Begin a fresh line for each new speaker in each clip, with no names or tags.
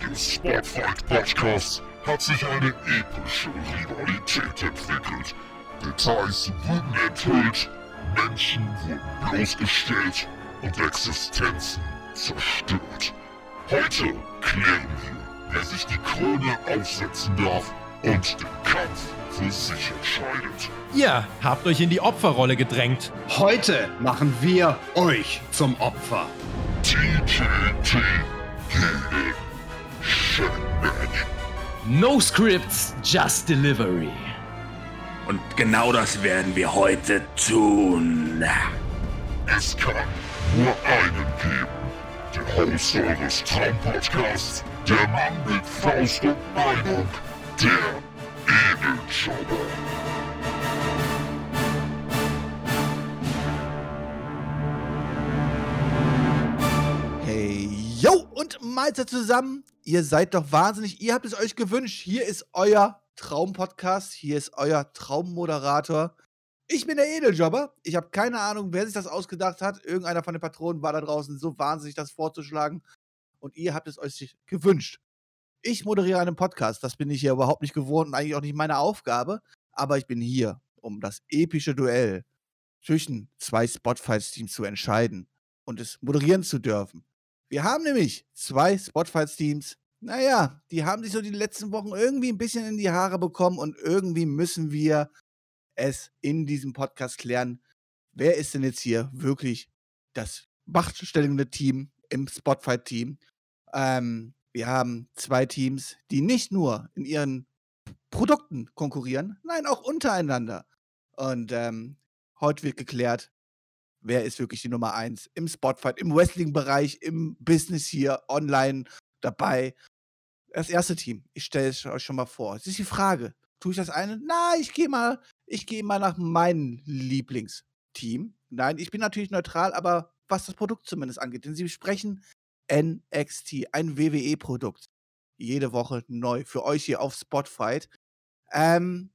des Spotfight Podcasts hat sich eine epische Rivalität entwickelt. Details wurden enthüllt, Menschen wurden bloßgestellt und Existenzen zerstört. Heute klären wir, wer sich die Krone aufsetzen darf und den Kampf für sich entscheidet.
Ihr habt euch in die Opferrolle gedrängt.
Heute machen wir euch zum Opfer.
TTT gegen Shenmue.
No scripts, just delivery.
Und genau das werden wir heute tun.
Es kann nur einen geben. Der Host eures Traumpodcasts, der Mann mit Faust und Meinung, der Edeljobber.
Hey, yo und Mahlzeit zusammen. Ihr seid doch wahnsinnig. Ihr habt es euch gewünscht. Hier ist euer Traumpodcast. Hier ist euer Traummoderator. Ich bin der Edeljobber. Ich habe keine Ahnung, wer sich das ausgedacht hat. Irgendeiner von den Patronen war da draußen so wahnsinnig, das vorzuschlagen. Und ihr habt es euch gewünscht. Ich moderiere einen Podcast. Das bin ich hier überhaupt nicht gewohnt und eigentlich auch nicht meine Aufgabe. Aber ich bin hier, um das epische Duell zwischen zwei Spotfights-Teams zu entscheiden und es moderieren zu dürfen. Wir haben nämlich zwei Spotfights-Teams. Naja, die haben sich so die letzten Wochen irgendwie ein bisschen in die Haare bekommen und irgendwie müssen wir es in diesem Podcast klären. Wer ist denn jetzt hier wirklich das machtstellende Team im Spotfight-Team? Ähm, wir haben zwei Teams, die nicht nur in ihren Produkten konkurrieren, nein, auch untereinander. Und ähm, heute wird geklärt, wer ist wirklich die Nummer eins im Spotfight, im Wrestling-Bereich, im Business hier, online dabei. Das erste Team, ich stelle es euch schon mal vor. Es ist die Frage, tue ich das eine? Na, ich gehe mal, ich gehe mal nach meinem Lieblingsteam. Nein, ich bin natürlich neutral, aber was das Produkt zumindest angeht, denn sie sprechen NXT, ein WWE-Produkt. Jede Woche neu für euch hier auf Spotfight. Ähm,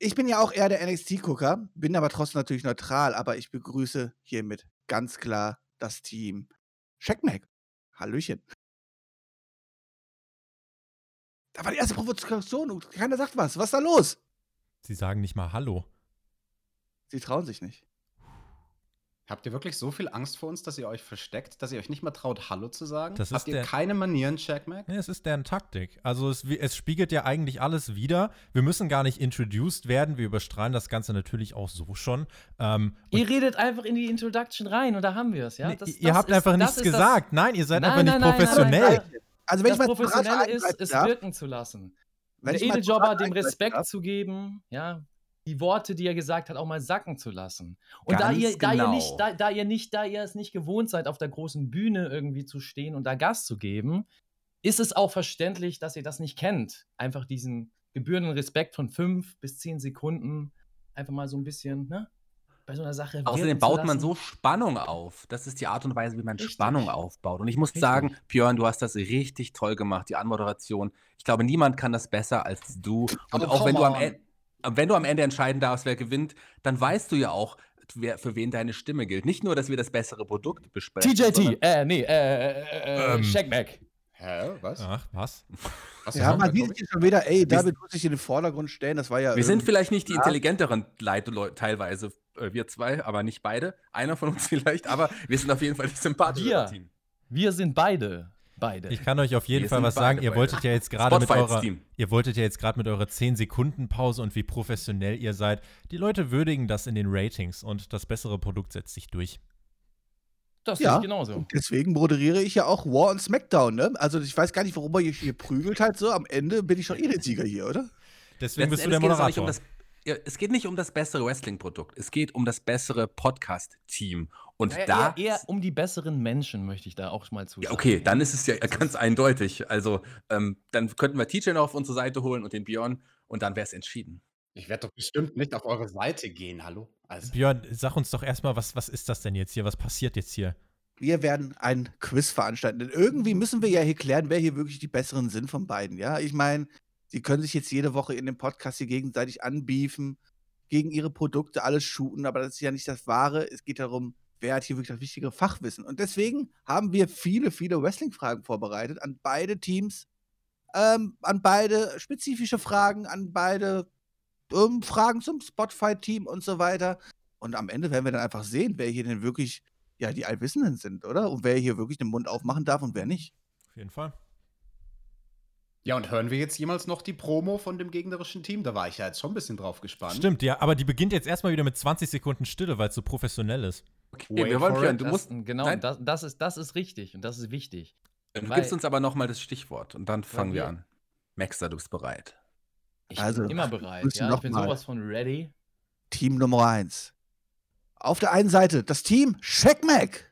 ich bin ja auch eher der NXT-Gucker, bin aber trotzdem natürlich neutral, aber ich begrüße hiermit ganz klar das Team Checkmack. Hallöchen. Da war die erste Provokation und keiner sagt was. Was ist da los?
Sie sagen nicht mal Hallo.
Sie trauen sich nicht.
Habt ihr wirklich so viel Angst vor uns, dass ihr euch versteckt, dass ihr euch nicht mal traut, Hallo zu sagen?
Das ist
Habt ihr
der-
keine Manieren, Checkmack?
Ne, es ist deren Taktik. Also es, es spiegelt ja eigentlich alles wieder. Wir müssen gar nicht introduced werden. Wir überstrahlen das Ganze natürlich auch so schon. Ähm, und
Ihr redet einfach in die Introduction rein und da haben wir es, ja?
ne,
Das-
ihr
das
habt
ist-
einfach
das
nichts
ist das-
gesagt. nein, ihr seid
Nein,
einfach nicht
nein, nein, nein,
professionell.
nein, nein.
Also wenn
Das
ich mal als Berater
Professionelle ist,
eingreifen
es
darf,
wirken zu lassen.
wenn
Der
ich mal als
Edeljobber
Berater
dem
eingreifen
Respekt
darf,
zu geben, ja, die Worte, die er gesagt hat, auch mal sacken zu lassen. Und da
Ganz
ihr, da, ihr
genau.
nicht, da, da ihr nicht, da ihr es nicht gewohnt seid, auf der großen Bühne irgendwie zu stehen und da Gas zu geben, ist es auch verständlich, dass ihr das nicht kennt. Einfach diesen gebührenden Respekt von fünf bis zehn Sekunden, einfach mal so ein bisschen, ne? Bei so einer Sache.
Außerdem
wirken zu
baut man
lassen.
so Spannung auf. Das ist die Art und Weise, wie man
Richtig.
Spannung aufbaut. Und ich muss
Richtig.
sagen, Björn, du hast das richtig toll gemacht, die Anmoderation. Ich glaube, niemand kann das besser als du. Und
Aber
auch wenn du,
come
am Ende, wenn du am Ende entscheiden darfst, wer gewinnt, dann weißt du ja auch, wer, für wen deine Stimme gilt. Nicht nur, dass wir das bessere Produkt besprechen. sondern-
TJT, äh, nee, äh, äh, äh,
Ähm.
Shackback.
Hä? Was?
Ach, was?
Was
Ja,
hast
man
du
sieht
gesagt,
sich schon wieder, ey, David muss sich in den Vordergrund stellen, das war ja.
Wir sind
Äh,
irgendwie-
vielleicht nicht die intelligenteren Leute leu- teilweise, äh, wir zwei, aber nicht beide. Einer von uns vielleicht, aber wir sind auf jeden Fall das sympathische
Wir.
Team.
Wir sind beide. Beide.
Ich kann euch auf jeden
Wir
Fall
sind
was sagen.
beide
Ihr
beide.
wolltet ja jetzt gerade mit eurer,
Spotfights-Team.
ihr wolltet ja jetzt gerade mit eurer 10 Sekunden Pause und wie professionell ihr seid. Die Leute würdigen das in den Ratings und das bessere Produkt setzt sich durch.
das
Ja.
ist genauso.
Deswegen moderiere ich ja auch War und Smackdown, ne? Also ich weiß gar nicht, warum man hier- hier prügelt halt so. Am Ende bin ich schon eh der Sieger hier, oder?
Deswegen bist du der
Letzten Endes geht
Moderator.
es auch nicht Um das, ja, es geht nicht um das bessere Wrestling-Produkt. Es geht um das bessere Podcast-Team. Und
Eher-
da.
eher, eher um die besseren Menschen möchte ich da auch mal zu.
ja, okay, dann ist es ja ganz eindeutig. Also, ähm, dann könnten wir TJ noch auf unsere Seite holen und den Björn und dann wäre es entschieden.
Ich werde doch bestimmt nicht auf eure Seite gehen, hallo? Also,
Björn, sag uns doch erstmal, was, was ist das denn jetzt hier? Was passiert jetzt hier?
Wir werden ein Quiz veranstalten. Denn irgendwie müssen wir ja hier klären, wer hier wirklich die besseren sind von beiden, ja? Ich meine, sie können sich jetzt jede Woche in dem Podcast hier gegenseitig anbiefen, gegen ihre Produkte alles shooten, aber das ist ja nicht das Wahre. Es geht darum, wer hat hier wirklich das wichtige Fachwissen? Und deswegen haben wir viele, viele Wrestling-Fragen vorbereitet an beide Teams, ähm, an beide spezifische Fragen, an beide ähm, Fragen zum Spotify-Team und so weiter. Und am Ende werden wir dann einfach sehen, wer hier denn wirklich ja, die Allwissenden sind, oder? Und wer hier wirklich den Mund aufmachen darf und wer nicht.
Auf jeden Fall.
Ja, und hören wir jetzt jemals noch die Promo von dem gegnerischen Team? Da war ich ja jetzt schon ein bisschen drauf gespannt.
Stimmt, ja, aber die beginnt jetzt erstmal wieder mit 20 Sekunden Stille, weil es so professionell ist.
Okay, wir wollen
for
hören.
it,
Du
das,
musst,
genau,
nein.
das, das, ist, das ist richtig und das ist wichtig.
du
weil-
gibst uns aber nochmal das Stichwort und dann fangen wir
wir-
an. Maxter, du bist bereit.
Ich
Also,
bin immer bereit.
müssen
Ja, ich
noch
bin
mal.
sowas von ready.
Team Nummer 1. Auf der einen Seite das Team Shaq Mac.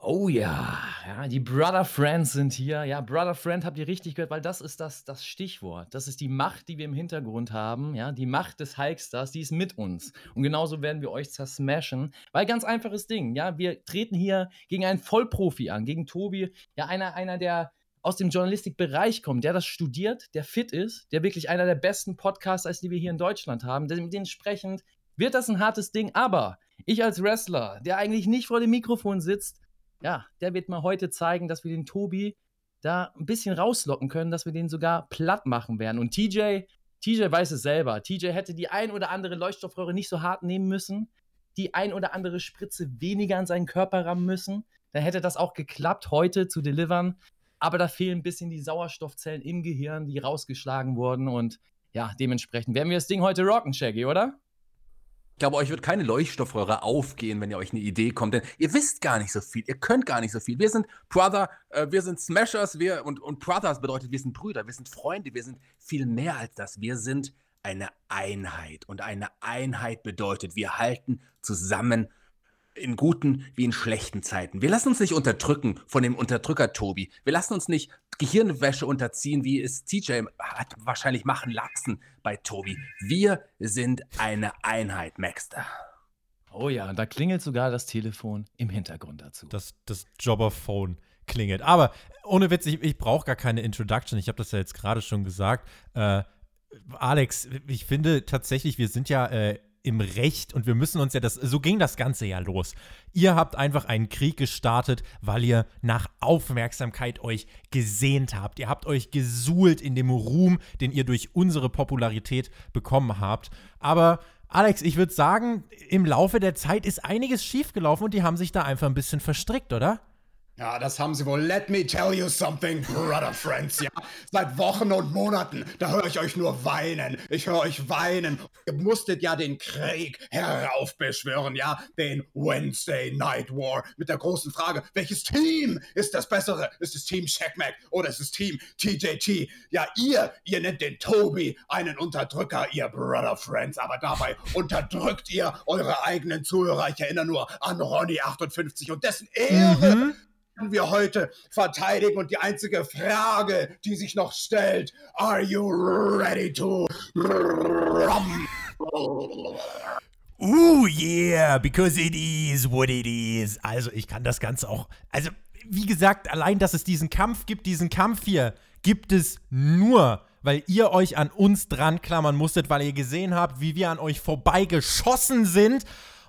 Oh ja, ja, die Brother Friends sind hier. Ja, Brother Friend habt ihr richtig gehört, weil das ist das, das Stichwort. Das ist die Macht, die wir im Hintergrund haben. Ja, die Macht des Hulkstars, die ist mit uns. Und genauso werden wir euch zersmashen. Weil ganz einfaches Ding, ja, wir treten hier gegen einen Vollprofi an, gegen Tobi, ja, einer, einer, der aus dem Journalistikbereich kommt, der das studiert, der fit ist, der wirklich einer der besten Podcaster ist, die wir hier in Deutschland haben. Dem- Dementsprechend wird das ein hartes Ding, aber ich als Wrestler, der eigentlich nicht vor dem Mikrofon sitzt, ja, der wird mal heute zeigen, dass wir den Tobi da ein bisschen rauslocken können, dass wir den sogar platt machen werden. Und TJ, TJ weiß es selber. TJ hätte die ein oder andere Leuchtstoffröhre nicht so hart nehmen müssen, die ein oder andere Spritze weniger an seinen Körper rammen müssen. Dann hätte das auch geklappt, heute zu delivern. Aber da fehlen ein bisschen die Sauerstoffzellen im Gehirn, die rausgeschlagen wurden. Und ja, dementsprechend werden wir das Ding heute rocken, Shaggy, oder?
Ich glaube, euch wird keine Leuchtstoffröhre aufgehen, wenn ihr euch eine Idee kommt, denn ihr wisst gar nicht so viel, ihr könnt gar nicht so viel. Wir sind Brother, äh, wir sind Smashers, wir und, und Brothers bedeutet, wir sind Brüder, wir sind Freunde, wir sind viel mehr als das. Wir sind eine Einheit und eine Einheit bedeutet, wir halten zusammen in guten wie in schlechten Zeiten. Wir lassen uns nicht unterdrücken von dem Unterdrücker Tobi. Wir lassen uns nicht Gehirnwäsche unterziehen, wie es TJ hat wahrscheinlich machen lassen bei Tobi. Wir sind eine Einheit, Maxter.
Oh ja, da klingelt sogar das Telefon im Hintergrund dazu.
das, das Jobberphone klingelt. Aber ohne Witz, ich, ich brauche gar keine Introduction. Ich habe das ja jetzt gerade schon gesagt. Äh, Alex, ich finde tatsächlich, wir sind ja äh, im Recht und wir müssen uns ja das, so ging das Ganze ja los. Ihr habt einfach einen Krieg gestartet, weil ihr nach Aufmerksamkeit euch gesehnt habt. Ihr habt euch gesuhlt in dem Ruhm, den ihr durch unsere Popularität bekommen habt. Aber Alex, ich würde sagen, im Laufe der Zeit ist einiges schiefgelaufen und die haben sich da einfach ein bisschen verstrickt, oder?
Ja, das haben sie wohl. Let me tell you something, brother friends, ja. Seit Wochen und Monaten, da höre ich euch nur weinen. Ich höre euch weinen. Ihr musstet ja den Krieg heraufbeschwören, ja. Den Wednesday Night War mit der großen Frage, welches Team ist das bessere? Ist es Team Checkmack oder ist es Team TJT? Ja, ihr, ihr nennt den Tobi einen Unterdrücker, ihr brother friends, aber dabei unterdrückt ihr eure eigenen Zuhörer. Ich erinnere nur an Ronny58 und dessen Ehre werden wir heute verteidigen und die einzige Frage, die sich noch stellt, are you ready to rumble?
Oh yeah, because it is what it is. Also ich kann das Ganze auch. Also wie gesagt, allein, dass es diesen Kampf gibt, diesen Kampf hier, gibt es nur, weil ihr euch an uns dran klammern musstet, weil ihr gesehen habt, wie wir an euch vorbeigeschossen sind.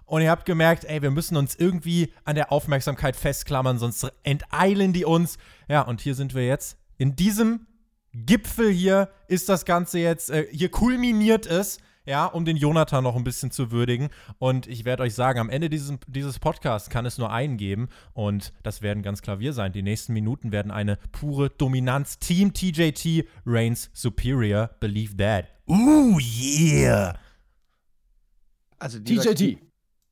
Und ihr habt gemerkt, ey, wir müssen uns irgendwie an der Aufmerksamkeit festklammern, sonst enteilen die uns. Ja, und hier sind wir jetzt. In diesem Gipfel hier ist das Ganze jetzt, äh, hier kulminiert es, ja, um den Jonathan noch ein bisschen zu würdigen. Und ich werde euch sagen, am Ende dieses, dieses Podcasts kann es nur einen geben und das werden ganz klar wir sein. Die nächsten Minuten werden eine pure Dominanz. Team TJT reigns superior, believe that. Ooh, yeah!
Also dieser,
TJT.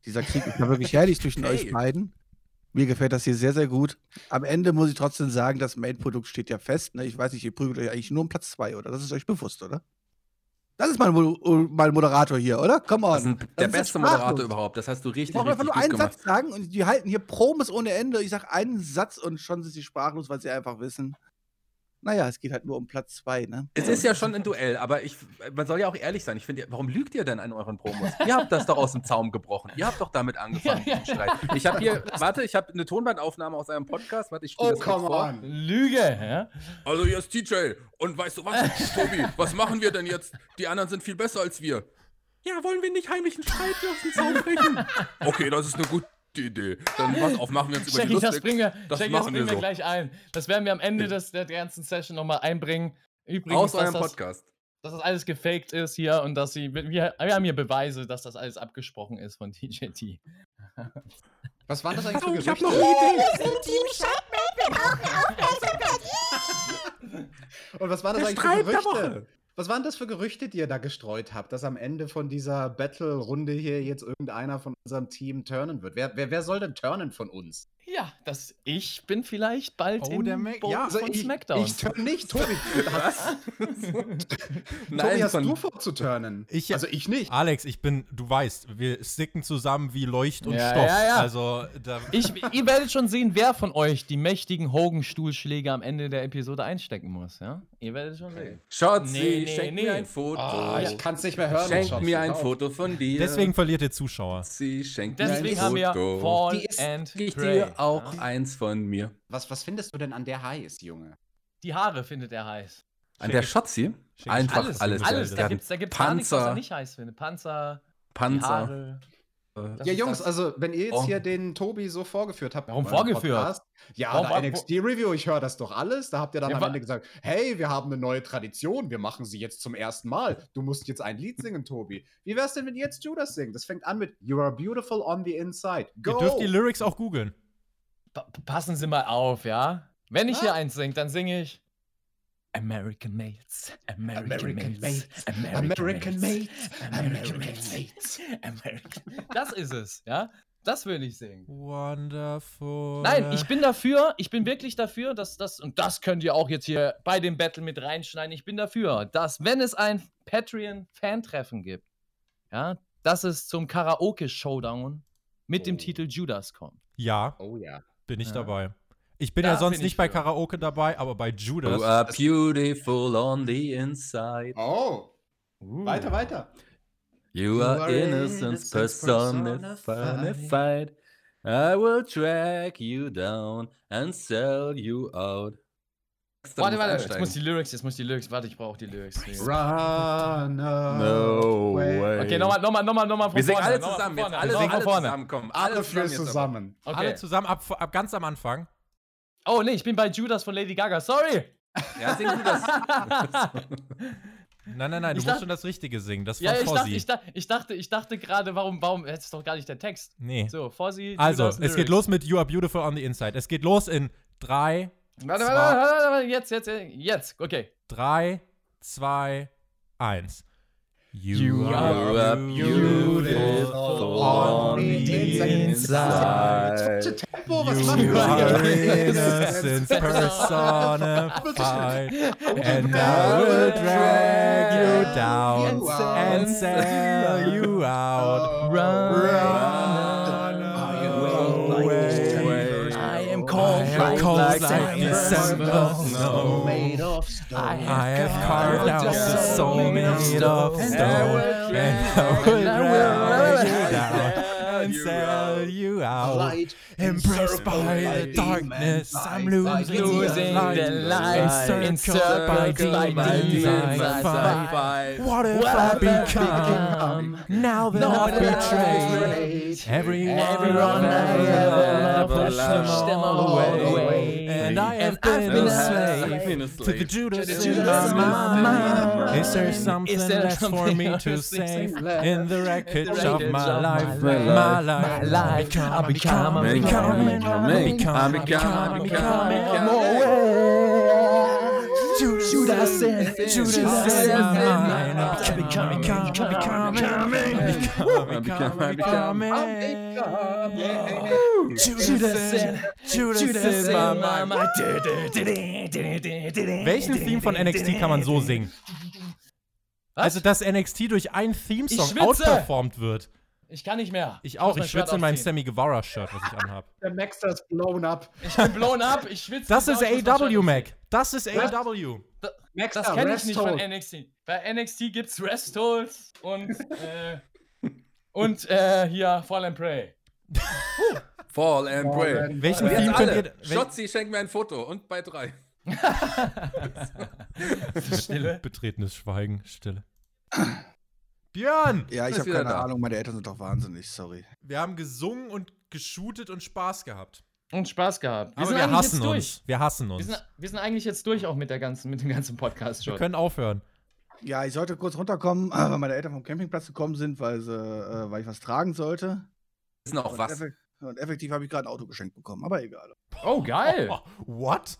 dieser Krieg ist ja wirklich herrlich zwischen
Okay.
euch beiden. Mir gefällt das hier sehr, sehr gut. Am Ende muss ich trotzdem sagen, das Main-Produkt steht ja fest. Ne? Ich weiß nicht, ihr prügelt euch eigentlich nur um Platz 2, oder? Das ist euch bewusst, oder? Das ist mein, Mo mein Moderator hier, oder? Come on.
Das ist ein, der
ist
beste
sprachlos.
Moderator überhaupt. Das hast du
Ich
richtig,
brauche einfach
richtig
nur
gut
einen
gemacht.
Satz sagen und die halten hier Promos ohne Ende. Ich sage einen Satz und schon sind sie sprachlos, weil sie einfach wissen. Naja, es geht halt nur um Platz 2, ne?
Es ist ja schon ein Duell, aber ich, man soll ja auch ehrlich sein. Ich finde, warum lügt ihr denn an euren Promos? Ihr habt das doch aus dem Zaum gebrochen. Ihr habt doch damit angefangen,
Ja, ja.
diesen Streit. Ich habe hier, warte, ich habe eine Tonbandaufnahme aus einem Podcast. Warte, ich spiele
Oh,
das kurz
come
vor.
on.
Lüge, ja?
Also hier ist TJ. Und weißt du was, Tobi, was machen wir denn jetzt? Die anderen sind viel besser als wir. Ja, wollen wir nicht heimlichen Streit auf den Zaun brechen? Okay, das ist eine gute gute Idee. Dann pass auf, machen wir uns über die
Shaggy, das
lustig.
bringen wir,
Das
Shaggy, das
machen wir
bringen wir
so.
gleich ein. Das werden wir am Ende des, der ganzen Session nochmal einbringen. Übrigens,
Aus
dass,
eurem
das,
Podcast.
dass das alles gefaked ist hier und dass sie. Wir, wir haben hier Beweise, dass das alles abgesprochen ist von TJT.
Was waren das eigentlich für
ich hab
Gerüchte?
noch eine Idee.
sind Team Shopman, wir brauchen Aufmerksamkeit.
Und was waren das
Der
eigentlich
Streit
für
der
Gerüchte?
Woche.
Was waren das für Gerüchte, die ihr da gestreut habt, dass am Ende von dieser Battle-Runde hier jetzt irgendeiner von unserem Team turnen wird? Wer, wer, wer soll denn turnen von uns?
Ja, dass ich bin vielleicht bald
Oh,
im
der Mac-
Boot
ja,
Also
von
ich,
SmackDown.
ich turn nicht, Tobi. Hast, Tobi,
Nein,
hast du
von,
vor zu turnen?
Ich-
also ich nicht.
Alex, ich bin, du weißt, wir sticken zusammen wie Leucht und
Ja,
Stoff.
ja, ja.
Also, da,
Ich, ihr werdet schon sehen, wer von euch die mächtigen Hogan-Stuhlschläge am Ende der Episode einstecken muss, ja? Ihr werdet schon sehen.
Schatzi,
Nee, nee,
schenk
nee.
mir ein Foto.
Ah, ich kann's nicht mehr hören.
Schenk
Schatz,
mir ein
auf.
Foto von dir.
deswegen verliert der Zuschauer.
Sie schenkt mir ein
Deswegen
Foto.
haben wir Fall
Die ist-
and ne?
Gib
Prey.
dir auch
Ja?
eins von mir.
Was, was findest du denn an der Heiß, Junge?
Die Haare findet er heiß.
An der Schotzi?
Schick-
Einfach
alles,
alles.
Alles, da
Dann
gibt's, da gibt's gar nichts, was
Panzer,
er nicht heiß findet. Panzer, die
Panzer.
Haare.
äh,
Das
Ja,
ist
Jungs,
das.
also wenn ihr jetzt
Oh.
hier den Tobi so vorgeführt habt.
Warum
beim
vorgeführt?
ja,
Warum-
der NXT-Review, ich höre das doch alles. Da habt ihr dann
Ja,
am
wa-
Ende gesagt, hey, wir haben eine neue Tradition, wir machen sie jetzt zum ersten Mal. Du musst jetzt ein Lied singen, Tobi. Wie wär's denn, wenn ihr jetzt Judas singt? Das fängt an mit You are beautiful on the inside. Go!
Ihr dürft die Lyrics auch googeln.
Pa passen Sie mal auf, ja? Wenn ich hier
Ah.
eins singe, dann singe ich American Mates, American,
American
Mates,
Mates,
American,
American
Mates,
Mates,
American
American
Mates.
Mates.
American. Das ist es, ja? Das will ich singen.
Wonderful.
Nein, ich bin dafür, ich bin wirklich dafür, dass das, und das könnt ihr auch jetzt hier bei dem Battle mit reinschneiden, ich bin dafür, dass wenn es ein Patreon-Fan-Treffen gibt, ja, dass es zum Karaoke-Showdown mit dem
Oh.
Titel Judas kommt.
Ja,
Oh ja.
bin ich
Ja.
dabei. Ich bin
Da
ja sonst
bin ich
nicht bei
für.
Karaoke dabei, aber bei Judas.
You are beautiful on the inside.
Oh, weiter, weiter.
You are innocence personified. I will track you down and sell you out.
Warte, warte, jetzt muss die Lyrics, jetzt muss die Lyrics, warte, ich brauche die Lyrics. Nee.
Run
No way.
Okay, nochmal, nochmal, nochmal, nochmal von
Wir singen
vorne.
alle
nochmal von
zusammen jetzt.
vorne,
Alle,
wir
alle
singen von vorne.
zusammen, komm.
Alle
Alle
vier
jetzt.
zusammen.
Alle
Okay.
zusammen, ab, ab ganz am Anfang.
Oh, nee, ich bin bei Judas von Lady Gaga, sorry.
Ja, sing du das.
Nein, nein, nein, du
Ich
musst
dacht-
schon das Richtige singen. Das
Ja,
war
ich dachte,
Fossi.
ich dachte, ich dachte, ich dachte gerade, warum, warum, jetzt ist doch gar nicht der Text.
nee.
So, Fossi,
also,
Judas,
es geht
Lyrics.
los mit You are beautiful on the inside. Es geht los in 3,
Warte,
Zwar-
warte, warte, warte, warte, jetzt, jetzt, jetzt, okay.
3, 2, 1. You,
You are beautiful on the
Zu
inside.
Tempo, was macht
You
ihr
are
hier?
innocence personified, and I will drag you down and sell you out. Run away.
I am
I
cold,
am cold
like
like December snow. I have carved out the soul made of stone, and I will drag you down and sell you out. Impressed by the darkness, I'm losing,
losing the light,
light.
encircled by
Encircled by
the
demons.
demons.
Fight. What if I become now that
Now
I've
that I've
betrayed everyone,
Everyone
I
I
ever
ever
pushed them
pushed
them
all
all
away.
away.
and I have
And
been,
I've been
a
a
slave,
slave
to the Judas,
Judas
in
in
my
my
mind.
mind.
Is there something
there
left for
something
me to
else to
save
save?
in the wreckage
wreckage
of my
of my
life?
life.
My life,
life. I become, I
become, I
become,
become, I become, I become, I become.
Judas, Judas, in- Judas, in my mind. I'm becoming, becoming, becoming, becoming, becoming, becoming. Judas, in- Judas in my mind. Welchen Theme von NXT kann man so singen?
Was?
Also, dass NXT durch einen
Ich
Theme-Song
schwitze!
outperformt wird.
Ich kann nicht mehr.
Ich auch,
muss mein
ich schwitze
Shirt
in meinem
ausziehen.
Sammy Guevara-Shirt, was ich anhab.
Der Maxter ist blown up.
Ich bin blown up, ich schwitze.
Das
genau,
ist
ich muss mein Shirt
AW,
ausziehen.
Mac. Das ist AW.
Maxter,
Das kenne ich
Rest
nicht von
hold.
NXT. Bei NXT gibt's Rest Holds und, äh, und äh, hier Fall and Prey.
Fall and Pray.
Welchen
Jetzt
Theme könnt ihr.
alle.
wel-
Schotzi, schenk mir ein Foto. Und bei drei.
Stille.
Betretenes Schweigen, Stille. Björn!
Ja, ich
Ist
habe
wieder
keine
da.
Ahnung, meine Eltern sind doch wahnsinnig, sorry.
Wir haben gesungen und geshootet und Spaß gehabt.
Und Spaß gehabt.
Aber wir
eigentlich
hassen
jetzt
uns.
durch.
Wir hassen
Wir
uns.
sind, wir sind eigentlich jetzt durch auch mit, der ganzen, mit dem ganzen Podcast
Wir
schon.
können aufhören.
Ja, ich sollte kurz runterkommen, äh, weil meine Eltern vom Campingplatz gekommen sind, weil, sie, äh, weil ich was tragen sollte.
wissen auch
und
was.
effek- Und effektiv habe ich gerade ein Auto geschenkt bekommen, aber egal.
Oh, geil.
Oh, what?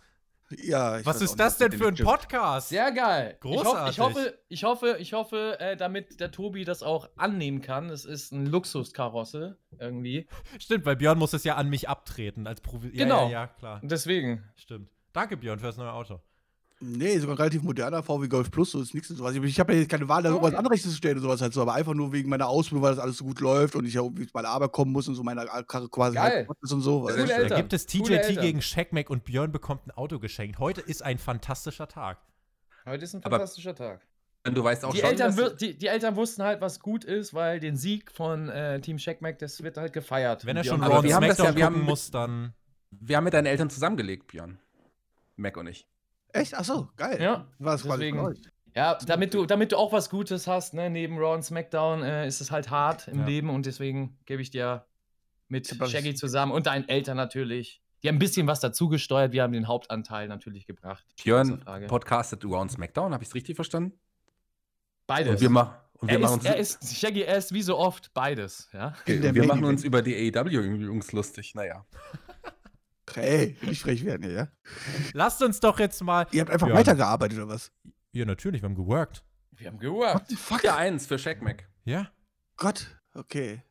Ja, ich
Was
weiß auch
ist
nicht,
das
mit
denn
dem
für ein
Chip-
Podcast?
Sehr geil.
Großartig.
Ich hoffe, ich hoffe, ich hoffe, ich hoffe äh, damit der Tobi das auch annehmen kann. Es ist ein Luxuskarosse irgendwie.
Stimmt, weil Björn muss es ja an mich abtreten als Provi ja,
Genau.
Ja, ja, klar.
Und deswegen.
Stimmt. Danke, Björn, für das neue Auto.
Nee, sogar ein relativ moderner VW Golf Plus, so ist nichts und sowas. Ich- Ich habe ja jetzt keine Wahl, da irgendwas anderes zu stellen und sowas halt so, aber einfach nur wegen meiner Ausbildung, weil das alles so gut läuft und ich ja irgendwie bei der Arbeit kommen muss und so meine Karre quasi
Geil.
halb kaputt ist und so.
Coole
Weil
Da
Eltern.
gibt Also es
Coole
TJT
Eltern.
gegen Shackmack und Björn bekommt ein Auto geschenkt. Heute ist ein fantastischer Tag.
Heute ist ein
Aber-
fantastischer Tag.
Du weißt auch
Die
schon,
Eltern,
dass-
wir- die, die Eltern wussten halt, was gut ist, weil den Sieg von äh, Team Checkmack, das wird halt gefeiert.
Wenn er
Die
schon
haben-
Aber
Raw und
wir haben das ja-
Smackdown
wir haben
gucken
mit-
muss, dann
wir haben mit deinen Eltern zusammengelegt, Björn. Mac und ich.
echt? Achso, geil.
Ja,
War es quasi
deswegen-
für euch.
ja damit, du, damit du auch was Gutes hast, ne? neben Raw und SmackDown äh, ist es halt hart im
Ja.
Leben und deswegen gebe ich dir mit
Tipp, was-
Shaggy zusammen und deinen Eltern natürlich. Die haben ein bisschen was dazugesteuert, wir haben den Hauptanteil natürlich gebracht.
Björn
Außer Frage.
Also, podcastet Raw und Smackdown, habe ich es richtig verstanden?
Beides.
Und wir, ma und wir
er,
machen uns,
ist, er ist, Shaggy, er ist wie so oft beides, ja.
In der
wir
Main
machen
Event.
uns über die AEW-Jungs lustig. Naja.
Hey, nicht frech werden hier, ja?
lasst uns doch jetzt mal.
Ihr habt einfach
Ja.
weitergearbeitet oder was?
Ja, natürlich, wir haben geworkt.
Wir haben geworkt.
Fuck ja eins für Shaq Mac.
Ja.
Gott, okay.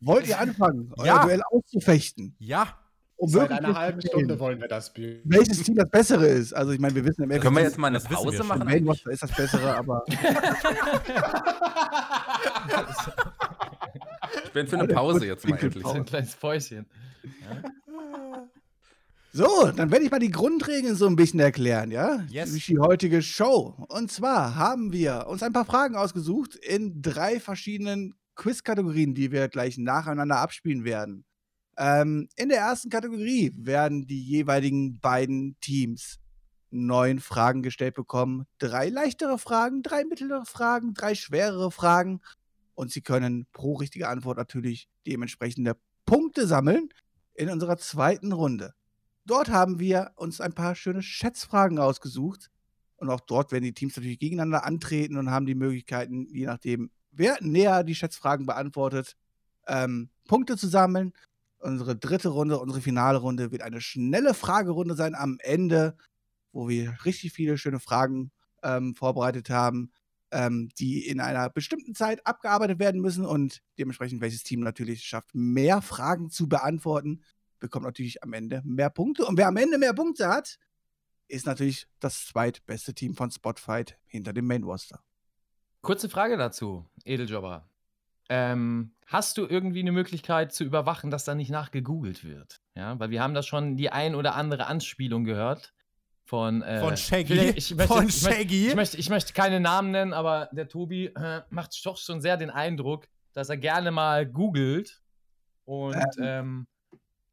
Wollt ihr anfangen, euer
Ja.
Duell auszufechten?
Ja.
Um
Seit
wirklich
einer halben
festzustellen,
Stunde wollen wir das Bier.
Welches Team das bessere ist? Also, ich meine, wir wissen im
Können wir jetzt mal eine
das wissen wir
Pause
schon.
machen?
Main Roster ist das bessere, aber
Ich bin für eine Pause jetzt mal endlich.
So ein kleines Päuschen.
So, dann werde ich mal die Grundregeln so ein bisschen erklären, ja?
Yes.
Durch die heutige Show. Und zwar haben wir uns ein paar Fragen ausgesucht in drei verschiedenen Quiz-Kategorien, die wir gleich nacheinander abspielen werden. Ähm, in der ersten Kategorie werden die jeweiligen beiden Teams neun Fragen gestellt bekommen. Drei leichtere Fragen, drei mittlere Fragen, drei schwerere Fragen. Und sie können pro richtige Antwort natürlich dementsprechende Punkte sammeln in unserer zweiten Runde. Dort haben wir uns ein paar schöne Schätzfragen rausgesucht. Und auch dort werden die Teams natürlich gegeneinander antreten und haben die Möglichkeiten, je nachdem, wer näher die Schätzfragen beantwortet, ähm, Punkte zu sammeln. Unsere dritte Runde, unsere finale Runde wird eine schnelle Fragerunde sein am Ende, wo wir richtig viele schöne Fragen ähm, vorbereitet haben, ähm, die in einer bestimmten Zeit abgearbeitet werden müssen und dementsprechend, welches Team natürlich schafft, mehr Fragen zu beantworten, bekommt natürlich am Ende mehr Punkte. Und wer am Ende mehr Punkte hat, ist natürlich das zweitbeste Team von Spotfight hinter dem Main Roster.
Kurze Frage dazu, Edeljobber. Ähm, hast du irgendwie eine Möglichkeit zu überwachen, dass da nicht nachgegoogelt wird? Ja, weil wir haben da schon die ein oder andere Anspielung gehört von äh,
Von Shaggy.
vielleicht- Ich möchte,
Von
ich möchte,
Shaggy.
Ich möchte, ich möchte keine Namen nennen, aber der Tobi äh, macht doch schon sehr den Eindruck, dass er gerne mal googelt. Und ähm,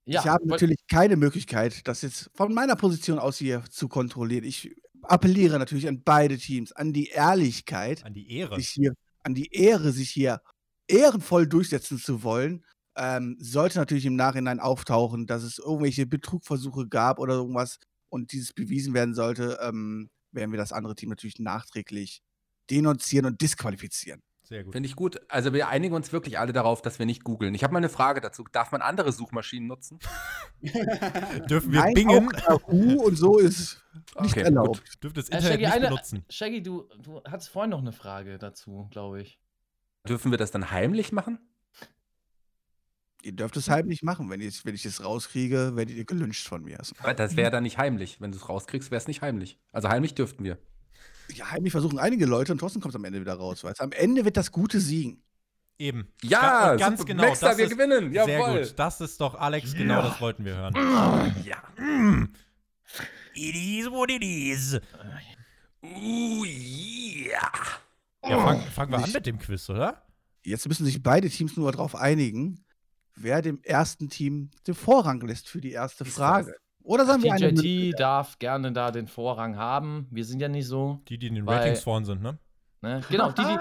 ja,
ich habe
wollt-
natürlich keine Möglichkeit, das jetzt von meiner Position aus hier zu kontrollieren. Ich appelliere natürlich an beide Teams, an die Ehrlichkeit,
An die Ehre.
sich hier, an die Ehre, sich hier ehrenvoll durchsetzen zu wollen. Ähm, sollte natürlich im Nachhinein auftauchen, dass es irgendwelche Betrugversuche gab oder irgendwas und dieses bewiesen werden sollte, ähm, werden wir das andere Team natürlich nachträglich denunzieren und disqualifizieren.
Sehr gut.
Finde ich gut. Also wir einigen uns wirklich alle darauf, dass wir nicht googeln. Ich habe mal eine Frage dazu. Darf man andere Suchmaschinen nutzen?
Dürfen wir
Nein,
bingen?
auch Yahoo und so ist nicht genau.
Okay,
erlaubt.
Dürfen das
Äh,
Internet
Shaggy,
nicht
eine-
benutzen.
Shaggy, du, du hattest vorhin noch eine Frage dazu, glaube ich.
Dürfen wir das dann heimlich machen?
Ihr dürft es halt nicht machen. Wenn ich, wenn ich es rauskriege, werdet ihr gelünscht von mir. Also,
Aber Das wäre dann nicht heimlich. Wenn du es rauskriegst, wäre es nicht heimlich. Also heimlich dürften wir.
ja, heimlich versuchen einige Leute und trotzdem kommt es am Ende wieder raus. Weißt? du? Am Ende wird das Gute siegen.
Eben.
Ja,
Und ganz
super.
genau.
Maxter,
das
wir
ist
gewinnen.
Sehr
Jawohl.
gut. Das ist doch Alex, genau das wollten wir hören. Mm.
Ja.
It is what it is.
Uh, yeah.
Ja, fang, fangen wir an
nicht-
mit dem Quiz, oder?
Jetzt müssen sich beide Teams nur darauf einigen, wer dem ersten Team den Vorrang lässt für die erste Frage. Oder sagen wir eine
TJT darf gerne da den Vorrang haben. Wir sind ja nicht so.
Die, die in den
Weil-
Ratings vorn sind, ne?
Ne? Genau, die, die,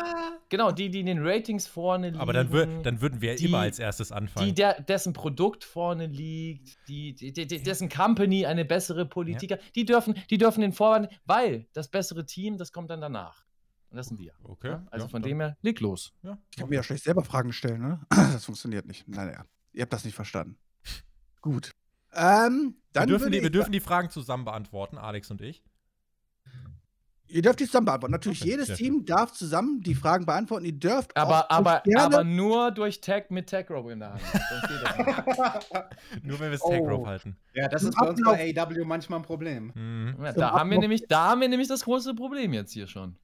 genau, die, die in den Ratings vorne liegen.
Aber dann, wür dann würden wir ja
Die-
immer als erstes anfangen.
die, der, dessen Produkt vorne liegt, die, die, die, die- dessen Company eine bessere Politiker, die dürfen, die dürfen den Vorwand, weil das bessere Team, das kommt dann danach. Und das sind wir.
okay.
Also
ja,
von
dann-
dem her, leg los.
Ja.
Ich kann mir ja schlecht selber Fragen stellen, ne? Das funktioniert nicht. Naja, ihr habt das nicht verstanden. Gut. Ähm, dann
wir, dürfen
würde
die, wir
ich-
dürfen die Fragen zusammen beantworten, Alex und ich.
Ihr dürft die zusammen beantworten. Natürlich,
Okay,
jedes
sehr
Team darf zusammen die Fragen beantworten. Ihr dürft auch
Aber,
so
aber,
gerne-
aber nur durch Tag mit Tag Rope in der Hand. Sonst geht das nicht.
Nur wenn wir es
Oh.
Tag Rope halten.
Ja, das ist bei uns bei AW manchmal ein Problem.
Mhm.
Ja,
Zum
da, haben wir
Ablauf-
nämlich, da haben wir nämlich das große Problem jetzt hier schon.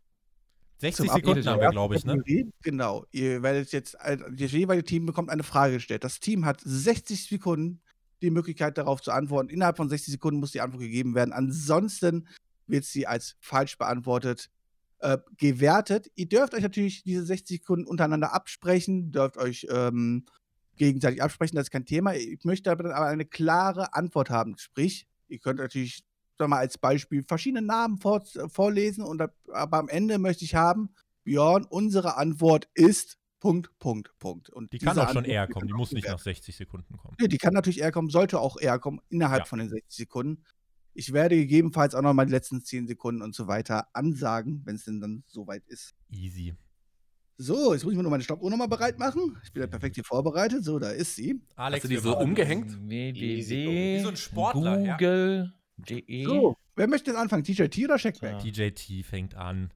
60
Zum Ablauf
Sekunden
der
haben wir, glaube ich, ne?
Kategorie, Genau. Ihr werdet jetzt, ein- das jeweilige Team bekommt eine Frage gestellt. Das Team hat 60 Sekunden die Möglichkeit, darauf zu antworten. Innerhalb von 60 Sekunden muss die Antwort gegeben werden. Ansonsten wird sie als falsch beantwortet äh, gewertet. Ihr dürft euch natürlich diese 60 Sekunden untereinander absprechen, dürft euch ähm, gegenseitig absprechen, das ist kein Thema. Ich möchte aber dann aber eine klare Antwort haben. Sprich, ihr könnt natürlich sag mal, als Beispiel verschiedene Namen vor, vorlesen und ab- aber am Ende möchte ich haben, Björn, unsere Antwort ist Punkt, Punkt, Punkt. Und
Die kann
diese
auch schon
Antwort
eher kommen, die
kann
muss
auch
nicht
eher-
nach 60 Sekunden kommen.
Nee, die kann natürlich eher kommen, sollte auch eher kommen, innerhalb
Ja.
von den 60 Sekunden. Ich werde gegebenenfalls auch noch mal die letzten 10 Sekunden und so weiter ansagen, wenn es denn dann soweit ist.
Easy.
So, jetzt muss ich mir nur meine Stoppuhr nochmal bereit machen. Ich bin ja perfekt hier vorbereitet. So, da ist sie.
Alex,
Hast du die
wir
so
warten.
umgehängt?
Wie
www.
so ein Sportler, ja.
Google.de.
So, wer möchte denn anfangen? TJT oder Shackback?
Ja.
DJT fängt an.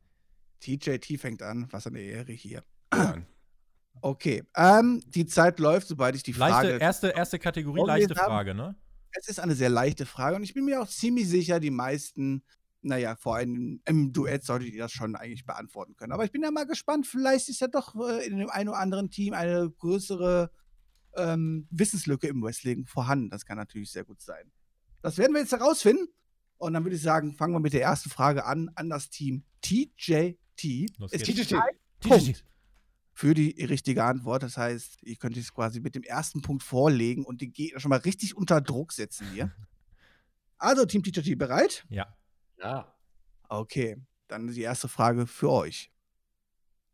TJT fängt an. Was eine Ehre hier.
Nein.
Okay, ähm, die Zeit läuft, sobald ich die Frage.
Leichte, erste, erste Kategorie,
Wollen wir
leichte
jetzt haben?
Frage, ne?
es ist eine sehr leichte Frage und ich bin mir auch ziemlich sicher, die meisten, naja, vor allem im Duett solltet ihr das schon eigentlich beantworten können. Aber ich bin ja mal gespannt, vielleicht ist ja doch äh, in dem einen oder anderen Team eine größere ähm, Wissenslücke im Wrestling vorhanden. Das kann natürlich sehr gut sein. Das werden wir jetzt herausfinden. Und dann würde ich sagen, fangen wir mit der ersten Frage an, an das Team TJT.
Los
Es
geht's.
gibt
TJT.
einen
TJT.
Punkt für die richtige Antwort. Das heißt, ihr könnt es quasi mit dem ersten Punkt vorlegen und die Gegner schon mal richtig unter Druck setzen hier. Also, Team TJT bereit?
Ja.
Ja.
Okay, dann die erste Frage für euch.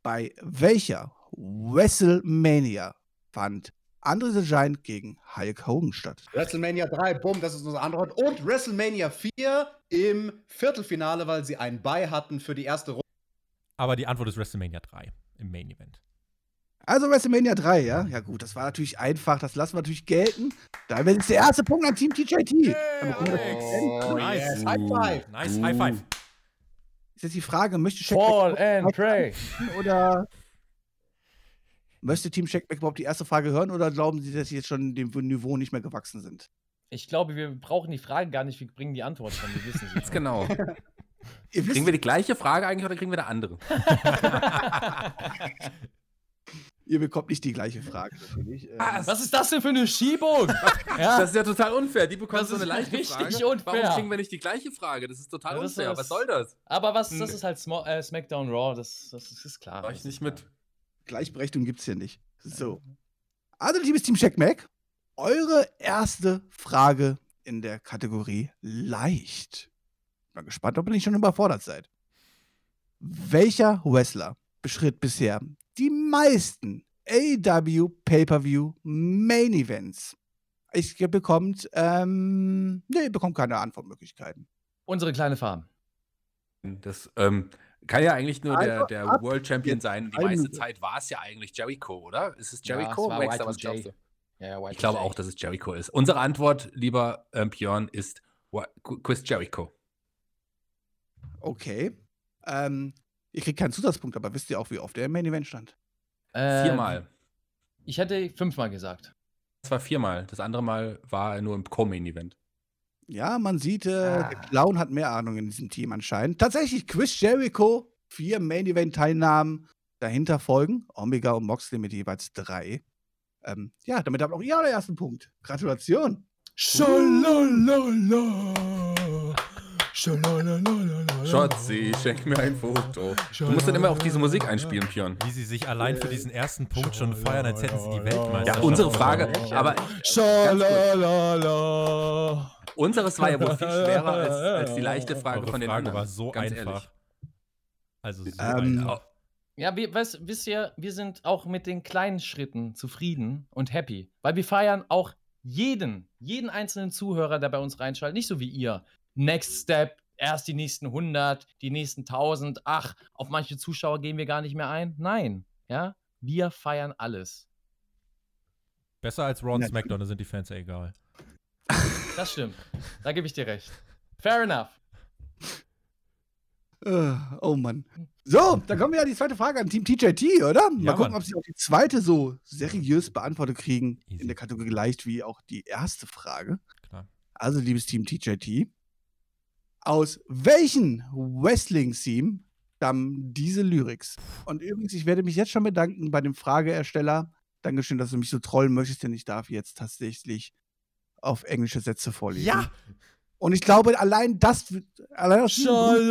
Bei welcher WrestleMania fand Andre the Giant gegen Hulk Hogan statt?
WrestleMania 3, bumm, das ist unsere Antwort. Und WrestleMania 4 im Viertelfinale, weil sie ein Bye hatten für die erste Runde.
Aber die Antwort ist WrestleMania 3 im Main Event.
Also WrestleMania 3, ja? Ja gut, das war natürlich einfach, das lassen wir natürlich gelten. Da wird jetzt der erste Punkt an Team TJT. Dann bekommt ihr-
nice.
High five.
Nice, High Five.
Ist jetzt die Frage, möchte Shaq
Fall and pray.
oder möchte Team Checkback überhaupt die erste Frage hören oder glauben Sie, dass Sie jetzt schon dem Niveau nicht mehr gewachsen sind?
Ich glaube, wir brauchen die Frage gar nicht, wir bringen die Antwort schon, wir wissen sie
Ganz
schon.
genau.
Ihr
Kriegen
wisst,
wir die gleiche Frage eigentlich oder kriegen wir eine andere?
ihr bekommt nicht die gleiche Frage natürlich. Ähm,
Was ist das denn für eine Schiebung? ja,
Das ist ja total unfair. Die bekommt
Das
so eine
ist
leichte
richtig
Frage.
unfair.
Warum kriegen wir nicht die gleiche Frage? Das ist total
Ja, das
unfair.
ist-
Was soll das?
aber was, das ist halt Smo äh, SmackDown Raw, das, das, ist- ist klar.
Mach Hm. ich
Das
nicht
ist klar.
mit.
Gleichberechtigung gibt es hier nicht. So. Also, liebes Team Checkback, eure erste Frage in der Kategorie leicht. Bin mal gespannt, ob ihr nicht schon überfordert seid. Welcher Wrestler beschritt bisher die meisten AW Pay-Per-View Main Events? Ich ihr bekommt, ähm, nee, ihr bekommt keine Antwortmöglichkeiten.
Unsere kleine Farm.
Das ähm, kann ja eigentlich nur der,
Also
der
ab
World Champion sein. Die
Eine
meiste
Minute.
Zeit war es ja eigentlich Jericho, oder? Ist es
Ja,
Jericho?
es war
Max,
Y2J.
was glaubst du?
Ja, ja,
Ich glaube auch, dass es Jericho ist. Unsere Antwort, lieber ähm, Björn, ist Wa- Qu- Chris Jericho.
Okay. Ähm, ihr kriegt keinen Zusatzpunkt, aber wisst ihr auch, wie oft er im Main Event stand?
äh,
Viermal.
Ich hätte fünfmal gesagt.
Das war viermal. Das andere Mal war er nur im Co-Main-Event.
Ja, man sieht, äh, der
Ah.
Clown hat mehr Ahnung in diesem Team anscheinend. Tatsächlich, Chris Jericho, vier Main-Event-Teilnahmen. Dahinter folgen Omega und Moxley mit jeweils drei. Ähm, ja, damit habt auch ihr euren ersten Punkt. Gratulation.
Schotzi, schenk mir ein Foto. Du musst dann immer auch diese Musik einspielen, Björn.
Wie sie sich allein für diesen ersten Punkt schon feiern, als hätten sie die Weltmeisterschaft.
Ja, unsere Frage, aber ganz kurz,
Schalalala.
unseres war ja wohl viel schwerer als, als die leichte Frage
Eure
von den
Frage
anderen.
war so
ganz
einfach.
ehrlich.
Also so
Ähm,
einfach.
Ja, wir, weißt, wisst ihr, wir sind auch mit den kleinen Schritten zufrieden und happy, weil wir feiern auch jeden, jeden einzelnen Zuhörer, der bei uns reinschaltet, nicht so wie ihr. Next Step, erst die nächsten 100, die nächsten 1000, ach, auf manche Zuschauer gehen wir gar nicht mehr ein. Nein, ja, wir feiern alles.
Besser als Raw und SmackDown, da sind die Fans ja egal.
Das stimmt, da gebe ich dir recht. Fair enough.
Äh, Oh Mann. So, dann kommen wir an die zweite Frage an Team TJT, oder? Mal
Ja,
gucken,
Mann.
ob sie auch die zweite so seriös beantwortet kriegen.
Easy.
In der Kategorie leicht wie auch die erste Frage.
Klar.
Also, liebes Team TJT, aus welchen Wrestling-Team stammen diese Lyrics? Und übrigens, ich werde mich jetzt schon bedanken bei dem Frageersteller. Dankeschön, dass du mich so trollen möchtest, denn ich darf jetzt tatsächlich auf englische Sätze vorlesen.
Ja.
Und ich glaube, allein das, wird- allein aus diesem Grund-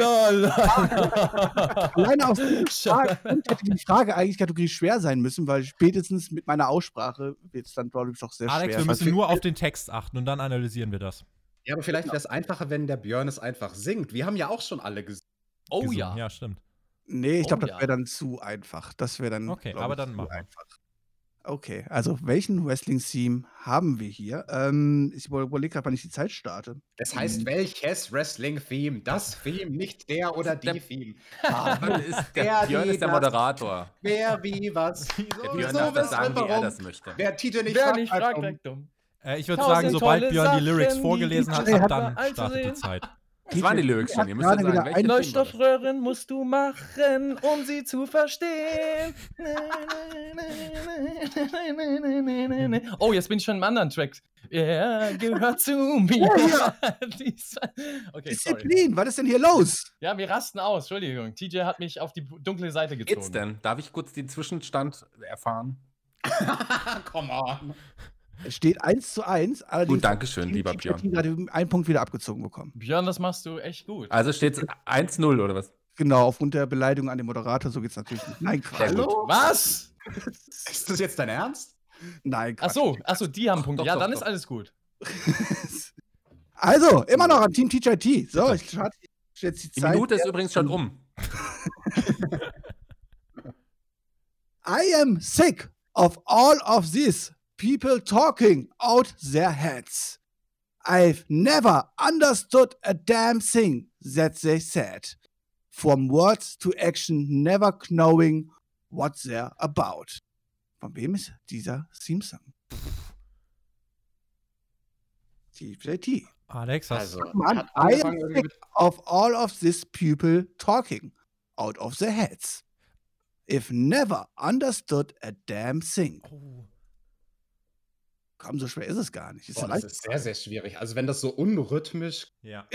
Schalala.
Alleine aus dem Grund hätte die Frage eigentlich Kategorie schwer sein müssen, weil spätestens mit meiner Aussprache wird es dann, glaube ich, doch sehr
Alex,
schwer.
Also
wir müssen
fehlt-
nur auf den Text achten und dann analysieren wir das.
Ja, aber vielleicht wäre es einfacher, wenn der Björn es einfach singt. Wir haben ja auch schon alle gesungen.
Oh
Gesungen.
ja.
Ja, stimmt.
nee, ich
Oh
glaube, das
ja.
wäre dann zu einfach. Das wäre dann.
Okay,
glaub
aber
ich,
dann
zu
machen wir.
einfach. Okay, also welchen Wrestling-Theme haben wir hier? Ähm, ich über- überlege gerade, wann ich die Zeit starte.
Das heißt, welches Wrestling-Theme? Das Theme, nicht der oder die
Der-
Theme.
Björn ist der,
Der,
Björn
die
ist der
das-
Moderator.
Wer, wie, was?
Der
Wieso,
Björn
wieso,
darf
weshalb,
das sagen, wie er
warum?
das möchte.
Wer Tite nicht
Wer
fragt,
nicht
halt
fragt,
dumm.
bleibt dumm.
Äh, ich würde
Tausend
sagen, sobald
tolle
Björn die Lyrics
Sachen, die
vorgelesen hat,
DJ
ab
hat
dann
man
startet die
einzusehen.
Zeit.
Das waren die Lyrics schon. Ihr müsst
Gerade
jetzt
wieder
sagen, welches
ein-
Team war das?
Leuchtstoffröhren musst du machen, um sie zu verstehen. Na, na, na, na, na, na, na, na, na. Oh, jetzt bin ich schon im anderen Track. Er gehört zu mir. Dies- okay, sorry.
Disziplin, was ist denn hier los?
Ja, wir rasten aus. Entschuldigung. TJ hat mich auf die dunkle Seite gezogen.
Geht's denn? Darf ich kurz den Zwischenstand erfahren?
Come on.
Es steht 1 zu 1, allerdings
Gut, Dankeschön,
hat
lieber
TJT
Björn.
gerade einen Punkt wieder abgezogen bekommen.
Björn, das machst du echt gut.
Also steht's 1-0 oder was?
Genau, aufgrund der Beleidigung an den Moderator, so geht's natürlich nicht. Nein,
Sehr
Quatsch.
gut.
Hallo?
Was?
Ist das jetzt dein Ernst?
Nein, Quatsch.
Ach so, ach so, die haben Punkte.
Doch,
Ja,
doch,
dann
doch.
ist alles gut.
Also, immer noch am Team TJT. So, ich starte jetzt die
Die
Zeit.
Minute ist übrigens schon um.
I am sick of all of these people talking out their heads. I've never understood a damn thing that they said. From words to action, never knowing what they're about. Von wem ist dieser Theme-Song? TJT.
Alex, hast
Also,
Mann,
hat
I
angefangen
am
irgendwie
sick
mit-
of all of these people talking out of their heads. If never understood a damn thing.
Oh.
Komm, so schwer ist es gar nicht. Ist
Boah,
so
das
leicht.
ist sehr, sehr schwierig. Also, wenn das so unrhythmisch.
Ja.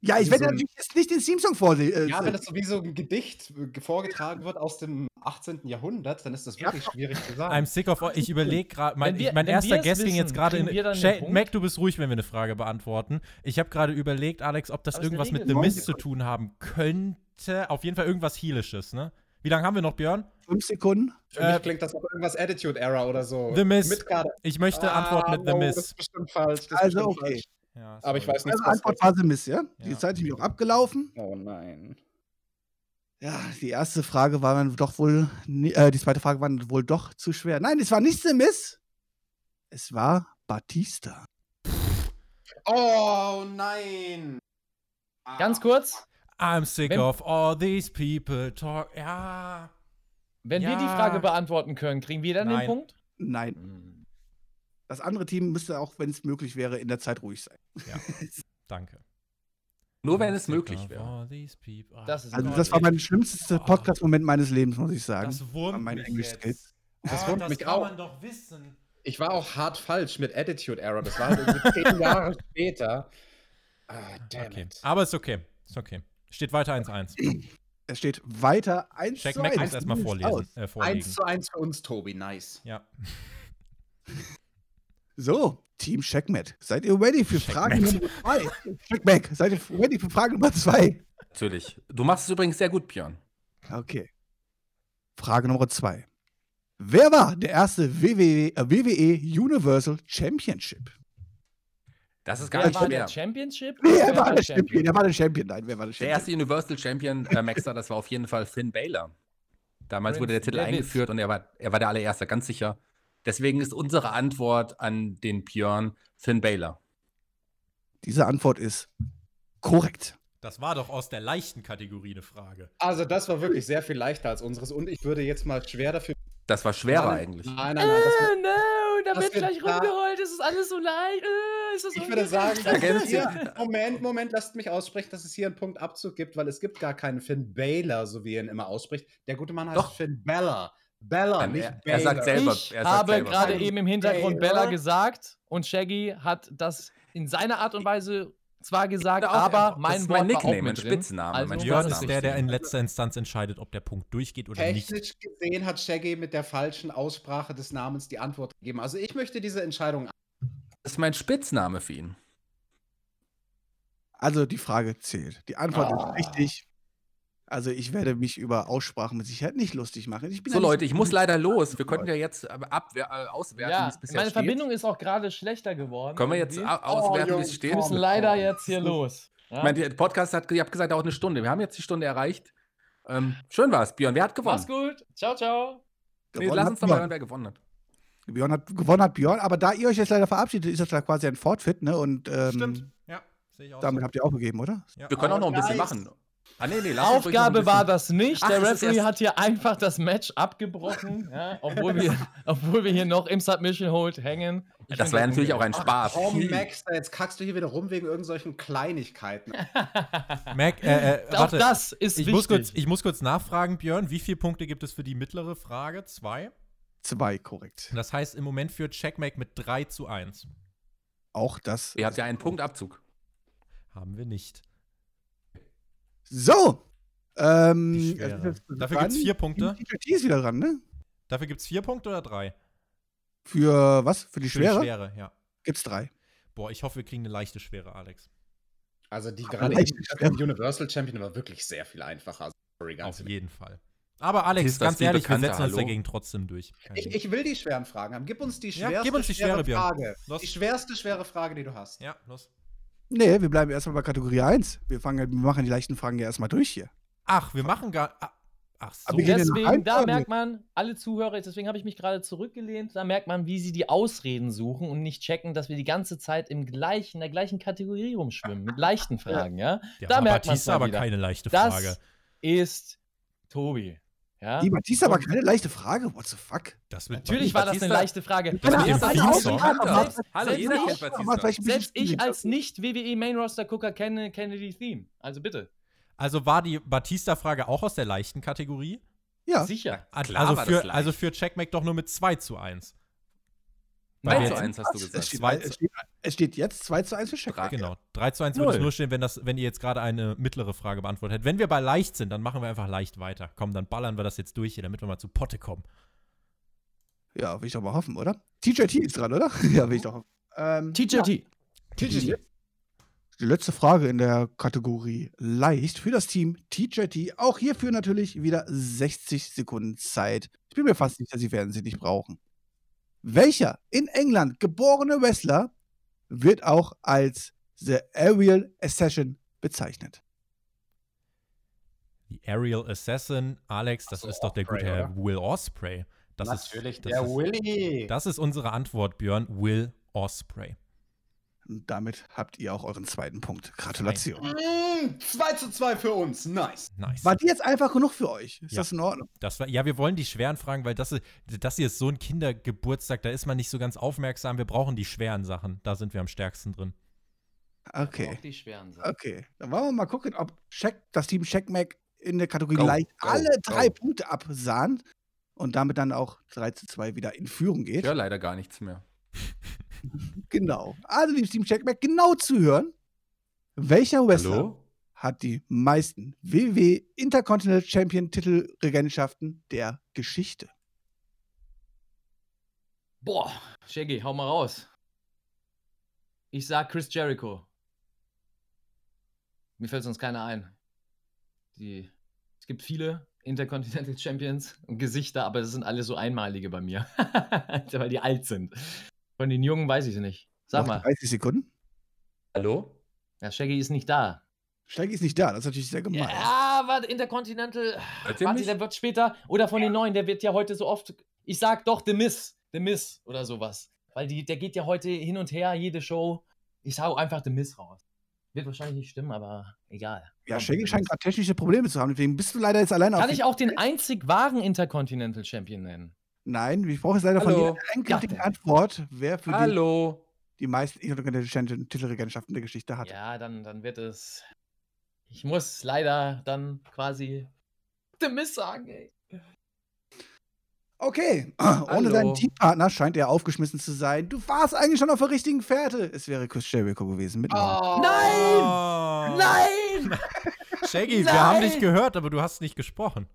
ja, ich
also
werde
so ein-
natürlich jetzt nicht den Theme-Song vorlesen. Äh,
Ja, wenn das so wie so ein Gedicht äh, vorgetragen wird aus dem 18. Jahrhundert, dann ist das wirklich schwierig zu
I'm
sagen.
sick of. Ich überlege gerade. Mein,
Wenn wir-
ich- mein
wenn
erster
wir's
Guess ging
wissen,
jetzt gerade in.
kriegen wir dann den
Shay-
Punkt?
Mac, du bist ruhig, wenn wir eine Frage beantworten. Ich habe gerade überlegt, Alex, ob das
Aber es ist eine
irgendwas mit The
Regel.
Mist zu tun haben könnte. Auf jeden Fall irgendwas Heelisches, ne? Wie lange haben wir noch, Björn?
fünf Sekunden.
Für mich
äh,
klingt das auf irgendwas Attitude Error oder so.
The Miz.
Midgard.
Ich möchte
Ah,
antworten mit
no,
The
Das ist
Mist.
bestimmt falsch. Das ist
Also,
bestimmt
okay.
falsch.
Ja,
Aber ich
sorry.
weiß nicht,
Also
was
Antwort war The Miss, ja? Die
Ja.
Zeit ist nämlich auch abgelaufen.
Oh nein.
Ja, die erste Frage war dann doch wohl, ni- äh, die zweite Frage war dann wohl doch zu schwer. Nein, es war nicht The Miss. Es war Batista.
Oh nein. Ah.
Ganz kurz,
I'm sick
Wenn-
of all these people talk. Ja.
wenn wir die
Ja.
Frage beantworten können, kriegen wir dann
Nein.
den Punkt?
Nein, das andere Team müsste auch, wenn es möglich wäre, in der Zeit ruhig sein.
Danke.
Nur wenn
I'm
es
sick
möglich
of
wäre.
all these people. Ah,
Das ist
Also
in
das war
Ordnung.
mein schlimmster
Oh.
Podcast-Moment meines Lebens, muss ich sagen.
Das wurmt
Mein
mich
Englisch
jetzt.
skills.
Das
Ah,
wurmt mich
kann
auch.
man doch wissen.
Ich war auch hart falsch mit Attitude Error. Das war halt irgendwie zehn Jahre später. Ah, damn
Okay.
it.
Aber ist okay. Ist okay. Steht weiter 1-1.
Es steht weiter 1
Jack
zu
Mac
1.
muss erstmal vorlesen. Äh,
Eins
vorlegen.
zu eins für uns, Tobi. Nice.
Ja.
So, Team Checkmate, seid ihr ready für Frage Nummer 2? Checkmate, seid ihr ready für Frage Nummer 2?
Natürlich. Du machst es übrigens sehr gut, Björn.
Okay. Frage Nummer 2. Wer war der erste WWE, äh, WWE Universal Championship?
Das ist gar
Wer
nicht
war der
schwer.
Championship?
Wer war der Champion? Wer war der Champion? Nein, wer war der
Der
Champion?
erste Universal Champion, äh, Maxer, das war auf jeden Fall Finn Balor. Damals wurde der
Prince
Titel
David.
eingeführt und er war, er war der allererste, ganz sicher. Deswegen ist unsere Antwort an den Björn Finn Baylor.
Diese Antwort ist korrekt.
Das war doch aus der leichten Kategorie eine Frage.
Also, das war wirklich sehr viel leichter als unseres. Und ich würde jetzt mal schwer dafür.
Das war schwerer
Nein,
eigentlich.
Nein, nein, nein. Das
Äh, no, da
das
wird
wird
gleich
da-
rumgeheult, es ist alles so leicht. Äh, ist das
ich würde
ungerecht?
sagen, dass
Ergänzt
es hier, Moment, Moment, lasst mich aussprechen, dass es hier einen Punkt Abzug gibt, weil es gibt gar keinen Finn Baylor, so wie er ihn immer ausspricht. Der gute Mann heißt
Doch.
Finn Bella. Bella,
Nein,
nicht
er-
Baylor.
er sagt selber-
ich
er sagt
habe
selber.
gerade
Nein.
eben im Hintergrund
Taylor.
Bella gesagt und Shaggy hat das in seiner Art und Weise zwar gesagt,
Ja, auch,
aber
das
mein
ist
Wort
mein
war auch
Nickname,
mit
ein
drin.
Spitzname,
Also
mein
war
Björn
es
das
ist
ist
der,
richtig.
der in letzter Instanz entscheidet, ob der Punkt durchgeht oder nicht.
Technisch gesehen hat Shaggy mit der falschen Aussprache des Namens die Antwort gegeben. Also ich möchte diese Entscheidung.
Das ist mein Spitzname für ihn.
Also die Frage zählt. Die Antwort
Ah.
ist richtig. Also ich werde mich über Aussprachen mit Sicherheit nicht lustig machen. Ich bin
So
ja nicht-
Leute, ich muss leider los. Wir könnten ja jetzt äh, abwer- äh, auswerten, wie
Ja,
es bisher
meine
steht.
Verbindung ist auch gerade schlechter geworden.
Können wir jetzt
irgendwie.
au- auswerten, wie
Jungs,
es steht?
Wir müssen leider jetzt hier los. Ja?
Ich meine, der Podcast hat, ich habe gesagt, dauert eine Stunde. Wir haben jetzt die Stunde erreicht. Ähm, schön war's, Björn. Wer hat gewonnen?
Mach's gut. Ciao, ciao.
Nee,
Gewonnen
lass
hat
uns doch mal hören, wer gewonnen hat.
Björn hat gewonnen hat Björn, aber da ihr euch jetzt leider verabschiedet, ist das da quasi ein Fortfit, ne? Und ähm,
Ja, sehe ich auch.
damit habt ihr auch gegeben, oder?
Wir können auch noch ein bisschen
nice.
machen. Ah, nee, nee, lass uns ruhig noch ein
Aufgabe war
bisschen-
das nicht.
Ach, es
der
ist
Referee
erst-
hat hier einfach das Match abgebrochen, ja, obwohl, wir, obwohl wir hier noch im Submission Hold hängen. Ich
Das
bin
war ja
ganz
natürlich auch ein Spaß. Hm.
Oh, Max, jetzt kackst du hier wieder rum wegen irgendwelchen Kleinigkeiten.
Mac, äh, äh,
Auch
warte.
das ist
ich
wichtig.
muss, kurz, ich muss kurz nachfragen, Björn, wie viele Punkte gibt es für die mittlere Frage? Zwei.
Zwei, korrekt.
Das heißt, im Moment führt Checkmate mit 3 zu 1.
Auch das.
Ihr habt ja einen Punktabzug.
haben wir nicht.
So!
Die
Ähm,
schwere.
es ist
Dafür
dran.
gibt's vier Punkte.
Die TNT ist wieder dran, ne?
Dafür gibt es vier Punkte oder drei?
Für was? Für die
Für
Schwere?
Die Schwere, ja.
Gibt's drei.
Boah, ich hoffe, wir kriegen eine leichte Schwere, Alex.
Also die gerade
Leicht
eben
schwer.
Universal Champion war wirklich sehr viel einfacher. Sorry, ganz
Auf
ehrlich.
jeden Fall. Aber Alex,
Ist das
ganz
wie
ehrlich, wir
bekannter
setzen uns
Hallo?
dagegen trotzdem durch. Kein
Ich,
Ding.
ich will die schweren Fragen haben. Gib uns die
Ja,
schwerste
gib uns die schwere, Björn.
Frage.
Los.
Die schwerste schwere Frage, die du hast.
ja, los.
Nee, wir bleiben erstmal bei Kategorie 1. Wir, fangen, wir machen die leichten Fragen ja erstmal durch hier.
Ach, wir machen gar. ah, Ach so.
Aber wir gehen in eine
Deswegen, da
Reihenfolge.
merkt man, alle Zuhörer, deswegen habe ich mich gerade zurückgelehnt, da merkt man, wie sie die Ausreden suchen und nicht checken, dass wir die ganze Zeit im gleichen, in der gleichen Kategorie rumschwimmen, mit leichten Fragen, ja?
Der
da merkt
Batista
man's mal
aber
wieder.
keine leichte
Das
Frage.
ist Tobi. Ja?
Die Batista war keine leichte Frage. What the fuck?
Das wird
Natürlich
Batista-
war das eine leichte Frage.
Das
mit dem
Selbst-
Theme-Song.
selbst-
Hallo,
selbst
jeder
ich-
kennt
Mach mal
Batista.
vielleicht ein bisschen
Selbst ich
schwierig.
als E Nicht-WWE-Main-Roster-Gucker kenne Kennedy-Theme. Also bitte.
Also war die Batista-Frage auch aus der leichten Kategorie?
Ja,
Sicher.
Klar
also,
war das
für,
leicht.
also für Checkmate doch nur mit 2 zu 1. Weil
3
wir
zu
jetzt-
1 hast du
es
gesagt.
steht,
Zwei-
es, steht, es steht jetzt 2 zu 1 für Shaq.
Drei.
Genau. 3 zu 1 würde es
Null.
nur stehen, wenn, das, wenn ihr jetzt gerade eine mittlere Frage beantwortet hättet. Wenn wir bei leicht sind, dann machen wir einfach leicht weiter. Komm, dann ballern wir das jetzt durch hier, damit wir mal zu Potte kommen.
Ja, will ich doch mal hoffen, oder? TJT ist dran, oder? Ja, will ich doch hoffen. Ähm,
TJT.
TGT.
Die letzte Frage in der Kategorie leicht für das Team TJT. Auch hierfür natürlich wieder 60 Sekunden Zeit. Ich bin mir fast sicher, sie werden sie nicht brauchen. Welcher in England geborene Wrestler wird auch als The Aerial Assassin bezeichnet?
Die Aerial Assassin, Alex, das
Ach so,
ist doch der
Ospreay,
gute Herr Will Osprey. Das
Natürlich
ist, das
der
ist,
Willy.
Das ist unsere Antwort, Björn. Will Osprey.
Und damit habt ihr auch euren zweiten Punkt. Gratulation.
Mm, 2 zu 2 für uns. Nice.
Nice.
War die jetzt einfach genug für euch? Ist
Ja.
das in Ordnung?
Das war, ja, wir wollen die schweren Fragen, weil das, ist- das hier ist so ein Kindergeburtstag, da ist man nicht so ganz aufmerksam. Wir brauchen die schweren Sachen. Da sind wir am stärksten drin.
Okay.
Auch die schweren Sachen.
Okay, dann wollen wir mal gucken, ob Check, das Team Checkmack in der Kategorie
Go,
leicht
go,
alle
go.
drei Punkte absahnt und damit dann auch 3 zu 2 wieder in Führung
Ich
geht.
höre leider gar nichts mehr.
Genau. Also, liebes Team Checkmack, genau zuhören. Welcher Wrestler
Hallo?
hat die meisten WWE Intercontinental Champion Titelregentschaften der Geschichte?
Boah, Shaggy, hau mal raus. Ich sag Chris Jericho. Mir fällt sonst keiner ein. Die, es gibt viele Intercontinental Champions und Gesichter, aber das sind alle so einmalige bei mir. Weil die alt sind. Von den Jungen weiß ich es nicht. Sag
Noch
mal,
30 Sekunden.
Hallo?
ja, Shaggy ist nicht da.
Shaggy ist nicht da, das ist natürlich sehr gemein.
Ja, ja, warte, Intercontinental.
Hört ihr
Warte,
mich?
der wird später. Oder von den neuen, der wird ja heute so oft. Ich sag doch The Miss. The Miss oder sowas. Weil die, der geht ja heute hin und her, jede Show. Ich hau einfach The Miss raus. Wird wahrscheinlich nicht stimmen, aber egal.
Ja,
Komm,
Schengen
The
scheint
Miz.
gerade technische Probleme zu haben, deswegen bist du leider jetzt alleine
Kann
auf.
ich auch den einzig wahren Intercontinental Champion nennen?
Nein, ich brauche jetzt leider von dir
Hallo.
eine endgültige
Ja.
Antwort, wer für die,
Hallo.
die meisten internationalen Titelregentschaften der Geschichte hat.
Ja, dann, dann wird es. Ich muss leider dann quasi The Miss sagen, ey.
Okay, ohne
Hallo.
deinen Teampartner scheint er aufgeschmissen zu sein. Du warst eigentlich schon auf der richtigen Fährte. Es wäre Chris Jericho gewesen. Mit Namen.
Ah.
Nein!
Oh.
Nein!
Shaggy,
Nein!
wir haben dich gehört, aber du hast nicht gesprochen.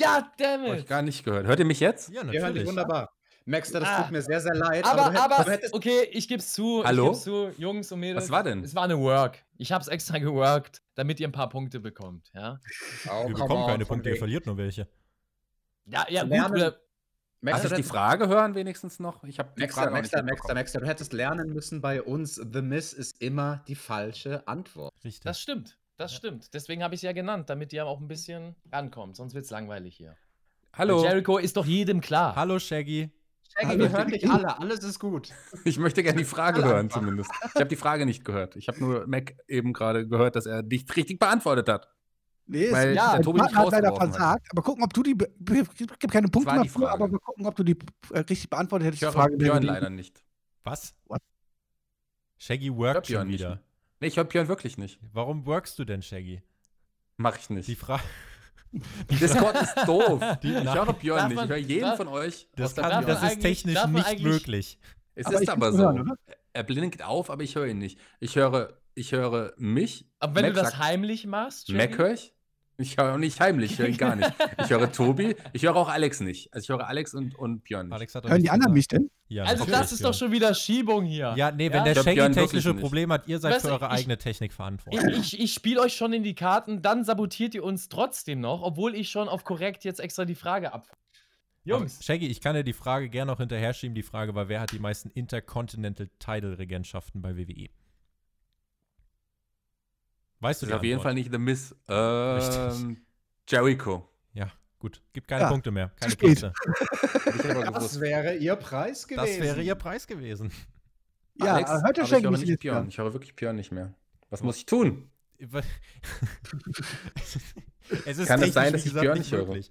Hab ich
Goddammit!
gar nicht gehört. Hört ihr mich jetzt?
Ja,
Ihr hört dich
natürlich.
wunderbar. Maxter, das
Ah.
tut mir sehr, sehr leid.
Aber,
du hätt- du
aber,
hättest,
okay, ich geb's zu.
Hallo?
Ich geb's zu, Jungs und Mädels.
Was war denn?
Es war eine Work. Ich hab's extra geworkt, damit ihr ein paar Punkte bekommt, ja?
oh,
Wir
come
bekommen
on,
keine
von
Punkte, ihr
wegen.
verliert nur welche.
Ja, ja,
Zu
gut.
lernen-
Oder,
Lass euch
Maxter,
die Frage hören wenigstens noch. Ich habe die
Maxter,
Frage noch nicht
Maxter, Maxter,
mitbekommen.
Maxter, du hättest lernen müssen bei uns, The Miss ist immer die falsche Antwort.
Richtig.
das stimmt. Das stimmt. Deswegen habe ich ja genannt, damit ihr auch ein bisschen rankommt. Sonst wird's langweilig hier.
Hallo.
Jericho ist doch jedem klar.
Hallo, Shaggy.
Shaggy, wir hören dich alle, alles ist gut.
Ich möchte gerne die Frage
Hallo
hören
einfach.
zumindest. Ich habe die Frage nicht gehört. Ich habe nur Mac eben gerade gehört, dass er dich richtig beantwortet hat.
Nee, es-
Weil
ja,
dein
der Tobi mich
Partner hat leider
rausgeworfen hat.
versagt. Aber gucken, ob du die. be- be- Ich gebe keine Punkte
war die
dafür,
Frage.
aber wir gucken, ob du die äh, richtig beantwortet hättest.
Ich
die
höre
Frage wäre
Björn
die-
leider nicht.
Was?
What?
Shaggy
Ich höre
workt
Björn
schon
nicht.
ne?
wieder.
Nee, ich höre Björn wirklich nicht.
Warum workst du denn, Shaggy?
Mach ich
Die
nicht.
Frage.
Discord ist doof.
Die-
ich
Nein.
höre
Darf
Björn nicht.
man-
Ich höre jeden
darf-
von euch.
Das,
außer
kann,
Björn.
das ist
eigentlich-
technisch
darf man
nicht
eigentlich-
möglich.
Es
Aber
ist
ich
aber
kann's
so.
hören, oder?
er blinkt auf, aber ich höre ihn nicht. Ich höre, ich höre mich.
Aber wenn
Mac
du das
sagt-
heimlich machst,
Mac höre ich? Ich höre nicht heimlich, ich höre ihn gar nicht. Ich höre Tobi, ich höre auch Alex nicht. Also ich höre Alex und, und Björn nicht.
Alex hat doch
Hören die
nichts
anderen mich
gesagt.
denn?
Ja,
also
natürlich,
das ist doch
Björn.
schon wieder Schiebung hier.
Ja, nee, wenn
Ja?
der
Ich glaub,
Shaggy
Björn
technische
wirklich nicht.
Probleme hat, ihr seid
Weißt
für
du,
eure
ich-
eigene Technik
Ich,
verantwortlich.
ich, ich spiele euch schon in die Karten, dann sabotiert ihr uns trotzdem noch, obwohl ich schon auf korrekt jetzt extra die Frage ab. Jungs,
Aber Shaggy, ich kann dir die Frage gerne noch hinterher schieben. Die Frage war, wer hat die meisten Intercontinental Title Regentschaften bei WWE? Weißt du
Das ist
die
auf jeden Fall
Antwort?
nicht The Miss. Ähm, Jericho.
Ja, gut. Gibt keine
Ja,
Punkte mehr. Keine
spät.
Punkte.
Hab Ich aber
Das
gewusst.
wäre ihr Preis gewesen.
Das wäre ihr Preis gewesen.
Ja,
Alex,
hört der
aber ich
Schengen
höre
mich
nicht
jetzt
Björn.
an.
Ich höre wirklich Björn nicht mehr. Was muss ich tun?
es ist
Kann
technisch,
es sein, dass
wie
ich
gesagt,
Björn
nicht
nicht höre?
möglich.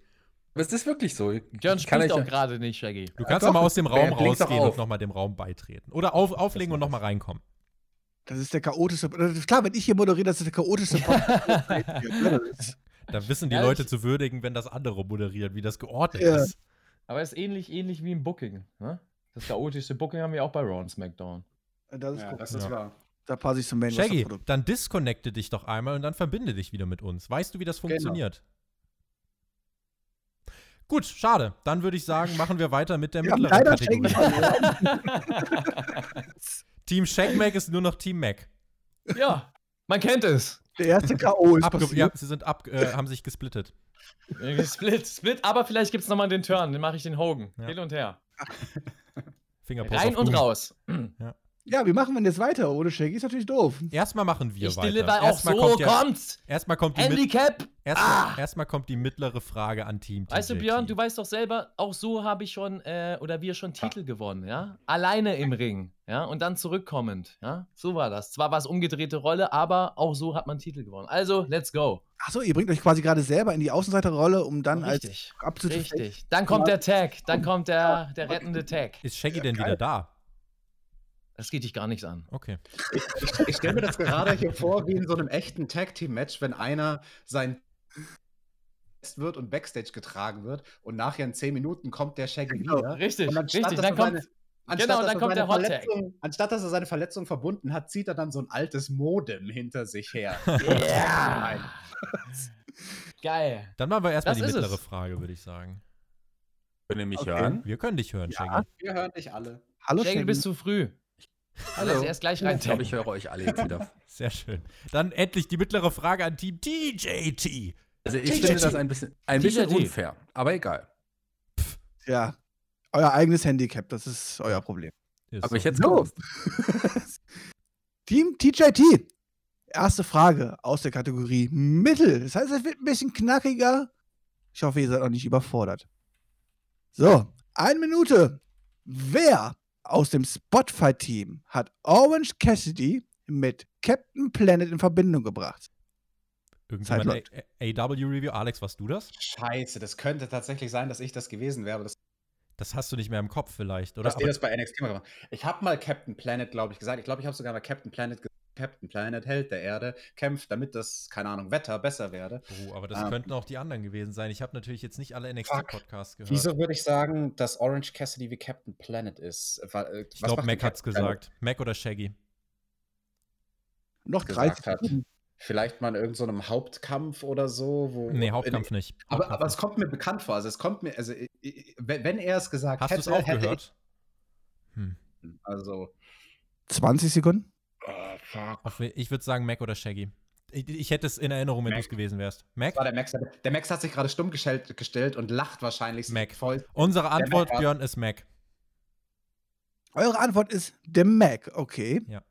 Aber Es ist wirklich so. Ich-
Björn
ich kann
spielt auch
euch-
gerade nicht, Shaggy.
Du kannst
doch,
doch mal aus dem Raum
blinkt doch
rausgehen
auf.
und nochmal dem Raum beitreten. Oder auf, auflegen und nochmal reinkommen.
Das ist der chaotischste. das ist Klar, wenn ich hier moderiere, das ist der chaotischste Podcast.
Da wissen die
Ehrlich?
Leute zu würdigen, wenn das andere moderiert, wie das geordnet
Ja.
ist.
Aber es ist ähnlich, ähnlich wie im Booking. Ne? Das chaotischste Booking haben wir auch bei Raw und SmackDown.
das ist
Ja,
gut.
das ist
Ja.
wahr.
Da passe ich zum main
Shaggy,
Produkt.
dann disconnecte dich doch einmal und dann verbinde dich wieder mit uns. Weißt du, wie
Genau.
das funktioniert? Gut, schade. Dann würde ich sagen, machen wir weiter mit der
Ja,
mittleren
leider
Kategorie. Team Shagmac ist nur noch Team Mac.
ja, man kennt es.
Der erste K.O. ist
Abge ja,
passiert.
sie sind ab, äh, haben sich gesplittet.
Split, split, aber vielleicht gibt's nochmal den Turn, dann mache ich den Hogan.
Ja.
Hin und her.
Fingerpost
Rein
auf
und
Doom.
raus.
Ja, wie machen wir denn jetzt weiter? Ohne Shaggy ist natürlich doof.
Erstmal machen wir
ich
weiter.
deliver auch so,
erstmal kommt, ja,
kommt's!
erstmal kommt die mit,
Handicap!
erstmal, erstmal kommt die mittlere Frage an Team
Weißt du,
TJT.
Björn, du weißt doch selber, auch so habe ich schon äh, oder wir schon Titel gewonnen, ja? Alleine im Ring, ja? Und dann zurückkommend, ja? So war das. Zwar war es umgedrehte Rolle, aber auch so hat man Titel gewonnen. Also, let's go.
Achso, ihr bringt euch quasi gerade selber in die Außenseiterrolle, um dann als
Richtig.
absolute
Richtig. Dann kommt der Tag, dann kommt der, der rettende Tag.
Ist Shaggy denn wieder da?
Das geht dich gar nichts an.
Okay.
Ich stelle mir das gerade hier vor, wie in so einem echten Tag-Team-Match, wenn einer sein wird und Backstage getragen wird und nachher in 10 Minuten kommt der Shaggy wieder.
Richtig,
Und
richtig.
anstatt, dass er
Dann
seine-
kommt,
anstatt,
genau,
dass
dann
er
kommt
seine
der Hot Tag.
Verletzung, Anstatt dass er seine Verletzung verbunden hat, zieht er dann so ein altes Modem hinter sich her.
yeah. Geil.
Dann machen wir erstmal
Das
die
ist
mittlere
es.
Frage, würde ich sagen.
Könnt ihr mich
Okay.
hören?
Wir können dich hören, Shaggy.
Wir hören dich alle.
Hallo
Shaggy,
Shaggy.
du bist zu früh. Lass erst gleich rein
Ich glaube,
taggen.
ich höre euch alle jetzt wieder.
Sehr schön. Dann endlich die mittlere Frage an Team TJT.
Also ich finde das ein bisschen, ein bisschen
TJT.
unfair, aber egal.
ja. Euer eigenes Handicap, das ist euer Problem.
Ist
Aber
so.
ich hätte
So. Team TJT Erste Frage aus der Kategorie Mittel. Das heißt, es wird ein bisschen knackiger. Ich hoffe, ihr seid auch nicht überfordert. So, eine Minute. Wer aus dem Spotify-Team hat Orange Cassidy mit Captain Planet in Verbindung gebracht?
Irgendjemand
läuft.
AW-Review. Alex, warst du das?
Scheiße, das könnte tatsächlich sein, dass ich das gewesen wäre, aber das,
Das hast du nicht mehr im Kopf vielleicht, oder?
dass ihr das bei NXT mal gemacht habt. Ich habe mal Captain Planet, glaube ich, gesagt. Ich glaube, ich habe sogar mal Captain Planet gesagt. Captain Planet, Held der Erde, kämpft, damit das, keine Ahnung, Wetter besser werde.
Oh, aber das
Ähm.
könnten auch die anderen gewesen sein. Ich habe natürlich jetzt nicht alle
Fuck.
NXT-Podcasts gehört.
Wieso würde ich sagen, dass Orange Cassidy wie Captain Planet ist? Wa- äh,
ich
was
glaube,
macht
Mac
denn
hat's
Captain Planet?
gesagt. Mac oder Shaggy?
Noch
gesagt
30
hat.
Sekunden.
Vielleicht mal in irgendeinem so einem Hauptkampf oder so. Wo
Nee, Hauptkampf
in-
nicht.
Oh, Aber,
Hauptkampf
aber es
nicht.
kommt mir bekannt vor. Also es kommt mir, also ich- ich- wenn wenn er es gesagt
Hast du
hätte,
es auch
hätte
gehört? Hm.
ich. Also
20 Sekunden?
oh, fuck.
Auf, we- ich würde sagen Mac oder Shaggy. Ich, ich hätte es in Erinnerung, wenn du
Mac.
es gewesen wärst. Mac?
Das war der Max. Der Max hat sich gerade stumm gestellt, gestellt und lacht wahrscheinlich so
Mac.
voll.
Unsere
Mac
Antwort,
war-
Björn, ist Mac.
Eure Antwort ist der Mac, okay.
Ja.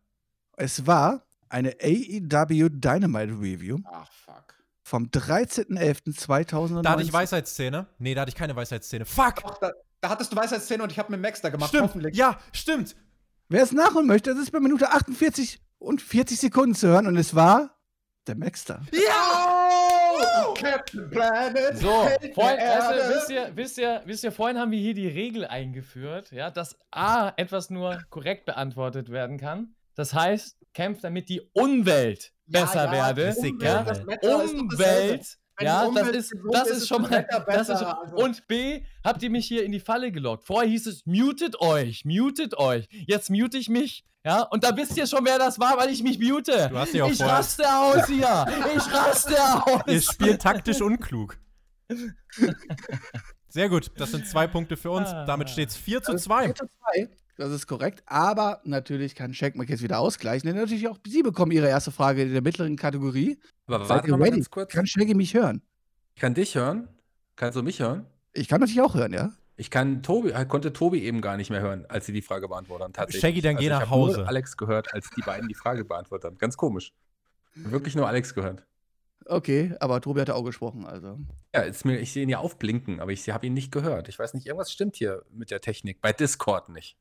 Es war eine AEW Dynamite Review
Ah, fuck.
vom 13.11.2019.
Da hatte ich Weisheitszähne. Nee, da hatte ich keine Weisheitszähne. Fuck!
Doch, da, da hattest du Weisheitszähne und ich habe mit Max da gemacht.
Stimmt,
hoffentlich.
ja, stimmt.
Wer es nachholen möchte, das ist bei Minute 48 und 40 Sekunden zu hören und es war der Maxter.
Ja! Captain Planet!
So,
Held der
vorhin, also,
Erde.
wisst, ihr, wisst, ihr, wisst ihr, vorhin haben wir hier die Regel eingeführt, ja, dass A etwas nur korrekt beantwortet werden kann. Das heißt, kämpft damit die Umwelt
Ja,
besser
ja,
werde.
ist egal.
ja,
das Wetter ist doch dasselbe.
Umwelt.
Wenn die
Ja, das
Umwelt
ist,
gesund
das
ist,
ist
ist
schon mal.
das Wetter
Das ist,
besser, also.
und B, habt ihr mich hier in die Falle gelockt. Vorher hieß es, mutet euch, mutet euch. Jetzt mute ich mich. Ja, und da wisst ihr schon, wer das war, weil ich mich mute.
Du hast ja auch
ich
vorher-
raste aus hier. Ich raste aus.
Ihr spielt taktisch unklug. Sehr gut, das sind zwei Punkte für uns.
Ah.
Damit steht es 4
Also,
zu 2.
Das ist korrekt, aber natürlich kann Checkmark jetzt wieder ausgleichen, denn natürlich auch Sie bekommen Ihre erste Frage in der mittleren Kategorie.
Aber
Seid
warte
ihr
noch mal
ready?
ganz kurz.
Kann Shaggy mich hören?
Ich kann dich hören. Kannst du mich hören?
Ich kann natürlich auch hören, ja?
Ich kann Tobi, äh, konnte Tobi eben gar nicht mehr hören, als sie die Frage beantwortet haben. Tatsächlich. Also
Shaggy, dann geh
ich
nach
hab
Hause.
Nur Alex gehört, als die beiden die Frage beantwortet haben. Ganz komisch. Wirklich nur Alex gehört.
Okay, aber Tobi hatte auch gesprochen, also.
Ja, ist mir, ich sehe ihn ja aufblinken, aber ich habe ihn nicht gehört. Ich weiß nicht, irgendwas stimmt hier mit der Technik. Bei Discord nicht.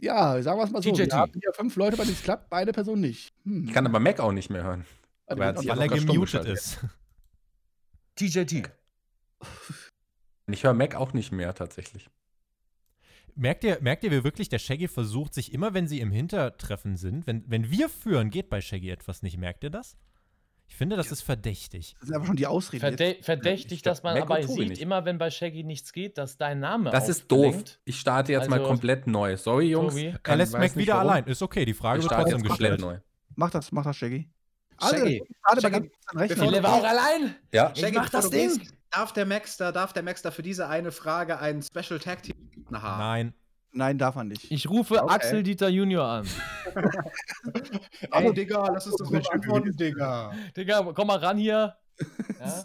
Ja, sagen wir es mal so.
TJT.
Wir haben hier fünf Leute, bei denen es klappt, eine Person nicht. Hm.
Ich kann aber Mac auch nicht mehr hören. aber er hat sich
Weil
auch
er
gerade stumm
gemutet
geschaltet.
ist.
TJT. Ich höre Mac auch nicht mehr tatsächlich.
Merkt ihr, merkt ihr, wie wirklich der Shaggy versucht, sich immer, wenn sie im Hintertreffen sind, wenn, wenn wir führen, geht bei Shaggy etwas nicht. Merkt ihr das? Ich finde, das ist verdächtig.
Das ist einfach schon die Ausrede. jetzt.
Verde verdächtig,
Ich glaub,
dass man
Mac und
aber
Tobi
sieht,
nicht.
immer wenn bei Shaggy nichts geht, dass dein Name
Das ist doof.
aufblinkt.
Ich starte jetzt mal
Also,
komplett neu. Sorry, Jungs.
Tobi, er
Er
Kann-
lässt
weiß
Mac
nicht
wieder
warum.
allein. Ist okay, die Frage
Ich
wird
starte
trotzdem
jetzt komplett
gestellt.
neu.
Mach das, mach das, Shaggy. Also,
Shaggy,
gerade bei
Shaggy,
ganz recht.
bevor-
Philipp war auch allein.
Ja,
Ich mach
bevor
das
du
Ding.
gehst, Darf der Max da, darf der Max da für diese eine Frage einen Special Tag Team Partner haben?
Nein.
Nein, darf er nicht.
Ich rufe
Okay.
Axel Dieter Junior an.
Ey, Digga, lass uns das nicht antworten, Digga.
Digga, komm mal ran hier. Ja?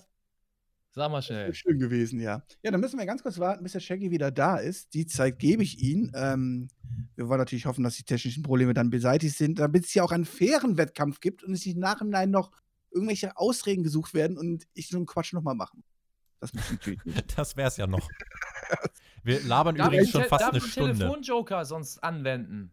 Sag mal schnell.
Schön gewesen, ja. Ja, dann müssen wir ganz kurz warten, bis der Shaggy wieder da ist. Die Zeit gebe ich ihm. Ähm, wir wollen natürlich hoffen, dass die technischen Probleme dann beseitigt sind, damit es hier auch einen fairen Wettkampf gibt und es nicht nachhinein noch irgendwelche Ausreden gesucht werden und ich so einen Quatsch nochmal machen. Das muss natürlich nicht.
Das wär's ja noch. Wir labern
Darf
übrigens
ich
schon
te-
fast
darf
eine
ich
Stunde.
Telefonjoker sonst anwenden?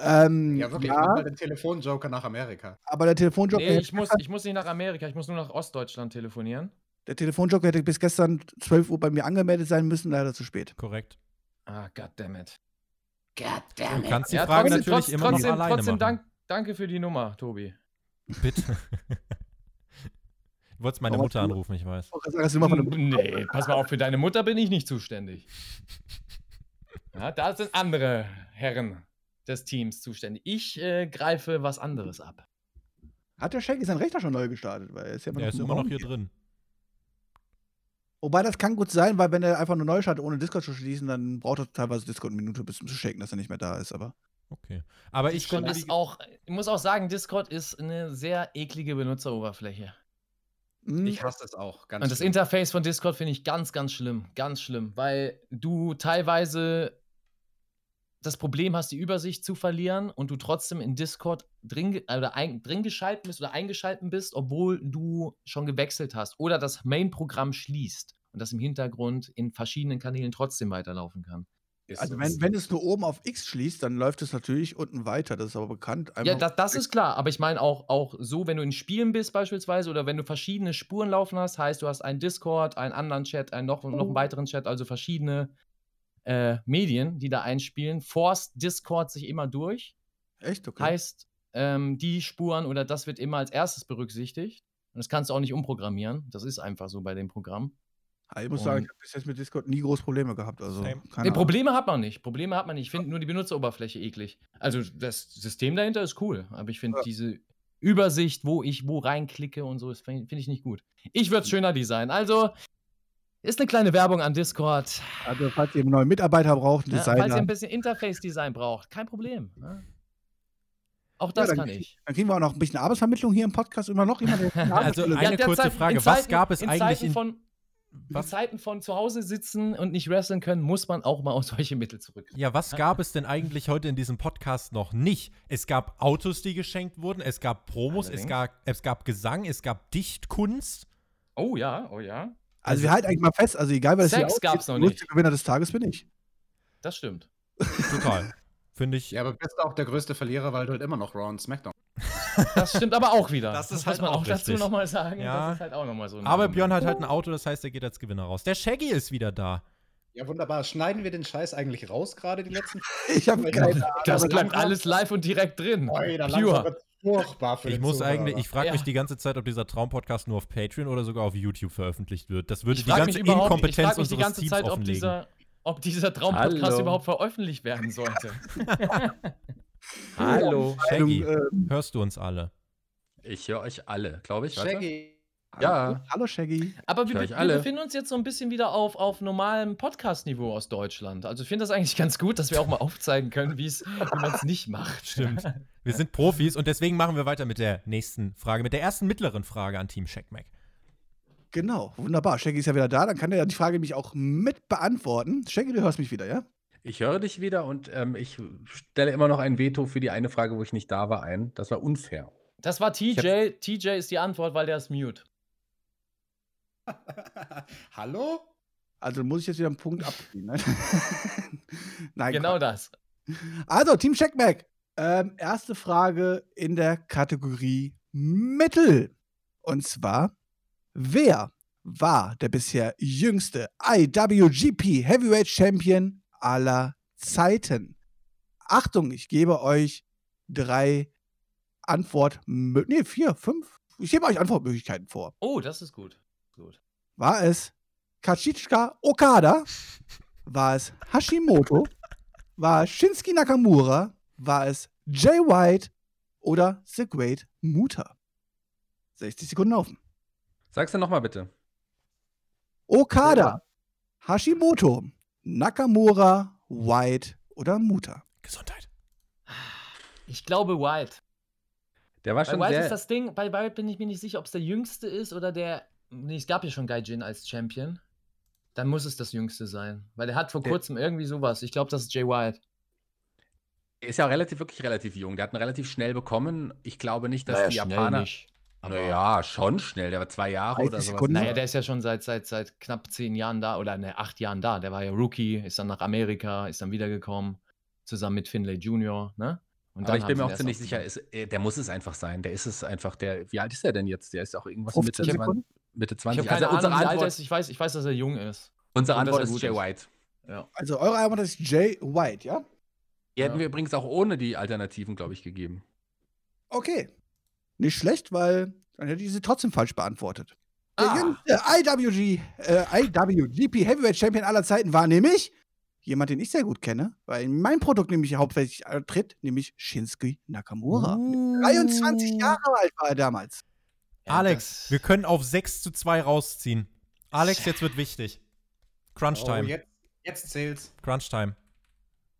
Ähm,
Ja, wirklich, mach mal den Telefonjoker nach Amerika.
aber der Telefonjoker,
Nee, ich muss, ich muss nicht nach Amerika, ich muss nur nach Ostdeutschland telefonieren.
der Telefonjoker hätte bis gestern 12 Uhr bei mir angemeldet sein müssen, leider zu spät.
Korrekt.
Ah, goddammit.
Du kannst die
Ja,
Frage
trotzdem-
natürlich
trotz-
immer
trotzdem,
noch alleine
trotzdem
machen.
Dank, danke für die Nummer, Tobi.
Bitte. Du wolltest meine
Aber
Mutter
du-
anrufen, ich weiß.
Ich wollte sagen, das ist immer von einem
Nee, pass mal auf, für deine Mutter bin ich nicht zuständig. Ja, da sind andere Herren des Teams zuständig. Ich äh, greife was anderes ab.
Hat der Shaggy seinen Rechner schon neu gestartet? Weil er ist ja immer
Er
noch,
ist
im
immer noch
Raum.
hier drin.
Wobei das kann gut sein, weil wenn er einfach nur neu startet, ohne Discord zu schließen, dann braucht er teilweise Discord eine Minute, bis zum zu shaken, dass er nicht mehr da ist. Aber
Okay. Aber ich
Und
konnte
ist
die,
auch, ich muss auch sagen, Discord ist eine sehr eklige Benutzeroberfläche.
Hm,
Ich hasse es auch, ganz
Und das
schlimm.
Interface von Discord finde ich ganz, ganz schlimm. Ganz schlimm, weil du teilweise. das Problem hast, die Übersicht zu verlieren und du trotzdem in Discord drin, ge- oder ein, drin geschalten bist oder eingeschalten bist, obwohl du schon gewechselt hast oder das Main-Programm schließt und das im Hintergrund in verschiedenen Kanälen trotzdem weiterlaufen kann.
Ist
Also
so.
wenn, wenn es nur oben auf X schließt, dann läuft es natürlich unten weiter. Das ist aber bekannt.
Ja,
Einmal-
das, das ist klar, aber ich meine auch, auch so, wenn du in Spielen bist beispielsweise oder wenn du verschiedene Spuren laufen hast, heißt du hast einen Discord, einen anderen Chat, einen noch, noch einen weiteren Chat, also verschiedene äh, Medien, die da einspielen, forst Discord sich immer durch.
Echt? Okay.
Heißt, ähm, die Spuren oder das wird immer als erstes berücksichtigt. Und das kannst du auch nicht umprogrammieren. Das ist einfach so bei dem Programm.
Ah, ich muss sagen, ich
Und-
habe bis jetzt mit Discord nie groß Probleme gehabt. Also,
Same.
keine
Nee,
Ahnung.
Probleme hat man nicht. Probleme hat man nicht. Ich finde nur die Benutzeroberfläche eklig. Also das System dahinter ist cool, aber ich finde
Ja.
diese Übersicht, wo ich wo reinklicke und so, finde ich nicht gut. Ich
Hm.
würde es schöner designen. Also ist eine kleine Werbung an Discord.
Also, falls ihr einen neuen Mitarbeiter braucht, einen
Ja, falls ihr
Designer,
ein bisschen Interface-Design braucht, kein Problem. Ja. Auch
Ja,
das
dann
kann
krieg-
ich.
dann kriegen wir auch noch ein bisschen Arbeitsvermittlung hier im Podcast. Immer noch jemand, der
Also
Ja,
eine
der
kurze
Zeit- in
Frage. Was
Zeiten-
gab es
in
eigentlich
Zeiten
in,
von in
was,
Zeiten von zu Hause sitzen und nicht wresteln können, muss man auch mal auf solche Mittel zurückgreifen.
Ja, was gab es denn eigentlich heute in diesem Podcast noch nicht? Es gab Autos, die geschenkt wurden, es gab Promos, es
Allerdings.
gab, es gab Gesang, es gab Dichtkunst.
Oh ja, oh ja.
Also wir halten eigentlich mal fest, also egal, was
Sex gab's noch
der größte
nicht.
Gewinner des Tages bin ich.
Das stimmt.
Total. Finde ich.
Ja, aber bist auch der größte Verlierer, weil du halt immer noch Raw und Smackdown.
Das stimmt aber auch wieder.
Das ist
muss
halt
man
auch
auch dazu
richtig.
nochmal sagen.
Ja.
Das ist halt auch nochmal so. ein
Aber
Moment.
Björn hat halt ein Auto, das heißt, er geht als Gewinner raus. Der Shaggy ist wieder da.
Ja, wunderbar. Schneiden wir den Scheiß eigentlich raus, gerade die letzten.
Ich habe keine Ahnung.
Das
aber
bleibt
langsam-
alles live und direkt drin.
Ey, da langsam
Pure.
wird's furchtbar für
Ich
den
muss
Zuhörer.
eigentlich, ich frage
Ja.
mich die ganze Zeit, ob dieser Traumpodcast nur auf Patreon oder sogar auf YouTube veröffentlicht wird. Das würde
Ich
die
frage mich
ganze
überhaupt ich
Inkompetenz
frag mich die
unseres
ganze
Teams
Zeit, ob
offenlegen.
dieser, ob dieser Traumpodcast
Hallo.
überhaupt veröffentlicht werden sollte.
Hallo.
Shaggy,
äh,
hörst du uns alle?
Ich höre euch alle, glaube ich. Warte.
Shaggy.
Ja.
Hallo Shaggy.
Aber wir,
Hör ich
wir
alle.
befinden uns jetzt so ein bisschen wieder auf, auf normalem Podcast-Niveau aus Deutschland. Also ich finde das eigentlich ganz gut, dass wir auch mal aufzeigen können, wie es- wie man es nicht macht.
Stimmt. Wir sind Profis und deswegen machen wir weiter mit der nächsten Frage, mit der ersten mittleren Frage an Team Checkmack.
Genau, wunderbar. Shaggy ist ja wieder da, dann kann er ja die Frage mich auch mit beantworten. Shaggy, du hörst mich wieder, ja?
Ich höre dich wieder und ähm, ich stelle immer noch ein Veto für die eine Frage, wo ich nicht da war, ein. Das war unfair.
Das war TJ. TJ ist die Antwort, weil der ist mute.
Hallo?
Also muss ich jetzt wieder einen Punkt abziehen. Ne? Nein,
Genau das.
Also, Team Checkback. Ähm, erste Frage in der Kategorie Mittel. Und zwar, wer war der bisher jüngste IWGP Heavyweight Champion aller Zeiten? Achtung, ich gebe euch drei Antwort... Nee, vier, fünf. Ich gebe euch Antwortmöglichkeiten vor.
Oh, das ist gut. gut.
War es Kachichika Okada? War es Hashimoto? War es Shinsuke Nakamura? War es Jay White oder The Great Muta? 60 Sekunden laufen.
Sag's dir nochmal bitte.
Okada, Hashimoto, Nakamura, White oder Muta?
Gesundheit.
Ich glaube Wild.
Der war
Bei
schon
Wild
sehr.
ist das Ding, bei Wild bin ich mir nicht sicher, ob es der jüngste ist oder der. Nee, es gab ja schon Gaijin als Champion. Dann muss es das jüngste sein. Weil der hat vor
Der-
kurzem irgendwie sowas. Ich glaube, das ist Jay Wild.
ist ja relativ, wirklich relativ jung. Der hat ihn relativ schnell bekommen. Ich glaube nicht, dass die Japaner. Naja, schon schnell. Der war zwei Jahre
30
oder so.
Sekunden.
Naja, der ist ja schon seit, seit, seit knapp zehn Jahren da oder ne, acht Jahren da. Der war ja Rookie, ist dann nach Amerika, ist dann wiedergekommen, zusammen mit Finlay Junior, ne? Und
Aber
dann
ich
haben
bin mir
sie
auch
das
ziemlich sicher,
aufgenommen.
ist, äh, der muss es einfach sein. Der ist es einfach. Der, wie alt ist er denn jetzt? Der ist auch irgendwas
15
Mitte,
Sekunden.
20, Mitte
Ich
20.
habe keine
unsere
Ahnung, wie alt er
Antwort,
ist. Ich weiß, ich weiß, dass er jung ist.
unsere
und dass
Antwort
er
ist
gut
Jay
ist.
White.
Also eure Antwort ist Jay White, ja?
Die hätten
Ja.
wir übrigens auch ohne die Alternativen, glaube ich, gegeben.
Okay. Nicht schlecht, weil dann hätte ich sie trotzdem falsch beantwortet. Der
Ah.
jüngste IWG, äh, IWGP Heavyweight Champion aller Zeiten war nämlich jemand, den ich sehr gut kenne, weil mein Produkt nämlich hauptsächlich tritt, nämlich Shinsuke Nakamura.
Oh.
23 Jahre alt war er damals.
Alex, wir können auf 6 zu 2 rausziehen. Alex, jetzt wird wichtig. Crunch
Oh,
Time.
jetzt, jetzt zählt's.
Crunch Time.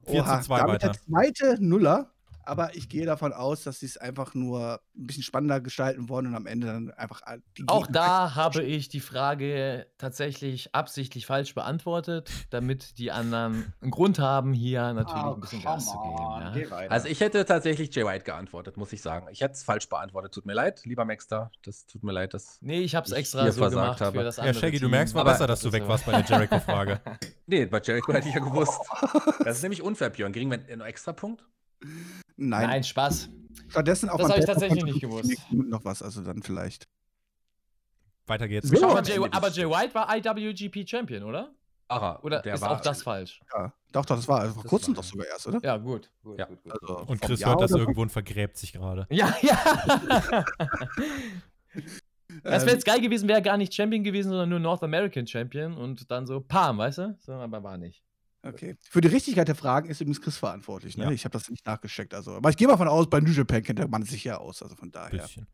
4 zu 2
damit
weiter.
der zweite Nuller. Aber ich gehe davon aus, dass sie es einfach nur ein bisschen spannender gestalten wollen und am Ende dann einfach äh, die
Auch
Gegner-
da habe ich die Frage tatsächlich absichtlich falsch beantwortet, damit die anderen einen Grund haben, hier natürlich
Ah,
Ah,
ein bisschen Gas zu geben. ne? Ja.
Also ich hätte tatsächlich Jay White geantwortet, muss ich sagen. Ich hätte es falsch beantwortet. Tut mir leid, lieber Maxter. Das tut mir leid. Das
Nee, ich habe es
Ich
extra
hier
so
versagt
gemacht
habe.
für das
Ja,
andere
Shaggy, du
Team.
merkst mal
Aber
besser, dass
das
du
ist
weg
so.
warst bei der Jericho-Frage.
nee, bei Jericho hätte ich ja gewusst.
Oh.
Das ist nämlich unfair, Björn. Kriegen wir einen extra Punkt?
Nein,
Nein, Spaß.
stattdessen auch
Das
beim
habe ich
Pepper
tatsächlich
kommt
nicht
in den
gewusst.
nächsten Minuten Noch was, also dann vielleicht.
Weiter geht's.
So.
Aber Jay, aber Jay White war IWGP Champion, oder?
Ara,
Oder
der
ist
war,
auch das falsch?
Ja, doch, doch, das war also vor
Das
kurzem
war-
doch sogar erst, oder?
Ja, gut.
Ja.
Also
Und
vom
Chris
Jahr
hört das
oder-
irgendwo und vergräbt sich gerade.
Ja,
Ähm.
ja. Das wäre
Ähm,
jetzt geil gewesen, wäre gar nicht Champion gewesen, sondern nur North American Champion und dann so Pam, weißt du? So, aber war nicht.
Okay. Für die Richtigkeit der Fragen ist übrigens Chris verantwortlich. Ne?
Ja.
Ich habe das nicht nachgecheckt. Also. Aber ich gehe mal von aus, bei New Japan kennt der Mann sich ja aus. Also von daher.
Bisschen.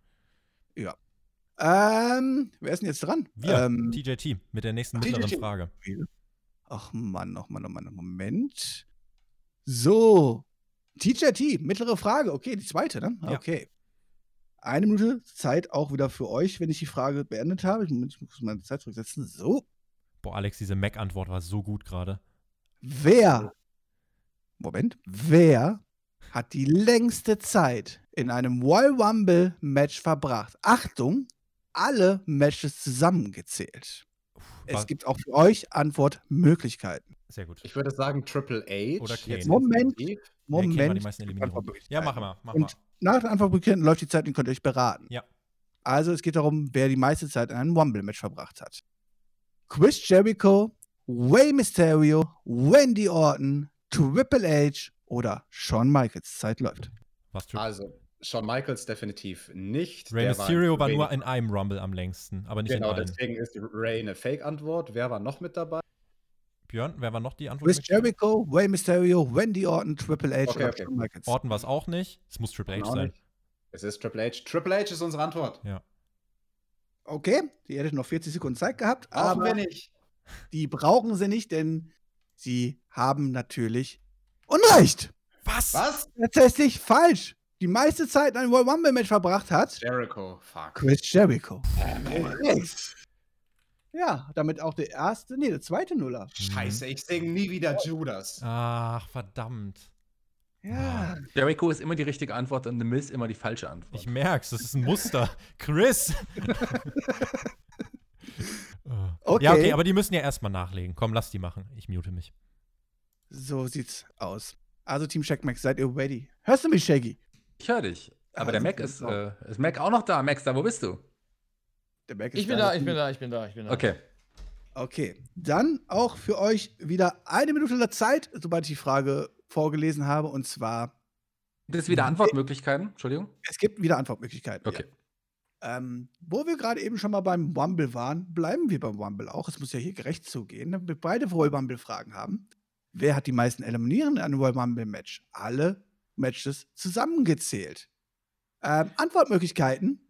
Ähm, wer ist denn jetzt dran?
Wir,
Ähm,
TJT, mit der nächsten
TJT.
mittleren Frage.
ach Mann, ach Mann, oh Mann, Moment. So. TJT, mittlere Frage. Okay, die zweite, ne?
Ja.
Okay. Eine Minute Zeit auch wieder für euch, wenn ich die Frage beendet habe. Ich muss ich muss meine Zeit zurücksetzen. So.
Boah, Alex, diese Mac-Antwort war so gut gerade. Äh.
Wer, Moment, wer hat die längste Zeit in einem Royal Rumble Match verbracht? Achtung, alle Matches zusammengezählt.
War-
Es gibt auch für euch Antwortmöglichkeiten.
Sehr gut.
Ich würde sagen Triple H.
Oder Kane.
Jetzt
Moment.
Ja,
definitiv.
Kane war die
Moment.
meisten Eliminierungen. Ja, mach mal, mach
Und-
mal.
Nach den Antwortmöglichkeiten läuft die Zeit und könnt ihr euch beraten.
Ja.
Also es geht darum, wer die meiste Zeit in einem Rumble Match verbracht hat. Chris Jericho, Rey Mysterio, Wendy Orton, Triple H oder Shawn Michaels. Zeit läuft.
Was Triple
Also, Shawn Michaels definitiv nicht.
Rey
Der war
Mysterio war nur
wenig-
in einem Rumble am längsten, aber nicht
Genau,
in allen.
deswegen ist Ray eine Fake-Antwort. Wer war noch mit dabei?
Björn, wer war noch die Antwort?
Chris
mit?
Jericho, Rey Mysterio, Wendy Orton, Triple H
Okay,
oder
okay.
Shawn Michaels.
Orton war es auch nicht. Es muss Triple H
Auch
sein.
nicht. Es ist Triple H. Triple H ist unsere Antwort.
Okay, die hätten noch 40 Sekunden Zeit gehabt,
Brauchen wir
aber
nicht.
die brauchen sie nicht, denn sie haben natürlich Unrecht.
Was?
Was?
Tatsächlich falsch. Die meiste Zeit ein World Rumble Match verbracht hat
Jericho. Fuck.
Chris Jericho. Ja, damit auch der erste, nee, der zweite Nuller.
Scheiße, ich singe nie wieder
Ah,
Judas.
Ach, verdammt.
Ja.
Jericho ist immer die richtige Antwort und The Miz immer die falsche Antwort.
Ich merk's, das ist ein Muster. Chris!
Okay.
Ja, okay, aber die müssen ja erstmal nachlegen. Komm, lass die machen. Ich mute mich.
So sieht's aus. Also Team Checkmax, seid ihr ready? Hörst du mich, Shaggy?
Ich höre dich. Aber
Also,
der Mac
das
ist,
ist auch-
äh, ist Mac auch noch da. Max, da, wo bist du?
Der Berg ist
Ich bin da, ich bin da, ich bin da, ich bin da.
Okay.
Okay, dann auch für euch wieder eine Minute der Zeit, sobald ich die Frage vorgelesen habe. Und zwar,
Gibt es wieder Antwortmöglichkeiten? Entschuldigung.
es gibt wieder Antwortmöglichkeiten.
Okay.
Ja. Ähm, wo wir gerade eben schon mal beim Wumble waren, bleiben wir beim Wumble auch. Es muss ja hier gerecht zugehen, damit wir beide Royal Wumble-Fragen haben. Wer hat die meisten Eliminieren in einem Royal Wumble-Match? Alle Matches zusammengezählt. Ähm, Antwortmöglichkeiten: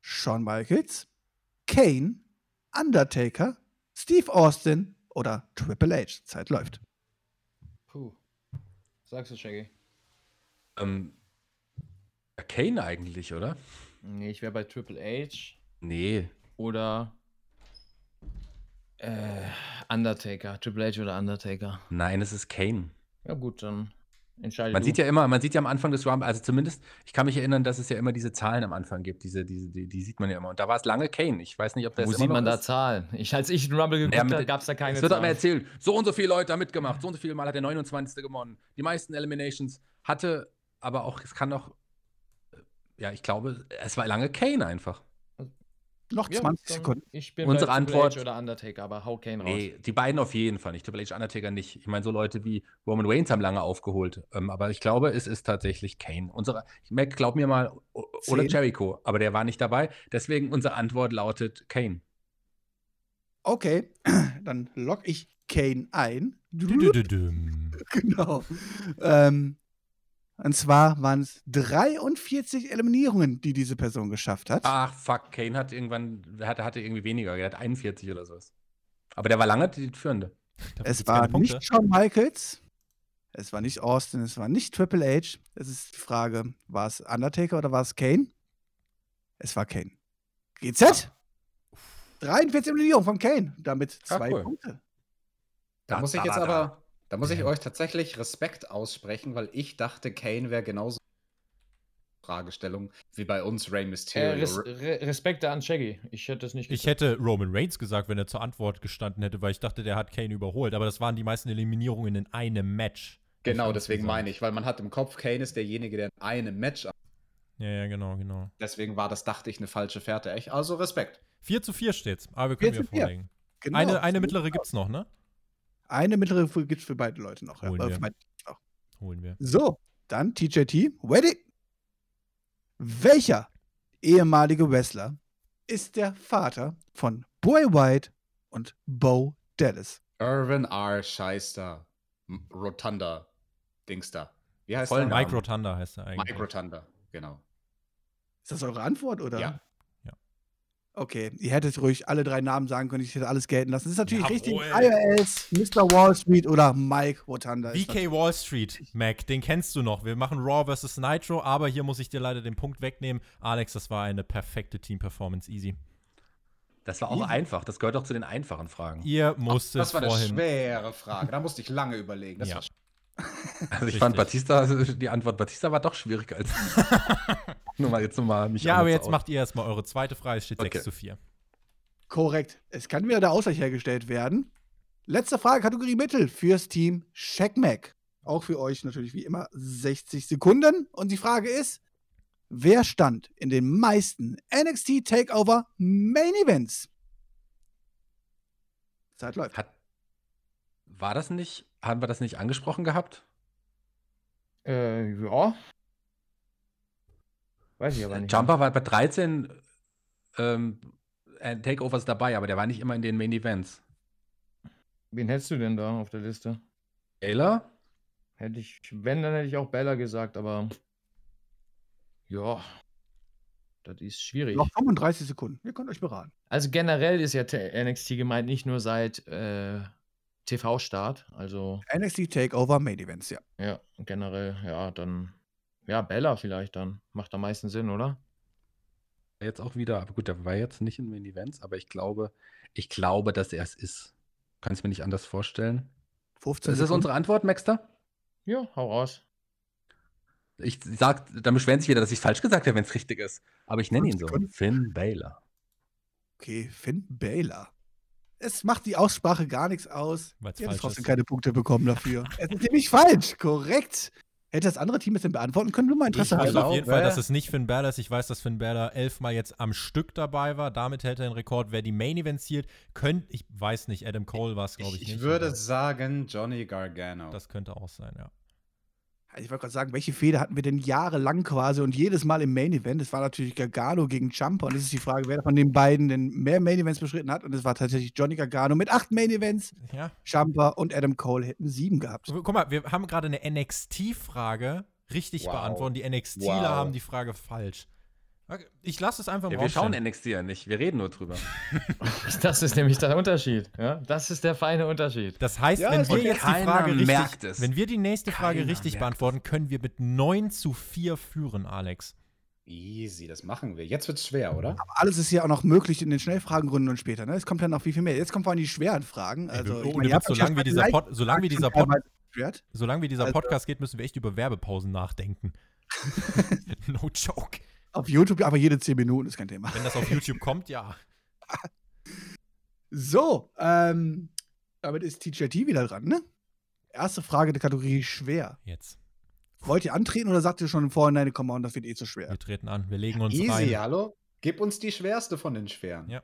Shawn Michaels, Kane, Undertaker, Steve Austin oder Triple H. Zeit läuft.
Puh. Sagst du, Shaggy?
Ähm, ja, Kane eigentlich, oder?
Nee, ich wäre bei Triple H
Nee.
oder äh, Undertaker. Triple H oder Undertaker.
Nein, es ist Kane.
Ja gut, dann entscheide
Man
du.
sieht ja immer, man sieht ja am Anfang des Rumble, also zumindest, ich kann mich erinnern, dass es ja immer diese Zahlen am Anfang gibt, diese, diese, die, die sieht man ja immer. Und da war es lange Kane. Ich weiß nicht, ob das
Wo
immer
sieht
noch
man da
ist.
Zahlen? Ich, als ich den Rumble geguckt
mit
habe,
der-
gab es da keine
Es wird
Zahlen.
einem erzählt, so und so viele Leute haben mitgemacht, so und so viele Mal hat der 29. gewonnen. Die meisten Eliminations hatte, aber auch, es kann auch, ja, ich glaube, es war lange Kane einfach.
Noch
Ja,
20
dann-
Sekunden.
Ich bin
Unsere
bei Triple
Antwort-
H oder Undertaker, aber hau Kane raus. Äh,
Nee, die beiden auf jeden Fall nicht. Triple H Undertaker nicht. Ich meine, so Leute wie Roman Reigns haben lange aufgeholt. Ähm, aber ich glaube, es ist tatsächlich Kane. Unsere, Mac, glaub mir mal, o- oder
Zehn.
Jericho, aber der war nicht dabei. Deswegen unsere Antwort lautet Kane.
Okay, dann log ich Kane ein.
Dü-dü-dü-düm.
Genau. Ähm, und zwar waren es 43 Eliminierungen, die diese Person geschafft hat.
Ah,
Ach, fuck, Kane hat irgendwann, hatte, hatte irgendwie weniger, er hat 41 oder sowas. Aber der war lange die führende.
Dafür
es
gibt's
war
keine Punkte.
nicht Shawn Michaels, Es war nicht Austin, es war nicht Triple H. Es ist die Frage, war es Undertaker oder war es Kane? Es war Kane. GZ?
Ah.
43 Eliminierung von Kane. Damit
Ah,
zwei
cool.
Punkte.
Da,
Da muss ich
da,
jetzt
da, da.
aber, da muss ich euch tatsächlich Respekt aussprechen, weil ich dachte, Kane wäre genauso Fragestellung wie bei uns Rey
Äh,
Mysterio.
Res Re Respekte an Shaggy. Ich hätte es nicht
Ich
gesagt.
hätte Roman Reigns gesagt, wenn er zur Antwort gestanden hätte, weil ich dachte, der hat Kane überholt. Aber das waren die meisten Eliminierungen in einem Match.
genau, deswegen meine ich, weil man hat im Kopf, Kane ist derjenige, der in einem Match.
Ja, ja, genau, genau.
Deswegen war das, dachte ich, eine falsche Fährte. Echt? Also Respekt.
4 zu 4 steht's. Aber wir können
4
wieder
zu 4.
vorlegen.
Genau.
eine, eine mittlere gibt's noch, ne?
Eine mittlere gibt es für beide Leute noch. Ja.
Holen
Äh,
wir.
für beide.
Holen wir.
So, dann TJT. Wedding. Welcher ehemalige Wrestler ist der Vater von Boy White und Bo Dallas?
Irvin R. Scheister. M- Rotunda. Dingster. Wie heißt der?
Vollen Namen.
Mike Rotunda heißt er eigentlich.
Mike Rotunda, genau.
Ist das eure Antwort, oder?
Ja.
Ja.
Okay, ihr hättet ruhig alle drei Namen sagen können, ich hätte alles gelten lassen. Das ist natürlich richtig.
Jawohl.
IRS, Mr. Wall Street oder Mike Rotunda. ist
BK Wall Street, Mac, den kennst du noch. Wir machen Raw vs. Nitro, aber hier muss ich dir leider den Punkt wegnehmen. Alex, das war eine perfekte Team-Performance. Easy.
Das war auch einfach. Das gehört doch zu den einfachen Fragen.
Ihr musstet
Das war eine
vorhin.
schwere Frage. Da musste ich lange überlegen. Das
Ja.
war
Also ich
Richtig.
fand Batista, also die Antwort Batista war doch schwieriger als. nur mal jetzt nochmal mich.
Ja, aber
anders
jetzt
aus.
macht ihr erstmal eure zweite Frage. Es steht
Okay.
6 zu 4.
Korrekt. Es kann wieder der Ausgleich hergestellt werden. Letzte Frage, Kategorie Mittel fürs Team Shackmack. Auch für euch natürlich wie immer 60 Sekunden. Und die Frage ist, wer stand in den meisten NXT Takeover Main Events? Zeit läuft.
Hat, war das nicht, haben wir das nicht angesprochen gehabt?
Äh, ja. Weiß ich aber nicht.
Jumper war bei 13 ähm, äh, Takeovers dabei, aber der war nicht immer in den Main Events.
Wen hättest du denn da auf der Liste?
Taylor?
Hätte ich, wenn, dann hätte ich auch Bella gesagt, aber ja, das ist schwierig.
Noch 35 Sekunden. Ihr könnt euch beraten.
Also generell ist ja T- NXT gemeint, nicht nur seit äh, TV-Start, also
NXT Takeover Main Events, ja.
ja, generell, ja, dann, ja, Bella vielleicht dann. Macht am meisten Sinn, oder?
Jetzt auch wieder, aber gut, der war jetzt nicht in Main Events, aber ich glaube, ich glaube, dass er es ist. Kann es mir nicht anders vorstellen.
15
Ist das unsere Antwort, Maxter?
Ja, hau raus.
Ich sag, dann beschweren sich wieder, dass ich falsch gesagt habe, wenn es richtig ist. Aber ich nenne ihn so.
Sekunden.
Finn Baylor.
Okay, Finn Baylor. Es macht die Aussprache gar nichts aus.
Weil's
Ihr hättet
falsch
trotzdem
ist.
keine Punkte bekommen dafür. es ist nämlich falsch, korrekt. Hätte das andere Team es denn beantworten können, nur mal
Ich
Interesse
weiß
halber.
auf
Erlaubt,
jeden Fall,
äh?
dass es nicht Finn Balor ist. Ich weiß, dass Finn Balor elfmal jetzt am Stück dabei war. Damit hält er den Rekord. Wer die Main Events hielt, könnte, ich weiß nicht, Adam Cole war es, glaube
ich,
ich,
ich
nicht.
würde
aber
sagen, Johnny Gargano.
Das könnte auch sein, ja.
Also Ich wollte gerade sagen, welche Fehde hatten wir denn jahrelang quasi und jedes Mal im Main Event? Es war natürlich Gargano gegen Jumper und es ist die Frage, wer von den beiden denn mehr Main Events beschritten hat. Und es war tatsächlich Johnny Gargano mit acht Main Events.
Ja.
Jumper und Adam Cole hätten sieben gehabt.
Guck mal, wir haben gerade eine NXT-Frage richtig
Wow.
beantwortet. Die NXTler
Wow.
haben die Frage falsch. Okay, Ich lasse es einfach mal
Ja, wir schauen NXT ja nicht, wir reden nur drüber.
Das ist nämlich der Unterschied. Ja? Das ist der feine Unterschied.
Das heißt,
Ja,
wenn
es-
wir
und
jetzt die
keiner
Frage richtig,
merkt es.
wenn wir die nächste Frage
Keiner
richtig
merkt es.
beantworten, können wir mit 9 zu 4 führen, Alex.
Easy, das machen wir. Jetzt wird's schwer, oder?
Alles ist ja auch noch möglich in den Schnellfragenrunden und später. Ne? Es kommt ja noch viel, viel mehr. Jetzt kommen vor allem die schweren Fragen. Also,
Ey, oh,
ich
ohne
meine,
Witz,
ihr habt euch
solange
ja
wie dieser,
schon
Pod, solange wie dieser, Pod,
teilweise beschwert.
solange wie dieser
Also-
Podcast geht, müssen wir echt über Werbepausen nachdenken. no joke.
Auf YouTube aber jede 10 Minuten ist kein Thema.
Wenn das auf YouTube kommt, ja.
So, ähm, damit ist TJT wieder dran, ne? Erste Frage der Kategorie schwer.
Jetzt.
Wollt ihr antreten oder sagt ihr schon im Vorhinein, komm on, das wird eh zu schwer?
Wir treten an. Wir legen uns
Easy,
rein.
hallo? Gib uns die schwerste von den schweren.
Ja.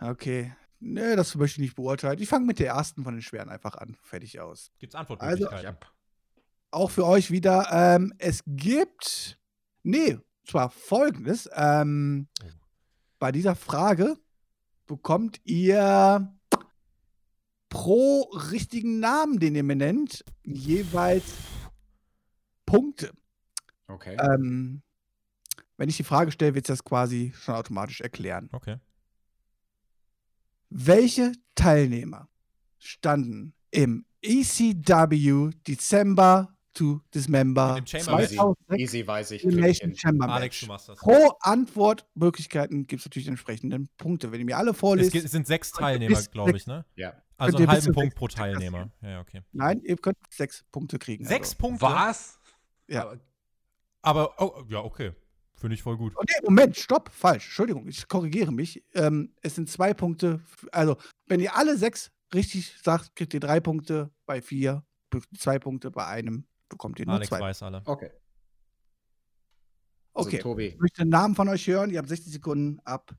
Okay. Nö, das möchte ich nicht beurteilen. Ich fange mit der ersten von den schweren einfach an. Fertig aus.
Gibt's Antwortmöglichkeiten?
Also,
Ich hab,
Auch für euch wieder, ähm, es gibt. Nee, zwar folgendes. Ähm,
Oh.
Bei dieser Frage bekommt ihr pro richtigen Namen, den ihr mir nennt, jeweils Punkte.
Okay.
Ähm, wenn ich die Frage stelle, wird es das quasi schon automatisch erklären.
okay.
Welche Teilnehmer standen im E ECW Dezember to Dismember
Mit dem Chambermatch.
2006
Easy weiß ich.
Elimination
Glückchen.
Chamber
Alex, du
Match.
machst das.
Pro Antwortmöglichkeiten gibt es natürlich die entsprechenden Punkte. Wenn ihr mir alle
Es,
vorlest,
gibt, es sind sechs Teilnehmer,
bis-
glaube ich, ne?
Ja.
Also
Könnt ihr
einen halben
bis zu
Punkt
sechs
pro
Stück
Teilnehmer. Ja, okay.
nein, ihr könnt sechs Punkte kriegen.
Sechs
Also.
Punkte?
Was?
Ja.
Aber, oh, ja, okay. Finde ich voll gut.
Oh, nee, Moment, stopp, falsch. Entschuldigung, ich korrigiere mich. Ähm, es sind zwei Punkte. f- Also, wenn ihr alle sechs richtig sagt, kriegt ihr drei Punkte bei vier, be- zwei Punkte bei einem, bekommt ihr nur
Alex
zwei.
weiß alle.
Okay. Also,
Okay,
Tobi,
ich möchte den Namen von euch hören. Ihr habt 60 Sekunden ab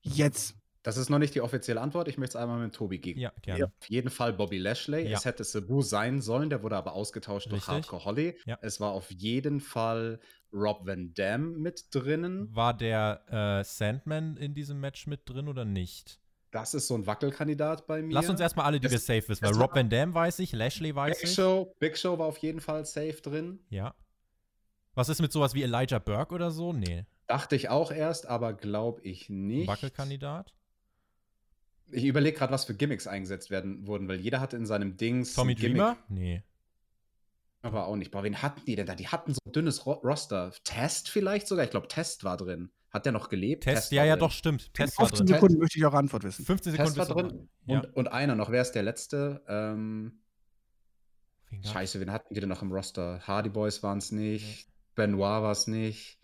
jetzt.
das ist noch nicht die offizielle Antwort. Ich möchte es einmal mit Tobi geben.
Ja, gerne.
Ja.
Auf jeden Fall Bobby Lashley.
Ja.
Es hätte Sabu sein sollen, der wurde aber ausgetauscht durch
Richtig.
Hardcore Holly.
Ja.
Es war auf jeden Fall Rob Van Dam mit drinnen.
War der äh, Sandman in diesem Match mit drin oder nicht?
Das ist so ein Wackelkandidat bei mir.
Lass uns erstmal alle, die
Es-
wir safe wissen.
es
Weil
war-
Rob Van Dam weiß ich, Lashley weiß
Big
ich.
Show, Big Show war auf jeden Fall safe drin.
Ja. Was ist mit sowas wie Elijah Burke oder so? Nee.
Dachte ich auch erst, aber glaube ich nicht.
Wackelkandidat?
Ich überlege gerade, was für Gimmicks eingesetzt werden wurden, weil jeder hatte in seinem Dings
Tommy
ein Gimmick.
Dreamer? Nee.
Aber auch nicht. Boah, wen hatten die denn da? Die hatten so ein dünnes Ro Roster. Test vielleicht sogar? Ich glaube, Test war drin. Hat der noch gelebt?
Test, ja,
war
ja,
drin.
doch, stimmt. Test war
15
drin.
Sekunden möchte ich eure Antwort wissen.
15 Sekunden
Test war
ist noch
drin.
Ja.
Und, und einer noch. Wer ist der letzte? Ähm,
Wen gab's?
Scheiße, wen hatten die denn noch im Roster? Hardy Boys waren es nicht. Benoit war es nicht.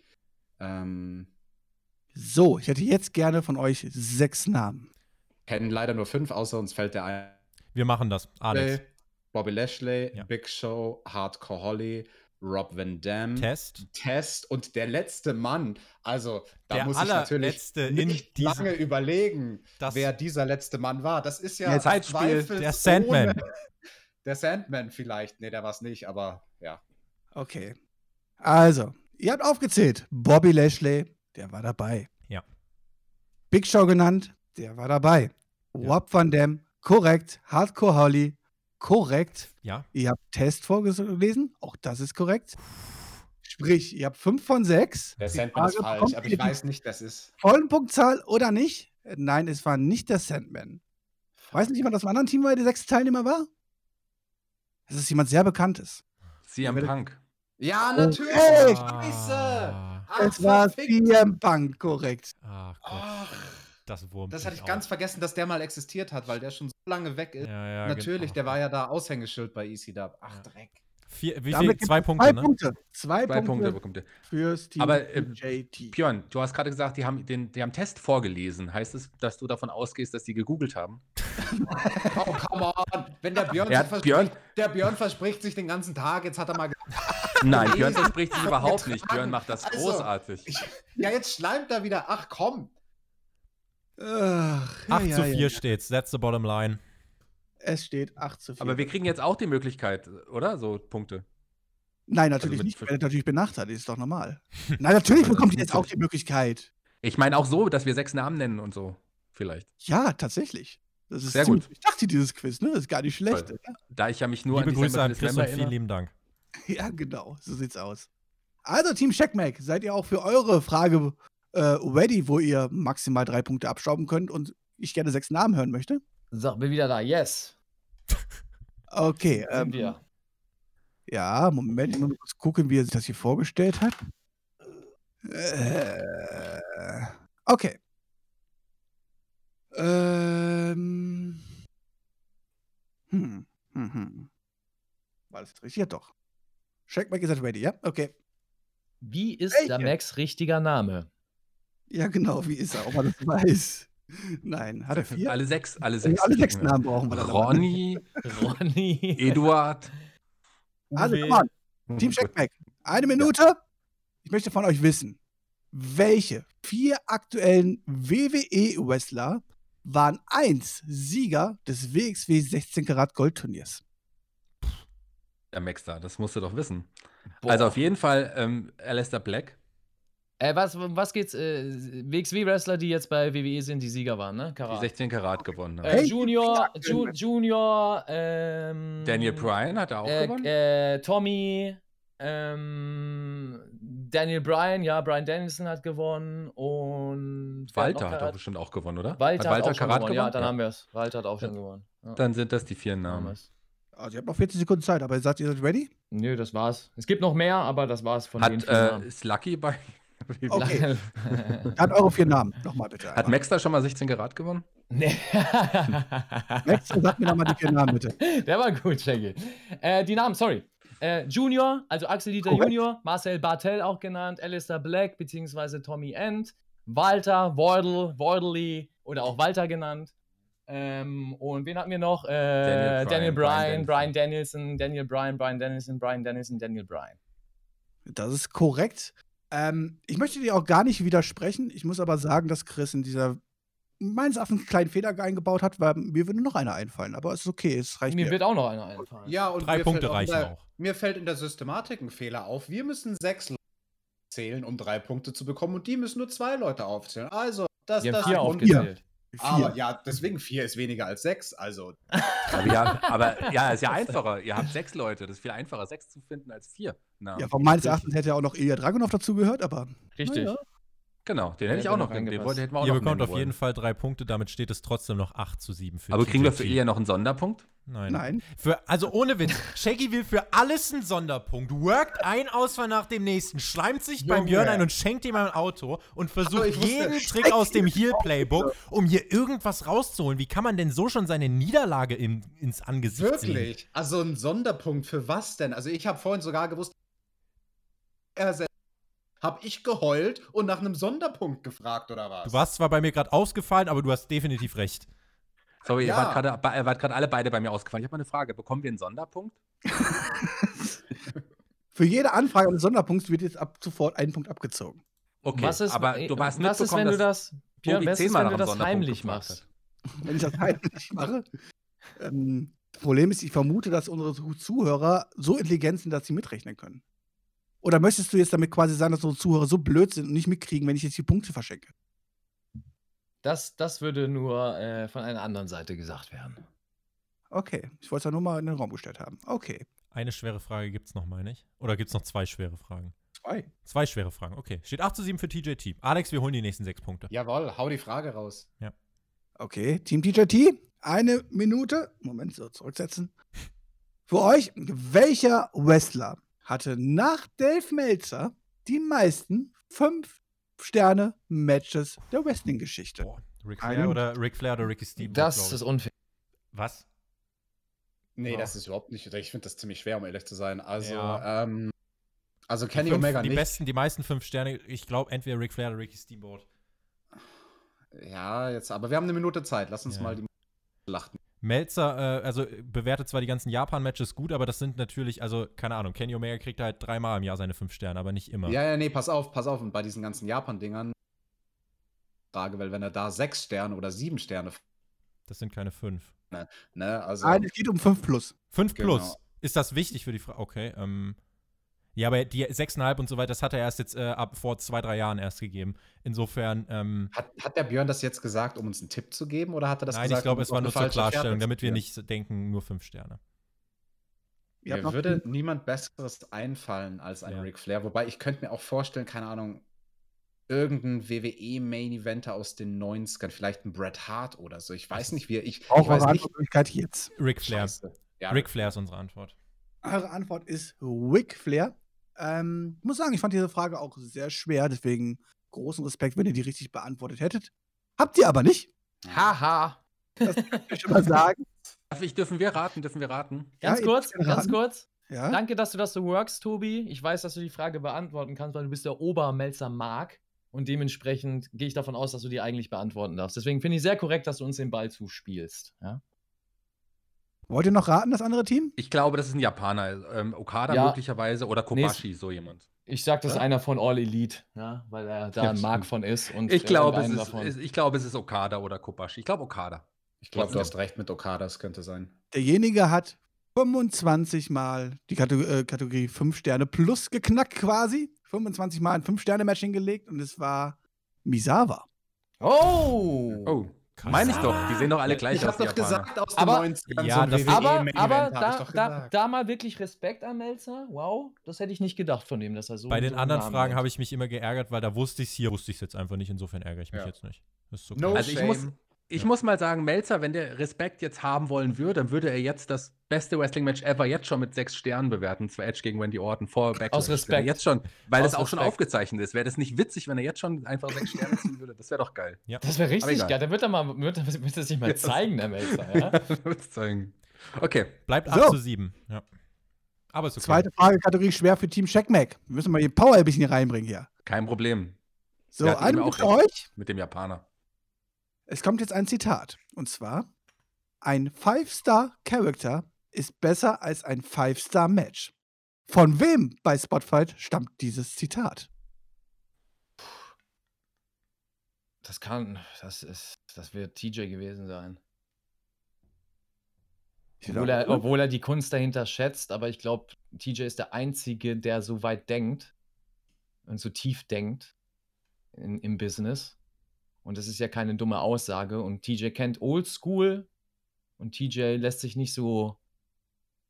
Ähm,
So, ich hätte jetzt gerne von euch sechs Namen.
kennen leider nur fünf, außer uns fällt der ein.
Wir machen das. Alex.
Lashley, Bobby Lashley,
Ja.
Big Show, Hardcore Holly, Rob Van Dam,
Test.
Test und der letzte Mann. Also, da
Der
muss ich natürlich
allerletzte in
nicht
diesem-
lange überlegen,
Das-
wer dieser letzte Mann war. Das ist ja,
Ja, Zeitspiel.
zweifelsohne-
Der Sandman.
Der Sandman vielleicht. Nee, der war es nicht, aber ja.
Okay. Also, ihr habt aufgezählt. Bobby Lashley, der war dabei.
Ja.
Big Show genannt, der war dabei.
Ja.
Wap Van Dam, korrekt. Hardcore Holly, korrekt.
Ja.
Ihr habt Test vorgelesen, auch das ist korrekt. Sprich, ihr habt fünf von sechs.
Der
Die
Sandman ist
Frage,
falsch,
bekommt
aber
ihr
ich
die
weiß nicht, das ist.
Vollen Punktzahl oder nicht? Nein, es war nicht der Sandman. Weiß nicht jemand aus dem anderen Team, wer der sechste Teilnehmer war? Es ist jemand sehr Bekanntes.
CM Punk.
Ja, natürlich! Scheiße!
Oh, Ah,
Ach,
Es war
verfickt.
CM Punk, korrekt.
ah Gott.
Ach.
Das wurmt
Das hatte
mich
ich ganz
auf.
vergessen, dass der mal existiert hat, weil der schon so lange weg ist.
Ja, ja,
Natürlich,
genau.
der war ja da Aushängeschild bei ECW. Ach,
Ja.
Dreck.
Vier, wie
Damit
viel?
gibt's
Zwei Punkte,
zwei
ne?
Punkte. Zwei,
Zwei Punkte
Punkte,
bekommt ihr.
fürs Team
Aber, äh,
JT.
Björn, du hast gerade gesagt, die haben den die haben Test vorgelesen. Heißt es, dass du davon ausgehst, dass die gegoogelt haben?
Oh, come on. Wenn der Björn,
Er
sich
hat
verspricht,
Björn?
der Björn verspricht sich den ganzen Tag, jetzt hat er mal gesagt,
Nein, Björn verspricht sich überhaupt nicht. Björn macht das
Also,
großartig.
ja, jetzt schleimt er wieder. Ach komm.
Ach,
8 zu 4 steht's. That's the bottom line.
Es steht 8 zu 4.
Aber wir kriegen jetzt auch die Möglichkeit, oder? So Punkte.
Nein, natürlich
also mit
nicht.
fünf-
Ihr werdet natürlich benachteiligt, ist doch normal. Nein, natürlich bekommt ihr jetzt auch die Möglichkeit.
Ich meine auch so, dass wir sechs Namen nennen und so. Vielleicht.
Ja, tatsächlich. Das ist
Sehr
ziemlich
gut.
durchdacht, dieses Quiz, ne? Das ist gar nicht schlecht. ne?
Da ich ja mich nur
Liebe
an
Grüße
December
an
bis
Chris und
November
vielen
erinnere.
lieben Dank.
Ja, genau. So sieht's aus. Also, Team Checkmack, seid ihr auch für eure Frage äh, ready, wo ihr maximal drei Punkte abstauben könnt und ich gerne sechs Namen hören möchte?
So, bin wieder da. Yes.
Okay.
Sind
Ähm,
wir.
Ja, Moment, ich muss mal kurz gucken, wie er sich das hier vorgestellt hat. Äh, okay. Ähm. Hm. hm, hm. War das jetzt richtig? Ja, doch. Shaq Mac ist jetzt ready, ja? Okay.
Wie ist
Welche?
der Max richtiger Name?
Ja, genau, wie ist er? Ob man das weiß. Nein, hat er vier? Also
Alle sechs, alle
Alle,
sechs.
sechs
kriegen wir.
Namen brauchen wir dann aber.
Ronny,
Ronny.
Eduard.
Also,
Uwe.
komm an. Team Checkback, eine Minute. Ich möchte von euch wissen, welche vier aktuellen WWE-Wrestler waren eins Sieger des WXW 16 Karat Gold Turniers?
Der Max da, das musst du doch wissen. Also auf jeden Fall ähm, Alistair Black.
Äh, was, um was geht's? Äh, WXW-Wrestler, die jetzt bei WWE sind, die Sieger waren, ne?
die
Ah.
Karat.
16 Karat gewonnen hat.
äh,
Hey,
Junior,
die
Ju
Schlagzeilen.
Junior, ähm,
Daniel Bryan hat er auch gewonnen.
äh, äh, Tommy, ähm, Daniel Bryan, ja, Brian Danielson hat gewonnen und wer
Walter
noch
hat
Karat-
auch bestimmt auch gewonnen, oder?
Walter,
hat Walter
hat auch schon
Karat
gewonnen.
gewonnen?
Ja, dann haben wir es. Walter hat auch schon
Ja. ähm,
gewonnen. Ja.
Dann sind das die vier
Haben
Namen.
wir's.
Also, ihr habt noch 40 Sekunden Zeit, aber ihr sagt, ihr seid ready?
Nö, das war's. Es gibt noch mehr, aber das war's von den
Hat
vier
äh,
Namen.
ist Lucky bei. wie-
Okay. Dann eure vier Namen. Nochmal bitte.
Hat Max da schon mal 16 Karat gewonnen?
Nee.
Max, sag mir nochmal die vier Namen bitte.
Der war gut, Shaggy. Äh, die Namen, sorry. Äh, Junior, also Axel Dieter
Korrekt.
Junior, Marcel Bartel auch genannt, Alistair Black beziehungsweise Tommy End, Walter, Wardle, Wardley oder auch Walter genannt. Ähm, und wen hatten wir noch? Äh,
Daniel
Daniel,
Bryan,
Bryan,
Brian
Brian Danielson, Daniel Bryan, Brian Danielson, Brian Danielson, Daniel Bryan.
Das ist korrekt. Ähm, ich möchte dir auch gar nicht widersprechen. Ich muss aber sagen, dass Chris in dieser meines Erachtens einen kleinen Fehler eingebaut hat, weil mir würde noch einer einfallen. Aber es ist okay, es reicht
Mir
mir.
wird auch noch einer einfallen.
Ja, und
Drei
mir
Punkte
fällt auch in
reichen
der,
auch.
Mir fällt in der Systematik ein Fehler auf. Wir müssen sechs Leute zählen, um drei Punkte zu bekommen, und die müssen nur zwei Leute aufzählen. Also, das,
Wir
das
haben vier
und-
aufgezählt.
Aber ja, deswegen vier ist weniger als sechs. Also,
Aber ja, aber ja, ist ja einfacher. Ihr habt sechs Leute. Das ist viel einfacher, sechs zu finden als vier. Na,
Ja, von meines Erachtens hätte ja auch noch Ilya Dragunov dazugehört, aber
Richtig.
Naja.
genau. Den hätte ich
Ja,
auch
bin
noch. Den
noch
den
reingepasst.
wollte, hätten wir auch
Ihr
noch
bekommt
nennen
auf
wollen.
jeden Fall drei Punkte, damit steht es trotzdem noch 8 zu 7 für
Aber kriegen wir für
TTT.
Ilya noch einen Sonderpunkt?
Nein.
nein.
Für, also ohne Witz, Shaggy will für alles einen Sonderpunkt, workt ein Ausfall nach dem nächsten, schleimt sich beim
Junge.
Björn ein und schenkt ihm ein Auto und versucht
Aber ich wusste,
jeden
Shaggy
Trick aus dem Heal-Playbook, um hier irgendwas rauszuholen. Wie kann man denn so schon seine Niederlage in, ins Angesicht sehen?
wirklich. Also, ein Sonderpunkt für was denn? Also, ich habe vorhin sogar gewusst, habe ich geheult und nach einem Sonderpunkt gefragt, oder was?
Du warst zwar bei mir gerade ausgefallen, aber du hast definitiv recht.
Sorry,
Ja.
ihr wart gerade bei- ihr wart gerade alle beide bei mir ausgefallen. Ich habe mal eine Frage. Bekommen wir einen Sonderpunkt?
Für jede Anfrage eines Sonderpunkts wird jetzt ab sofort ein Punkt abgezogen.
Okay,
Was ist, äh,
aber du warst
was ist, wenn
mitbekommen,
du
dass
das, Björn,
Buri
was ist,
zehnmal
wenn
nach
du
einem
das
Sonderpunkt
heimlich
gefragt
machst?
wenn ich das heimlich mache. Ähm, das Problem ist, ich vermute, dass unsere Zu- Zuhörer so intelligent sind, dass sie mitrechnen können. Oder möchtest du jetzt damit quasi sagen, dass unsere Zuhörer so blöd sind und nicht mitkriegen, wenn ich jetzt die Punkte verschenke?
Das, das würde nur äh, von einer anderen Seite gesagt werden.
Okay, ich wollte es ja nur mal in den Raum gestellt haben. Okay.
Eine schwere Frage gibt's noch, meine ich. Oder gibt's noch zwei schwere Fragen?
Zwei.
Zwei schwere Fragen, okay. Steht 8 zu 7 für TJT. Alex, wir holen die nächsten sechs Punkte.
Jawohl, hau die Frage raus.
Okay, Team DJT, eine Minute. Moment, so zurücksetzen. Für euch, welcher Wrestler hatte nach Dave Meltzer die meisten Fünf-Sterne-Matches der Wrestling-Geschichte?
Boah, Ric
Einen-
Flair, oder, Ric Flair oder Ricky Steamboat,
Das
glaub
ist
ich.
unfair.
Was?
Nee,
Ja.
das ist überhaupt nicht. Ich finde das ziemlich schwer, um ehrlich zu sein. Also,
Ja.
ähm, also Kenny
fünf,
Omega
die
nicht.
besten, die meisten fünf Sterne. Ich glaube entweder Ric Flair oder Ricky Steamboat.
Ja, jetzt, aber wir haben eine Minute Zeit. Lass uns
Ja.
mal die lachten.
Melzer, äh, also äh, bewertet zwar die ganzen Japan-Matches gut, aber das sind natürlich, also keine Ahnung, Kenny Omega kriegt halt dreimal im Jahr seine fünf Sterne, aber nicht immer.
Ja, ja, nee, pass auf, pass auf. Und bei diesen ganzen Japan-Dingern, Frage, weil wenn er da sechs Sterne oder sieben Sterne,
Das sind keine fünf.
ne, also.
Nein, es geht um 5 plus.
Fünf
Genau.
plus. Ist das wichtig für die Frage? Okay, ähm. Ja, aber die sechseinhalb und so weiter, das hat er erst jetzt äh, ab vor zwei, drei Jahren erst gegeben. Insofern, ähm,
Hat, hat der Björn das jetzt gesagt, um uns einen Tipp zu geben, oder hat er das
nein,
gesagt?
ich glaube,
um
es war
uns
nur
auf
zur
eine falsche
Klarstellung,
Fährte zu
damit wir
führen?
nicht so denken, nur fünf Sterne.
Ihr habt
Mir
noch
würde niemand Besseres einfallen als ein
Ja.
Ric Flair. Wobei ich könnte mir auch vorstellen, keine Ahnung, irgendein WWE-Main-Eventer aus den 90ern, vielleicht ein Bret Hart oder so. Ich weiß nicht, wie er- ich, ich
auch
weiß
eure
nicht.
Antwortmöglichkeit jetzt.
Ric Flair.
Scheiße. Ja,
Ric Flair ist unsere Antwort.
Eure Antwort ist Wick Flair. Ähm, ich muss sagen, ich fand diese Frage auch sehr schwer, deswegen großen Respekt, wenn ihr die richtig beantwortet hättet. Habt ihr aber nicht,
Haha.
kann ich schon mal sagen.
Darf ich, dürfen wir raten? Dürfen wir raten?
Ganz
ihr
kurz,
dürft gerne
ganz
raten.
kurz.
Ja?
Danke, dass du das so workst, Tobi. Ich weiß, dass du die Frage beantworten kannst, weil du bist der Obermelzer Mark. Und dementsprechend gehe ich davon aus, dass du die eigentlich beantworten darfst. Deswegen finde ich sehr korrekt, dass du uns den Ball zuspielst. Ja?
Wollt ihr noch raten, das andere Team?
Ich glaube, das ist ein Japaner. Ähm, Okada
Ja.
möglicherweise oder Kobashi, so jemand.
Ich sag, das ist
Ja.
einer von All Elite, ja? weil er da
Ja,
ein Mark
stimmt.
von ist. Und
Ich glaube, es
irgendeinem
ist,
davon.
ist, ich glaube, es ist Okada oder Kobashi. Ich glaube, Okada.
Ich glaube, du hast recht mit Okada, das könnte sein.
Derjenige hat 25 Mal die Kategor äh, Kategorie 5 Sterne plus geknackt quasi. 25 Mal ein 5-Sterne-Match hingelegt und es war Misawa.
Oh!
Oh, meine ich doch. Die sehen doch alle gleich
ich
aus,
habe
die
doch
Japaner.
gesagt, aus den
Aber-
90ern
Ja,
so ein
das-
WWE
Aber,
Main
aber
Event, hab ich
da,
doch
da,
gesagt.
da mal wirklich Respekt an Melzer. Wow, das hätte ich nicht gedacht von dem, dass er so.
Bei den
so einen
anderen
Namen
Fragen
hat.
habe ich mich immer geärgert, weil da wusste ich es hier, wusste ich es jetzt einfach nicht. Insofern ärgere ich mich
Ja.
jetzt nicht. Das ist
No
Also,
Also ich muss, Ich muss mal sagen, Melzer, wenn der Respekt jetzt haben wollen würde, dann würde er jetzt das beste Wrestling-Match ever jetzt schon mit sechs Sternen bewerten. Zwar Edge gegen Wendy Orton vor Backlash.
Aus Respekt.
Wenn er Jetzt schon, weil
Aus
das auch schon
Respekt.
aufgezeichnet ist. Wäre das nicht witzig, wenn er jetzt schon einfach sechs Sterne ziehen würde? Das wäre doch geil.
Das wäre
Aber
richtig
egal.
geil. Dann wird er mal, wird, er- wird er sich mal
Yes.
zeigen, der Melzer. Ja?
Wird's zeigen. Okay.
Bleibt 8
So.
zu 7. Ja. Aber ist okay.
Zweite Frage, Kategorie schwer für Team Checkmack. Wir müssen mal hier Power ein bisschen reinbringen hier.
Kein Problem.
So,
Ja,
ein
eben
Punkt
auch
für
recht.
euch.
Mit dem Japaner.
Es kommt jetzt ein Zitat. Und zwar: Ein Five-Star-Character ist besser als ein Five-Star-Match. Von wem bei Spotfight stammt dieses Zitat?
Das kann, das ist, das wird TJ gewesen sein.
Ich
Obwohl
glaub,
er, obwohl er die Kunst dahinter schätzt, aber ich glaube, TJ ist der Einzige, der so weit denkt und so tief denkt in, im Business. Und das ist ja keine dumme Aussage. Und TJ kennt Old School und TJ lässt sich nicht so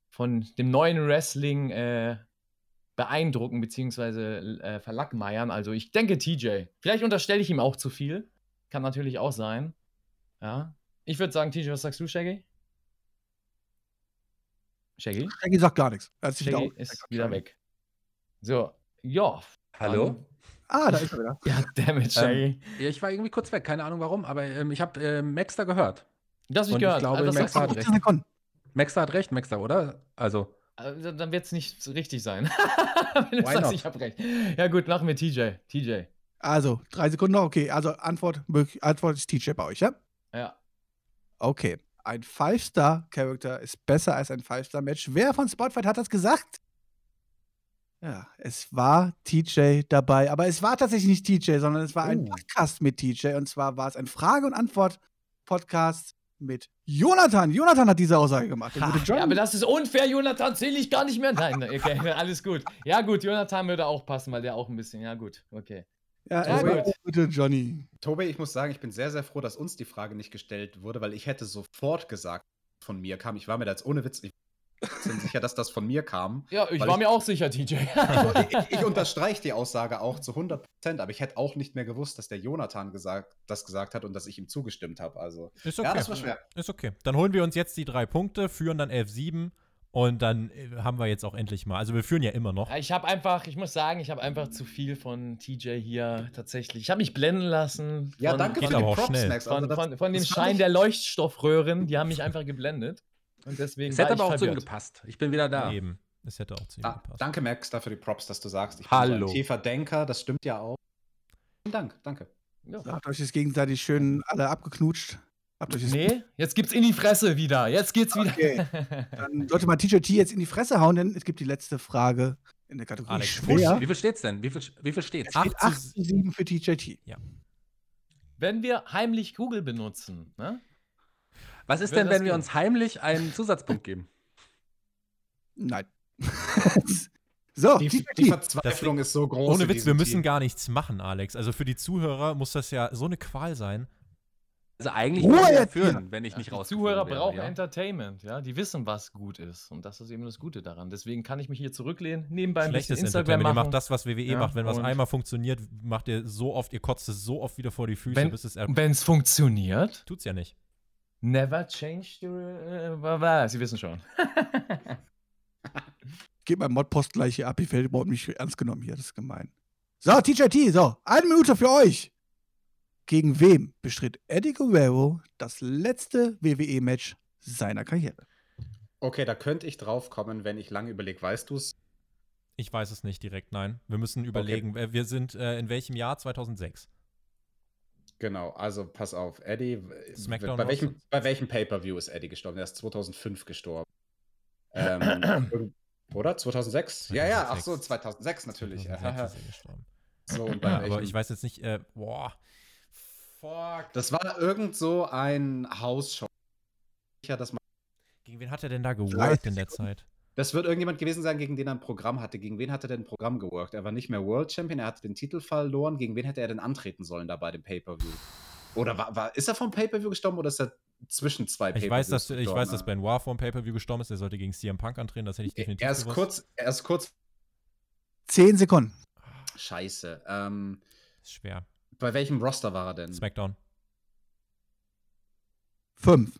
von dem neuen Wrestling äh, beeindrucken bzw. Äh, verlackmeiern. Also ich denke TJ. Vielleicht unterstelle ich ihm auch zu viel. Kann natürlich auch sein. Ja. Ich würde sagen, TJ, was sagst du, Shaggy? Shaggy?
Shaggy sagt gar nichts. Er hat sich oh, wieder
Shaggy
auf-
ist wieder weg. So, ja.
Hallo?
Ah, da ist er wieder.
Ja, damit, Shaggy.
Ja, ich war irgendwie kurz weg. Keine Ahnung warum, aber ähm, ich habe äh, Maxter gehört.
das
und
nicht
ich
gehört.
glaube,
also, das
Max
sagst du
hat
nicht.
recht.
15 Sekunden.
Maxter hat recht, Maxter, oder? Also,
Also, dann wird es nicht so richtig sein. Wenn du
Why
sagst,
not?
ich hab recht. Ja, gut, machen wir TJ. TJ.
Also, drei Sekunden noch. Okay, also Antwort, mög- Antwort ist T-Chip bei euch, ja?
Ja.
Okay. Ein Five-Star-Character ist besser als ein Five-Star-Match. Wer von Spotfight hat das gesagt? Ja, es war TJ dabei, aber es war tatsächlich nicht TJ, sondern es war ein
Oh.
Podcast mit TJ und zwar war es ein Frage- und Antwort-Podcast mit Jonathan. Jonathan hat diese Aussage gemacht. Der gute John.
ja, aber das ist unfair, Jonathan zähle ich gar nicht mehr. Nein, nein, okay, alles gut. Ja, gut, Jonathan würde auch passen, weil der auch ein bisschen. Ja, gut, okay.
ja,
Ja,
es war
gut.
der gute Johnny.
Tobi, ich muss sagen, ich bin sehr, sehr froh, dass uns die Frage nicht gestellt wurde, weil ich hätte sofort gesagt, von mir kam. Ich war mir da jetzt ohne Witz nicht sicher, dass das von mir kam.
Ja, ich
Weil
war
ich-
mir auch sicher, TJ.
Also, ich, ich unterstreiche die Aussage auch zu 100 Prozent, aber ich hätte auch nicht mehr gewusst, dass der Jonathan gesagt, das gesagt hat und dass ich ihm zugestimmt habe. Also,
Ist okay.
ja, das war schwer.
Ist okay. Dann holen wir uns jetzt die drei Punkte, führen dann 11-7 und dann äh, haben wir jetzt auch endlich mal. Also wir führen ja immer noch.
Ja, Ich habe einfach, ich muss sagen, ich habe einfach zu viel von TJ hier tatsächlich. Ich habe mich blenden lassen. Von,
Ja, danke
Geht
für
aber
den
auch
Props,
schnell.
Max.
Von,
Also, das-
von, von dem
das fand
Schein
ich-
der Leuchtstoffröhren, die haben mich einfach geblendet. Und deswegen
es
war
hätte aber
ich
auch zu ihm
verwirrt.
gepasst. Ich bin wieder da.
Eben. Es hätte auch zu ihm
Ah,
gepasst.
danke, Max, dafür die Props, dass du sagst, ich bin so
Hallo.
ein tiefer Denker, das stimmt ja auch. Vielen Dank, danke.
So, habt euch das gegenseitig schön alle abgeknutscht. Habt euch das
Nee, jetzt gibt's in die Fresse wieder. Jetzt geht's wieder.
Okay. Dann sollte man TJT jetzt in die Fresse hauen, denn es gibt die letzte Frage in der Kategorie
Alex,
schwer.
Wie viel steht's denn? Wie viel, wie viel steht's?
Acht
Mit
zu
8 zu 7 für TJT.
Wenn wir heimlich Google benutzen, ne?
Was ist
Wird
denn,
das
wenn wir
gehen?
uns heimlich einen Zusatzpunkt geben?
Nein. so,
Die,
TJT.
die Verzweiflung ist so groß.
Ohne
in
Witz,
diesem
wir müssen
Team.
gar nichts machen, Alex. Also für die Zuhörer muss das ja so eine Qual sein.
Also eigentlich
Ruhe
würden wir
jetzt
führen, wenn ich nicht
die
raus.
Zuhörer brauchen
ja.
Entertainment, ja. Die wissen, was gut ist. Und das ist eben das Gute daran. Deswegen kann ich mich hier zurücklehnen, nebenbei ein bisschen
Schlechtes
Instagram
Entertainment. Ihr
machen.
macht das, was WWE
Ja,
macht. Wenn was
und-
einmal funktioniert, macht ihr so oft, ihr kotzt es so oft wieder vor die Füße,
Wenn-
bis es er
halt.
Wenn es funktioniert,
tut's ja nicht.
Never change the. Äh, wa- wa- Sie wissen schon.
Geht mein Modpost gleich hier ab. Ich werde überhaupt nicht ernst genommen hier. Das ist gemein. So, TJT, so. Eine Minute für euch. Gegen wem bestritt Eddie Guerrero das letzte WWE-Match seiner Karriere?
Okay, da könnte ich drauf kommen, wenn ich lange überlege. Weißt du es?
Ich weiß es nicht direkt, nein. Wir müssen überlegen. Äh, Wir sind äh, in welchem Jahr? 2006.
Genau, also pass auf. Eddie, w-
Smackdown
bei
oder
welchem,
sonst?
bei welchem Pay-Per-View ist Eddie gestorben? Er ist 2005 gestorben. Ähm, irgend- oder? 2006? Ja, ja, ach so, 2006 natürlich.
2006 ist er gestorben.
Aha. so, und bei
Ja,
welchem?
aber ich weiß jetzt nicht, äh, boah. Fuck.
Das war irgend so ein Hausshow. Sicher, dass man-
Gegen wen hat er denn da geworkt in der Zeit?
Das wird irgendjemand gewesen sein, gegen den er ein Programm hatte. Gegen wen hatte er denn ein Programm geworkt? Er war nicht mehr World Champion, er hatte den Titel verloren. Gegen wen hätte er denn antreten sollen da bei dem Pay-Per-View? Oder war, war, ist er vom Pay-Per-View gestorben oder ist er zwischen zwei
Ich
Pay-Per-Views
weiß, dass, ich
gestorben?
weiß, dass Benoit vor dem Pay-Per-View gestorben ist. Er sollte gegen CM Punk antreten. Das hätte ich definitiv
Er ist
gewusst.
kurz, er ist kurz.
Zehn Sekunden.
Scheiße. Ähm,
Ist schwer.
bei welchem Roster war er denn?
Smackdown.
Fünf.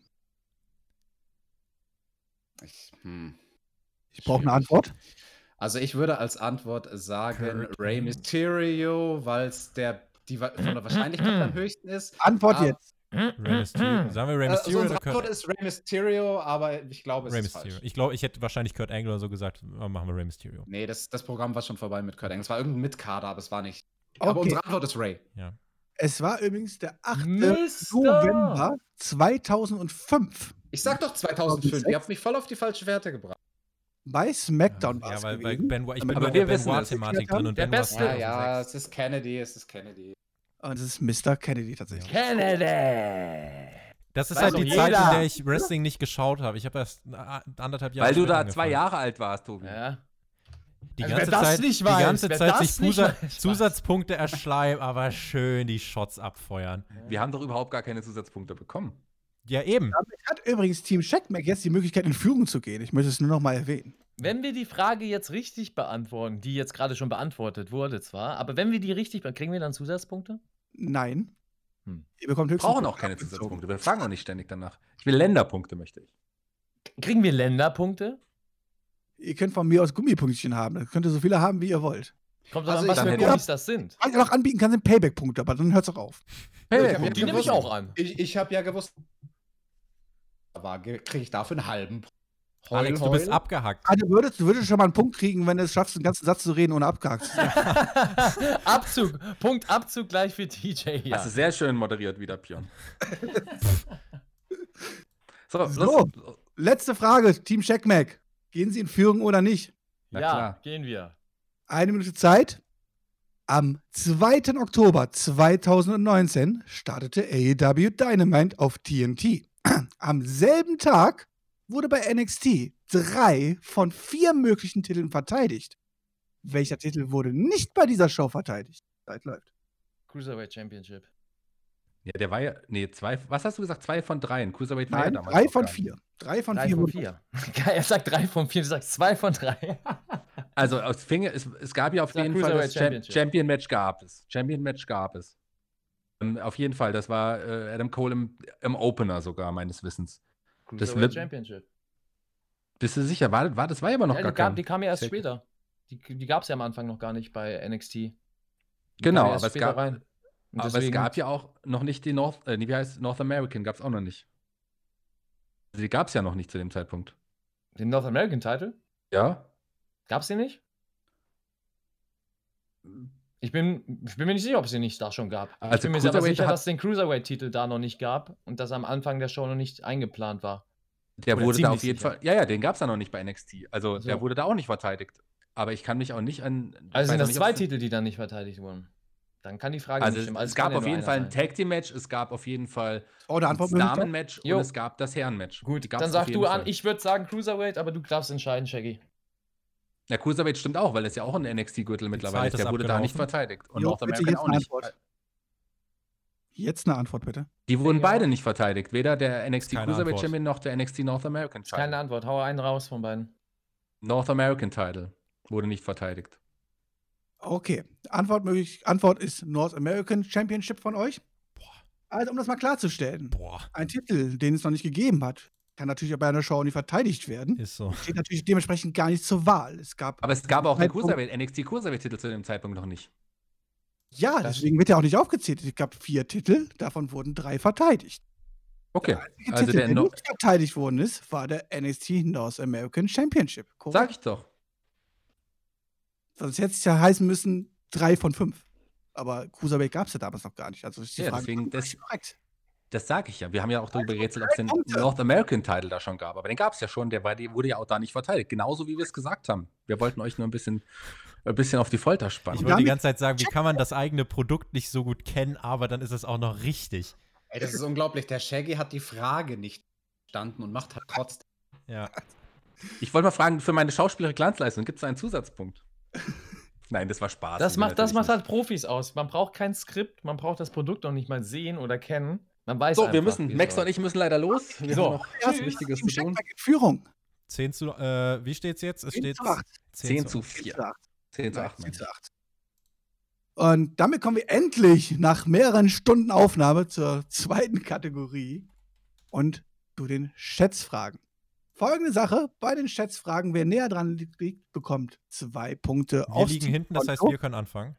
Ich, hm.
Ich brauche eine Antwort.
Also ich würde als Antwort sagen
Kurt.
Rey Mysterio, weil es der die wa- von der Wahrscheinlichkeit am höchsten ist.
Antwort
Ah,
jetzt.
Rey
Mhm.
Mysterio. Sagen wir Rey
Also
Mysterio
unsere
oder
Antwort
Kurt?
ist Rey Mysterio, aber ich glaube, es
Rey
ist
Mysterio.
falsch.
Ich glaube, ich hätte wahrscheinlich Kurt Angle oder so gesagt, aber machen wir Rey Mysterio.
Nee, das, das Programm war schon vorbei mit Kurt Angle. Es war irgendein Mitkader, aber es war nicht. Aber
Okay.
unsere Antwort ist Ray.
Es war übrigens der 8.
Mister.
November 2005.
Ich sag doch 2005. Ihr habt mich voll auf die falsche Werte gebracht.
Bei SmackDown war
ja,
es
weil, weil
gewesen.
Benoit, ich
Aber
bin
wir
bei der
wissen es.
Benoit-Thematik drin und
Der
Benoit
Beste.
Ja,
2006.
ja, es ist Kennedy, es ist Kennedy.
Und es ist Mr. Kennedy tatsächlich.
Kennedy!
Das ist
Weiß
halt
doch
die
jeder.
Zeit, in der ich Wrestling nicht geschaut habe. Ich habe erst na- anderthalb Jahre
Weil du
später
da zwei
angefangen.
Jahre alt warst, Tobi.
Ja.
Die
Also
ganze
wer das
Zeit,
nicht
die
weiß,
ganze
wer
Zeit
das
sich
nicht
Zusa
weiß,
Zusatzpunkte erschleimen, aber schön die Shots abfeuern.
Wir haben doch überhaupt gar keine Zusatzpunkte bekommen.
Ja, eben.
Damit hat übrigens Team Checkmack jetzt die Möglichkeit, in Führung zu gehen. Ich möchte es nur noch mal erwähnen.
Wenn wir die Frage jetzt richtig beantworten, die jetzt gerade schon beantwortet wurde zwar, aber wenn wir die richtig beantworten, kriegen wir dann Zusatzpunkte?
Nein.
Hm.
Ihr bekommt
Wir
höchstens
brauchen auch keine Zusatzpunkte. Wir fragen auch nicht ständig danach. Ich will Länderpunkte, möchte ich.
Kriegen wir Länderpunkte?
Ihr könnt von mir aus Gummipunktchen haben. Ihr könnt so viele haben, wie ihr wollt.
Kommt doch
Also
an, was
ich-
für
Dann
Gummis das sind.
Was ich noch anbieten kann, sind Payback-Punkte, aber dann hört's auch auf.
Hey,
Punkte.
Die nehme ich auch an.
Ich, ich habe ja gewusst. Aber kriege ich dafür einen halben. Heul,
Alex, du
heul.
bist abgehackt.
Ah, du würdest, du würdest schon mal einen Punkt kriegen, wenn du es schaffst, einen ganzen Satz zu reden, ohne abgehakt zu sein.
Abzug, Punkt Abzug gleich für DJ hier.
Hast du sehr schön moderiert wieder, Pion. so,
So.
los.
Letzte Frage, Team Checkmack. Gehen Sie in Führung oder nicht?
Na
ja,
klar.
gehen wir.
Eine Minute Zeit. Am 2. Oktober 2019 startete AEW Dynamite auf TNT. Am selben Tag wurde bei NXT drei von vier möglichen Titeln verteidigt. Welcher Titel wurde nicht bei dieser Show verteidigt? Zeit läuft.
Cruiserweight Championship.
Ja, der war ja. Nee, zwei. Was hast du gesagt? Zwei von dreien. Cruiserweight war ja
Nein,
damals
drei
noch
von
gar nicht.
vier. Drei von
Drei
vier.
von
wurden-
vier. Geil, er sagt drei von vier, du sagst zwei von drei.
Also aus Finger, es, es gab ja auf
Sag
jeden Fall
Cruiserweight
das Cham-
Championship.
Champion Match gab es. Champion Match gab es. Ähm, auf jeden Fall, das war äh, Adam Cole im, im Opener sogar, meines Wissens.
Cruiserweight
wird-
Championship.
Bist du sicher? War, war das war ja aber noch
Ja, die,
gar
gab,
kein.
die kam ja erst
Check.
später. Die, die gab es ja am Anfang noch gar nicht bei NXT. Die
Genau,
kam erst
aber es
später
gab-
rein. Und
Aber es
deswegen-
gab ja auch noch nicht die North, äh, nee, wie heißt North American, gab es auch noch nicht. Also Die gab es ja noch nicht zu dem Zeitpunkt.
den North American Title.
Ja?
Gab es den nicht? Ich bin, ich bin mir nicht sicher, ob es den nicht da schon gab. ich
Also
bin mir aber
Cruiserweight
sicher,
hat-
dass es den Cruiserweight-Titel da noch nicht gab und dass am Anfang der Show noch nicht eingeplant war.
Der
Oder
wurde da
ziemlich
auf jeden
sicher.
Fall. Ja, ja, den gab es ja noch nicht bei NXT. Also
So.
der wurde da auch nicht verteidigt. Aber ich kann mich auch nicht an. ich weiß
Also sind
auch
das
nicht,
zwei
ob es-
Titel, die dann nicht verteidigt wurden. Dann kann die Frage
Also
nicht
es,
stimmen. Also
es
kann
gab
ja
auf
nur
jeden
einer
Fall ein
sein.
Tag Team Match, es gab auf jeden Fall
Oh, eine
ein
Antwort möglich.
Damenmatch
Jo.
und es gab das Herrenmatch.
Gut,
Die gab's
dann
auf
sag
jeden
du an,
Fall.
ich würde sagen Cruiserweight, aber du darfst entscheiden, Shaggy.
Na, Cruiserweight stimmt auch, weil das ja auch ein NXT-Gürtel mittlerweile
Zeit
ist.
ist
Der wurde da nicht
abgelaufen.
verteidigt. Und
Jo,
North
bitte
American
jetzt
auch
eine
nicht.
Antwort. Jetzt eine Antwort, bitte.
Die wurden
Ja.
beide nicht verteidigt. Weder der NXT
keine
Cruiserweight
Antwort.
Champion noch der NXT North American Champion.
Keine Antwort, hau einen raus von beiden.
North American Title wurde nicht verteidigt.
Okay. Antwort, möglich, Antwort ist North American Championship von euch. Also, um das mal klarzustellen,
Boah,
ein Titel, den es noch nicht gegeben hat, kann natürlich bei einer Show nicht verteidigt werden.
ist so.
Steht natürlich dementsprechend gar nicht zur Wahl. Es gab.
Aber es gab auch den
Zeitpunkt-
Cruiserweight, NXT Cruiserweight-Titel zu dem Zeitpunkt noch nicht.
ja,
Das-
deswegen wird ja auch nicht aufgezählt. Es gab vier Titel, davon wurden drei verteidigt.
Okay,
Der
also
Titel,
der
der
no
nicht verteidigt worden ist, war der NXT North American Championship. Korrekt?
sag ich doch.
Sonst hätte es ja heißen müssen, drei von fünf. Aber Cruiserweight gab es ja damals noch gar nicht. Also ist die
Ja,
Frage
deswegen, das,
korrekt.
das sag ich ja. Wir haben ja auch darüber gerätselt, ob es den
Punkte.
North American Title da schon gab. Aber den gab es ja schon, der war, die wurde ja auch da nicht verteidigt. Genauso wie wir es gesagt haben. Wir wollten euch nur ein bisschen, ein bisschen auf die Folter
Ich
spannen.
wollte die
damit-
ganze Zeit sagen, wie kann man das eigene Produkt nicht so gut kennen, aber dann ist es auch noch richtig.
Ey, das ist unglaublich. Der Shaggy hat die Frage nicht verstanden und macht halt trotzdem.
Ja.
Ich wollte mal fragen, für meine schauspielerische Glanzleistung gibt es einen Zusatzpunkt? Nein, das war Spaß.
Das
Haben wir
macht, das
natürlich
macht halt Profis aus. Man braucht kein Skript, man braucht das Produkt noch nicht mal sehen oder kennen. Man weiß
nicht. So, wir
einfach,
müssen,
wie es
Max und
läuft.
ich müssen leider los. Wir
So.
haben noch was
Tschüss.
Wichtiges
Team
zu tun.
Scheckberg in Führung.
10 zu, äh, wie steht's jetzt? Es
10
steht
zu 8.
10 zu 4.
8.
10 zu
Nein,
8.
10 zu 8. Und damit kommen wir endlich nach mehreren Stunden Aufnahme zur zweiten Kategorie. und zu den Schätzfragen. Folgende Sache: Bei den Schätzfragen, wer näher dran liegt, bekommt zwei Punkte
Wir
aufs
liegen hinten, das heißt,
Konto.
wir können anfangen.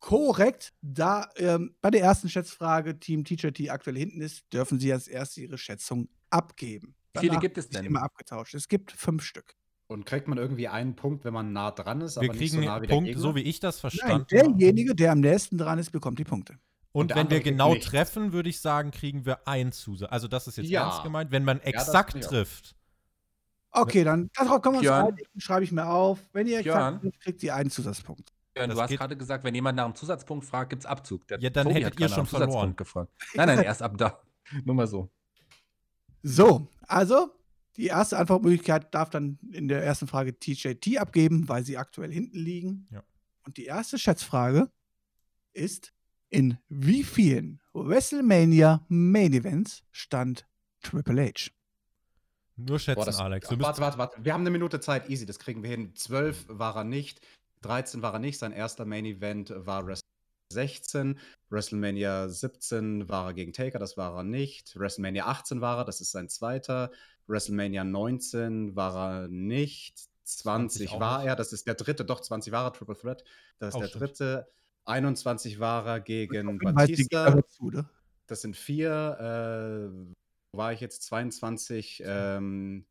Korrekt. Da ähm, bei der ersten Schätzfrage Team Teacher T aktuell hinten ist, dürfen Sie als erste Ihre Schätzung abgeben.
Wie viele
Danach
gibt es
wird
denn?
Immer abgetauscht. Es gibt fünf Stück.
Und kriegt man irgendwie einen Punkt, wenn man nah dran ist,
Wir
aber
kriegen
nicht so nah wie
einen
der
Punkt,
Gegner?
so wie ich das
Nein,
verstanden habe.
derjenige, der am nächsten dran ist, bekommt die Punkte.
Und
der
wenn wir
andere kriegt
genau
nichts.
treffen, würde ich sagen, kriegen wir ein Zusatz. Also das ist jetzt
Ja.
ernst gemeint, wenn man
das-
exakt
ja.
trifft. Äh,
Okay, dann darauf kommen wir
Björn?
uns einigen, schreibe ich mir auf. Wenn ihr
Björn?
exakt trifft, kriegt ihr einen Zusatzpunkt.
Björn,
Das
du hast
geht-
gerade gesagt, wenn jemand nach einem Zusatzpunkt fragt, gibt es Abzug. Der
Ja, dann
Tobi
hättet
hat
ihr
gerade
schon
nach einem Zusatzpunkt
verloren.
gefragt. Nein, nein, erst ab da. Nur mal so.
So, also die erste Antwortmöglichkeit darf dann in der ersten Frage TJT abgeben, weil sie aktuell hinten liegen.
Ja.
Und die erste Schätzfrage ist: In wie vielen WrestleMania Main Events stand Triple H?
Nur schätzen,
Boah, das-
Alex. Wir
warte,
müssen,
warte, warte. Wir haben eine Minute Zeit. Easy, das kriegen wir hin. 12 war er nicht. 13 war er nicht. Sein erster Main Event war WrestleMania 16. WrestleMania 17 war er gegen Taker. Das war er nicht. WrestleMania 18 war er. Das ist sein zweiter. WrestleMania 19 war er nicht.
20
20,
auch
war
nicht.
er. Das ist der dritte. Doch, 20 war er. Triple Threat. Das ist
Oh,
der
stimmt.
dritte. 21 war er gegen
Hinweis, die
Batista.
Gitarre zu, ne?
Das sind vier. Äh, wo war ich jetzt 22? Ähm,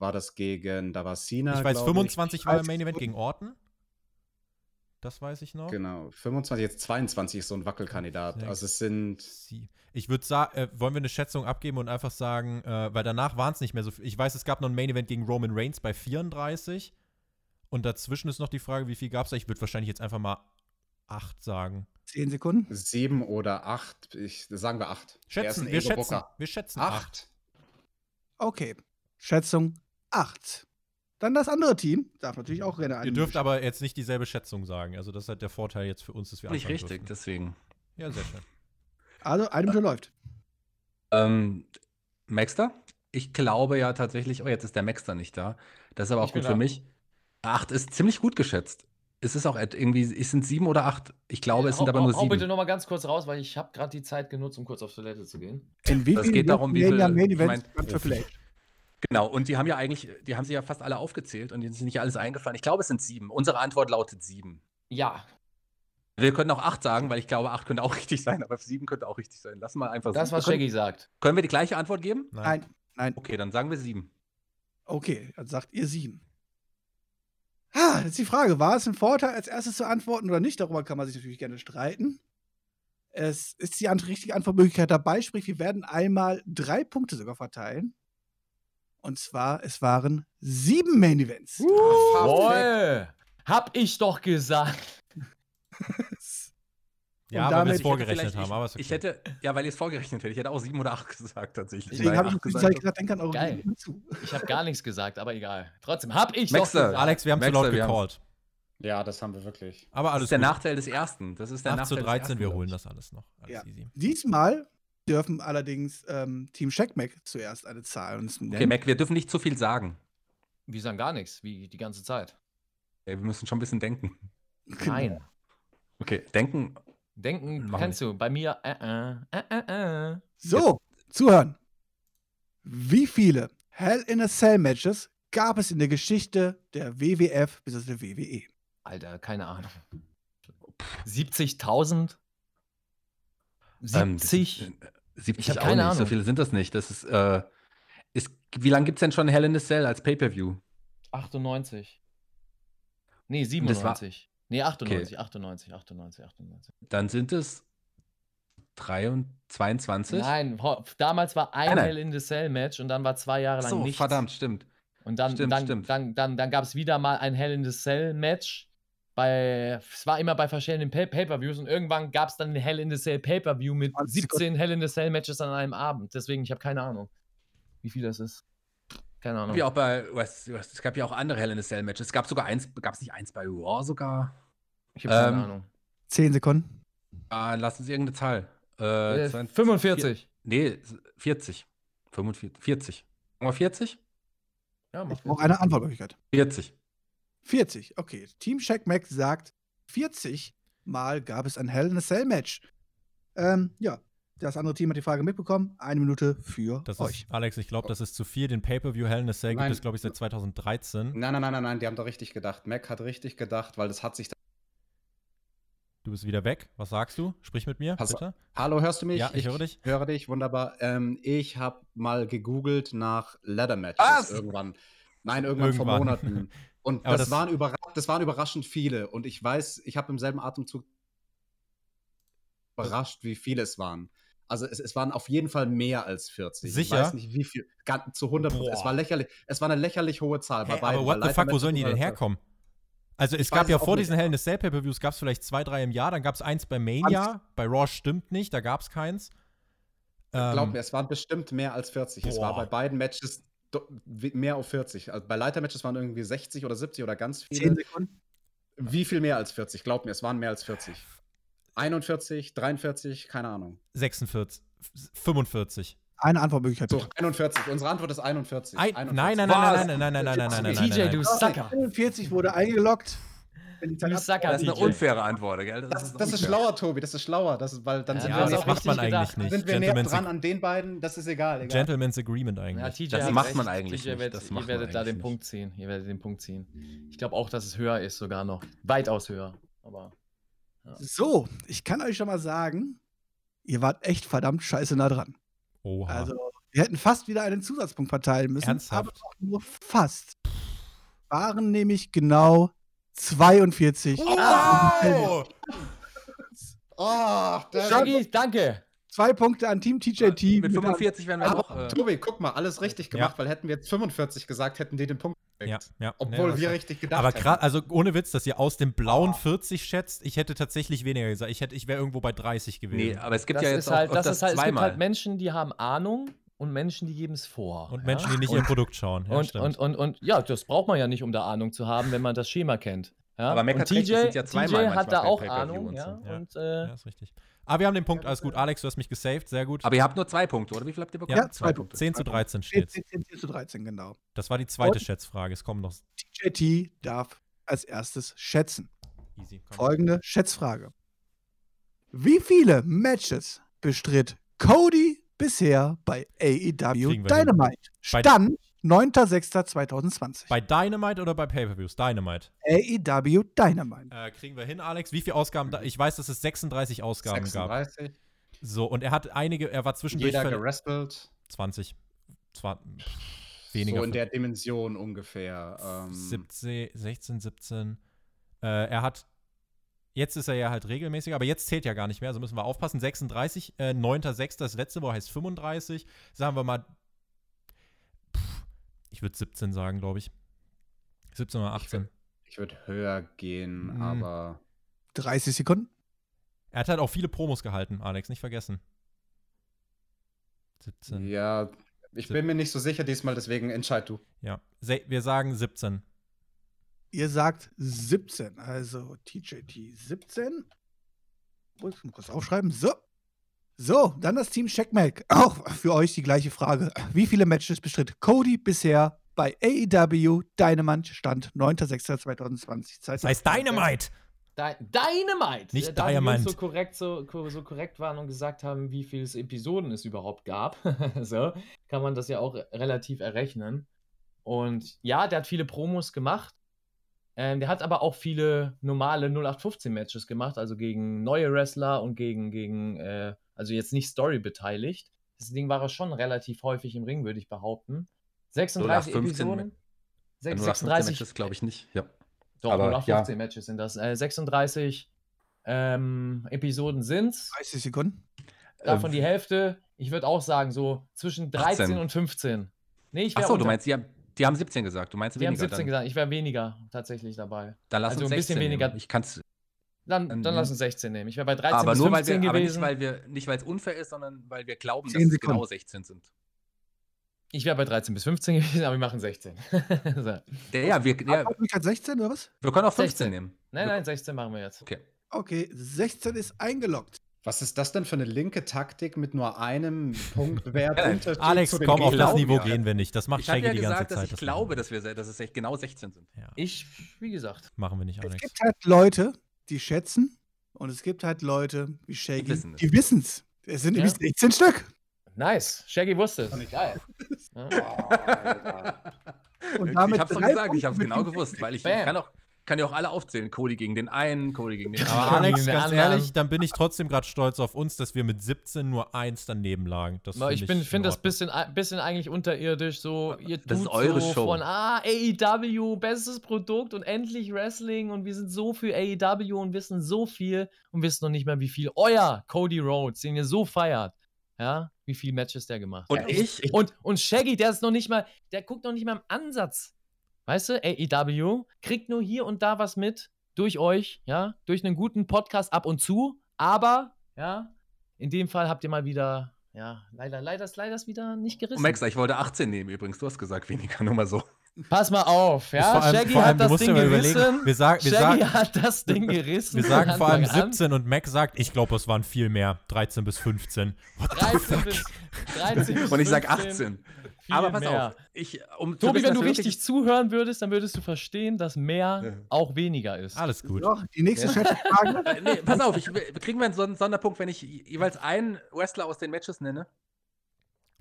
war das gegen, da war Cena.
ich weiß,
glaub
25 war im
Als-
Main Event gegen Orton. Das weiß ich noch.
Ich. Genau, 25, jetzt 22 ist so ein Wackelkandidat.
Sechs.
Also es sind.
Sie- Ich würde sagen, äh, wollen wir eine Schätzung abgeben und einfach sagen, äh, weil danach waren es nicht mehr so viel. Ich weiß, es gab noch ein Main Event gegen Roman Reigns bei 34. Und dazwischen ist noch die Frage, wie viel gab es da? Ich würde wahrscheinlich jetzt einfach mal 8 sagen.
Zehn Sekunden.
Sieben oder acht, ich, sagen wir acht. Er ist
Schätzen,
ein
wir
Ego-Booker.
schätzen, wir schätzen acht.
Acht.
Okay. Schätzung 8. Dann das andere Team. Darf natürlich auch gerne
Ihr dürft aber jetzt nicht dieselbe Schätzung sagen. Also das ist halt der Vorteil jetzt für uns, dass wir
Nicht
anfangen
richtig,
dürfen.
deswegen.
Ja, sehr schön.
Also, eine Minute läuft.
Ähm, Maxter? Ich glaube ja tatsächlich, oh, jetzt ist der Maxter nicht da. Das ist aber auch
Ich bin
gut für
da.
mich. Acht ist ziemlich gut geschätzt. Es ist auch et- irgendwie, es sind sieben oder acht. Ich glaube, es sind
Hau-
aber
hau-
nur
hau bitte
sieben.
nochmal ganz kurz raus, weil ich habe gerade die Zeit genutzt, um kurz auf Toilette zu gehen.
In wie
Das
vielen
geht darum, wie viel-
WrestleMania Main
ich
Events
mein,
stand Triple H?
Genau, und die haben ja eigentlich, die haben sie ja fast alle aufgezählt und denen ist nicht alles eingefallen. Ich glaube, es sind sieben. Unsere Antwort lautet sieben.
Ja,
Wir könnten auch acht sagen, weil ich glaube, acht könnte auch richtig sein, aber sieben könnte auch richtig sein. Lass mal einfach
das,
sieben.
was
können,
Shaggy sagt.
können wir die gleiche Antwort geben?
Nein.
Nein, nein.
Okay, dann sagen wir sieben.
Okay, dann sagt ihr sieben. Ah, jetzt die Frage, war es ein Vorteil, als erstes zu antworten oder nicht? Darüber kann man sich natürlich gerne streiten. Es ist die an- richtige Antwortmöglichkeit dabei, sprich, wir werden einmal drei Punkte sogar verteilen. Und zwar, es waren sieben Main Events.
Jawohl! Hab ich doch gesagt.
Ja,
Und
weil wir es
damit-
vorgerechnet
vielleicht-
haben,
ich,
aber ist okay.
Ich hätte, ja, weil ihr es vorgerechnet hättet. Ich hätte auch sieben oder acht gesagt, tatsächlich.
Deswegen
Weil
habe ich
acht
auf die
gesagt
Zeit
habe.
gedacht, denk an eure
Geil.
Regeln zu.
Ich habe gar nichts gesagt, aber egal. Trotzdem hab ich
Maxer,
doch gesagt.
Alex, wir haben zu
Maxwell,
laut
wir haben's.
gecallt.
Ja, das haben wir wirklich.
Aber
Das
alles
ist der
gut.
Nachteil des ersten. Das ist der
8 zu
Nachteil
13,
des ersten,
wir
glaub
holen
ich.
das alles noch. Alles
Ja.
easy.
Diesmal dürfen allerdings ähm, Team Checkmack zuerst eine Zahl uns nennen.
Okay, Mac, wir dürfen nicht zu viel sagen.
Wir sagen gar nichts, wie die ganze Zeit.
Ey, Wir müssen schon ein bisschen denken.
Genau.
Nein.
Okay, denken.
Denken
Mach
kannst du. Bei mir, äh, äh, äh, äh, äh.
So, zuhören. Wie viele Hell in a Cell Matches gab es in der Geschichte der WWF bis der E? WWE?
Alter, keine Ahnung. 70.000?
ähm,
70?
äh, 70
Ich hab
auch
keine
nicht. So
Ahnung.
viele sind das nicht. Das ist, äh, ist wie lange gibt es denn schon Hell in a Cell als Pay-Per-View?
98. Nee,
das war-
97. Nee, 98, 98, 98, 98.
Dann sind es 23.
Nein, ho- damals war ein
Nein, nein.
Hell in the Cell Match und dann war zwei Jahre lang
so,
nichts.
verdammt, stimmt.
Und dann,
Stimmt,
dann,
stimmt.
dann, dann, dann gab es wieder mal ein Hell in the Cell Match. Bei, es war immer bei verschiedenen Pay- Pay-Per-Views und irgendwann gab es dann ein Hell in the Cell Pay-Per-View mit
20 Sekunden.
17 Hell in the Cell Matches an einem Abend. Deswegen, ich habe keine Ahnung, wie viel das ist. Keine Ahnung.
Wie auch bei, was, was, es gab ja auch andere Hell in a Cell Matches. Es gab sogar eins, gab es nicht eins bei Raw sogar?
Ich habe keine
ähm,
Ahnung.
Zehn Sekunden.
Ah, lass uns irgendeine Zahl. Äh,
Äh,
20
45.
Nee, 40. 45. 40. Machen wir 40?
Ja, mach
Ich brauche eine Antwortmöglichkeit.
40.
40. Okay, Team Checkmack sagt, 40 Mal gab es ein Hell in a Cell Match. Ähm, ja, Das andere Team hat die Frage mitbekommen. Eine Minute für
Das
euch.
ist, Alex, ich glaube, das ist zu viel. Den Pay-Per-View Hell in a Cell gibt
Nein.
es, glaube ich, seit 2013.
Nein, nein, nein, nein, nein, die haben da richtig gedacht. Mac hat richtig gedacht, weil das hat sich.
Du bist wieder weg. Was sagst du? Sprich mit mir,
Pass-
bitte.
Hallo, hörst du mich?
Ja, ich höre dich.
Höre dich, wunderbar. Ähm, ich habe mal gegoogelt nach Leather Matches
Was?
irgendwann. Nein, irgendwann, vor
Irgendwann.
Monaten. Und
Aber
das,
das-
waren überra das waren überraschend viele. Und ich weiß, ich habe im selben Atemzug überrascht, wie viele es waren. Also es, es waren auf jeden Fall mehr als 40.
Sicher?
Ich weiß nicht, wie viel. Ganz, zu 100.
Boah.
Es war lächerlich. Es war eine lächerlich hohe Zahl. bei
Hey,
beiden,
aber
bei
what the
Leather
fuck, wo sollen die denn
Matches-
herkommen? Also es
Ich
gab
weiß
ja
es auch
vor
nicht.
diesen Hell in a Cell Pay-Per-Views gab es vielleicht zwei, drei im Jahr. Dann gab es eins bei Mania. Bei Raw stimmt nicht, da gab es keins. Ähm,
Glaub mir, es waren bestimmt mehr als 40. Es war
Boah.
bei beiden Matches do- we- mehr auf 40. Also bei Leitermatches waren irgendwie 60 oder 70 oder ganz viele.
Sekunden.
Wie viel mehr als 40? Glaub mir, es waren mehr als 40. 41, 43, keine Ahnung.
46, 45.
Eine Antwortmöglichkeit.
So,
bitte.
41. Unsere Antwort ist 41.
Ein, nein,
41.
nein, nein,
Was?
nein, nein, nein, nein, nein, nein, nein, nein, nein,
TJ,
nein.
du Sacker.
41 wurde eingeloggt. Wenn die Zeit
Du
ab-
Sacker,
Das ist eine
TJ.
unfaire Antwort, gell?
Das, das ist schlauer, Tobi. Das ist schlauer. Das ist, weil dann
Ja,
sind
du
wir,
Ja,
hast
näher-
das
auch
macht man
richtig
eigentlich
gedacht.
nicht.
sind wir näher
Gentleman's,
dran an den beiden. Das ist egal. egal.
Gentleman's Agreement
Ja,
eigentlich.
TJ
Das
hat
macht
recht.
man eigentlich
TJ
nicht.
Werdet,
Das
ihr
macht man
werdet da
eigentlich
den
nicht.
Punkt ziehen. Ihr werdet den Punkt ziehen. Ich glaube auch, dass es höher ist, sogar noch. Weitaus höher. Aber
So, ich kann euch schon mal sagen, ihr wart echt verdammt scheiße nah dran.
Oha.
Also, wir hätten fast wieder einen Zusatzpunkt verteilen müssen.
Ernsthaft?
Aber auch nur fast. Waren nämlich genau 42.
Oh!
Oh, der-
Shaggy, danke.
Zwei Punkte an Team TJT.
Mit 45 werden wir noch.
Aber
Äh,
Tobi, guck mal, alles richtig gemacht, weil hätten wir jetzt 45 gesagt, hätten die den Punkt
Ja,
gekriegt.
ja.
Obwohl
Nee,
wir
das-
richtig gedacht
Aber
hätten.
gerade, also ohne Witz, dass ihr aus dem blauen 40 schätzt, ich hätte tatsächlich weniger gesagt. Ich, hätte, ich wäre irgendwo bei 30 gewesen.
nee, aber es gibt
Das
ja jetzt
ist halt,
auch
das
öfters
ist halt, es gibt
zweimal.
halt Menschen, die haben Ahnung und Menschen, die geben es vor.
und
ja?
Menschen, die nicht ihr Produkt schauen. Ja,
und,
stimmt.
und, und, und ja, das braucht man ja nicht, um da Ahnung zu haben, wenn man das Schema kennt. Ja?
Aber Mac
und
hat recht, es sind ja zweimal
TJ
manchmal
hat da
bei
auch
Pay-Per-View
Ahnung.
und
ja?
so.
Ja.
Und, äh,
ja, ist richtig. Aber wir haben den Punkt, alles gut. Alex, du hast mich gesaved, sehr gut.
aber ihr habt nur zwei Punkte, oder? Wie viel habt ihr bekommen?
Ja, zwei Punkte.
10 zu 13
10,
steht
10 zu 13, genau.
Das war die zweite
Und-
Schätzfrage. Es kommen noch
TJT darf als erstes schätzen.
easy. Komm.
Folgende Schätzfrage. Wie viele Matches bestritt Cody bisher bei AEW
Kriegen wir hin.
Dynamite?
Bei-
Stand 9.06.2020.
Bei Dynamite oder bei Pay-Per-Views? Dynamite.
AEW E Dynamite.
Äh, kriegen wir hin, Alex? Wie viele Ausgaben?
Mhm.
Da? Ich weiß, dass es 36 Ausgaben gab.
36,
So, und er hat einige, er war zwischendurch
jeder
ver-
gerestelt.
20. Zwar weniger.
So in
ver-
der Dimension ungefähr. Ähm,
17, 16, 17. Äh, er hat. Jetzt ist er ja halt regelmäßig, aber jetzt zählt ja gar nicht mehr, also müssen wir aufpassen. 36, äh, 9.6. das letzte Woche heißt 35. Sagen wir mal. Pff, ich würde 17 sagen, glaube ich. 17 oder 18.
ich würde höher gehen,
Mhm.
aber
30 Sekunden.
Er hat halt auch viele Promos gehalten, Alex, nicht vergessen. 17.
ja, ich bin mir nicht so sicher diesmal, deswegen entscheid du.
Ja. Se wir sagen 17.
Ihr sagt 17. Also TJT 17. Muss ich mal kurz aufschreiben. So. So, dann das Team Checkmate. Auch für euch die gleiche Frage. Wie viele Matches bestritt Cody bisher bei E AEW Dynamite Stand 9.06.2020?
Das heißt Dynamite!
Di- Dynamite!
Nicht
Äh, da die
Diamant.
uns so korrekt, so, ko- so korrekt waren und gesagt haben, wie viele Episoden es überhaupt gab, so, kann man das ja auch relativ errechnen. Und ja, der hat viele Promos gemacht. Ähm, der hat aber auch viele normale 0815-Matches gemacht, also gegen neue Wrestler und gegen, gegen äh, also jetzt nicht Story beteiligt. Deswegen war er schon relativ häufig im Ring, würde ich behaupten. 36
0815
Episoden.
Ja,
Sech-
nur das
36
Matches, glaube ich, nicht. Ja.
doch,
Aber
nur noch
ja.
15 Matches sind das. Äh, 36 ähm, Episoden sind's.
30 Sekunden.
Davon
Ähm,
die Hälfte, ich würde auch sagen, so zwischen 13
18.
und 15. Nee, ich wäre
Achso, du meinst, die haben, die haben 17 gesagt. Du meinst
die
weniger.
haben 17
dann,
gesagt, ich wäre weniger tatsächlich dabei.
Dann lass
Also
uns
ein bisschen
16 nehmen.
weniger.
Ich kann's,
Dann,
Dann
dann
nimm-
lass uns 16 nehmen. Ich wäre bei 13
Ähm, ne? aber
bis
nur, weil
15
wir, aber nicht,
gewesen.
weil wir, nicht weil es unfair ist, sondern weil wir glauben, dass
10
es genau
Sekunden.
16 sind.
ich wäre bei 13 bis 15 gewesen, aber wir machen 16. so. Nein,
Der, ja, wir, ja,
Möglichkeit 16 oder was?
wir können auch 15
16.
nehmen. wir,
nein, 16 machen wir jetzt.
Okay.
Okay, 16 ist eingeloggt.
Was ist das denn für eine linke Taktik mit nur einem Punktwert?
Nein,
Unterschied
Alex,
zu den
komm, auf das
Glauben
Gegnern?
Niveau
ja.
gehen wir nicht. Das macht
Ich habe
Shaggy
ja
die ganze
gesagt,
Zeit.
dass ich
das
glaube, dass, wir, se- dass es echt genau 16 sind.
machen wir nicht.
Ich, wie gesagt,
Ja, machen wir nicht,
Es
Alex.
gibt halt Leute, die schätzen und es gibt halt Leute wie Shaggy,
wissen es.
die wissen es. Es sind
Ja.
nämlich 16 Stück.
Nice. Shaggy wusste es.
Geil.
Und
ich
damit
hab's doch
drei
gesagt, ich
Punkte
hab's
mit
genau
dem-
gewusst, weil ich
Bam.
kann auch, kann ja auch alle aufzählen. Cody gegen den einen, Cody gegen den
Aber
anderen.
Alex,
gegen den
ganz
anderen.
ehrlich, dann bin ich trotzdem gerade stolz auf uns, dass wir mit 17 nur eins daneben lagen. Das
Aber
find
ich bin-
in
finde das
Ordnung.
bisschen, ein bisschen eigentlich unterirdisch. So, ihr
Das ist
tut
eure
so
Show.
von ah, AEW, bestes Produkt und endlich Wrestling und wir sind so für AEW und wissen so viel und wissen noch nicht mehr, wie viel euer Cody Rhodes, den ihr so feiert, ja, wie viel Matches der gemacht
Und
hat.
ich,
Und, und Shaggy, der ist noch nicht mal, der guckt noch nicht mal im Ansatz. Weißt du, AEW kriegt nur hier und da was mit durch euch, ja, durch einen guten Podcast ab und zu, aber, ja, in dem Fall habt ihr mal wieder, ja, leider, leider, ist- leider ist wieder nicht
und
gerissen.
oh, Max, ich wollte 18 nehmen übrigens. Du hast gesagt weniger, nur mal so.
Pass mal auf,
Ist
ja, Shaggy
vor
hat
du
das
musst
Ding
dir mal überlegen,
gerissen.
Wir, sagen, wir,
Shaggy
sagen,
hat das Ding gerissen.
wir sagen
von
vor allem
Anfang an.
17 und Mac sagt, ich glaube, es waren viel mehr. 13 bis 15. What the
13
fuck?
bis, 13 bis
Und ich sag
15,
18.
viel
Aber pass
mehr.
auf, ich, um zu wissen,
Tobi, wenn du
dass wir wirklich-
richtig zuhören würdest, dann würdest du verstehen, dass mehr
Ja. Ah,
auch weniger ist.
Alles gut.
Doch, die nächste Schätzfrage.
Äh, nee, pass auf, ich, will- kriegen wir einen Son- Sonderpunkt, wenn ich jeweils einen Wrestler aus den Matches nenne?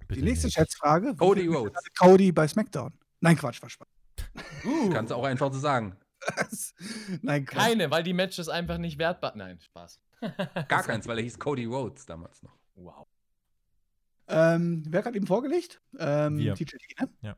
Bitte
Die nächste
nicht.
Schätzfrage. Wie
Cody
viel
Rhodes.
hatte Cody bei SmackDown. Nein, Quatsch, war Spaß.
Kannst du auch einfach so sagen.
Nein, Quatsch.
Keine, weil die Matches einfach nicht wertbar. Nein, Spaß.
Gar keins, weil er hieß Cody Rhodes damals noch.
Wow.
Ähm, wer hat gerade eben vorgelegt? Ähm,
Wir.
TJT, ne?
Ja.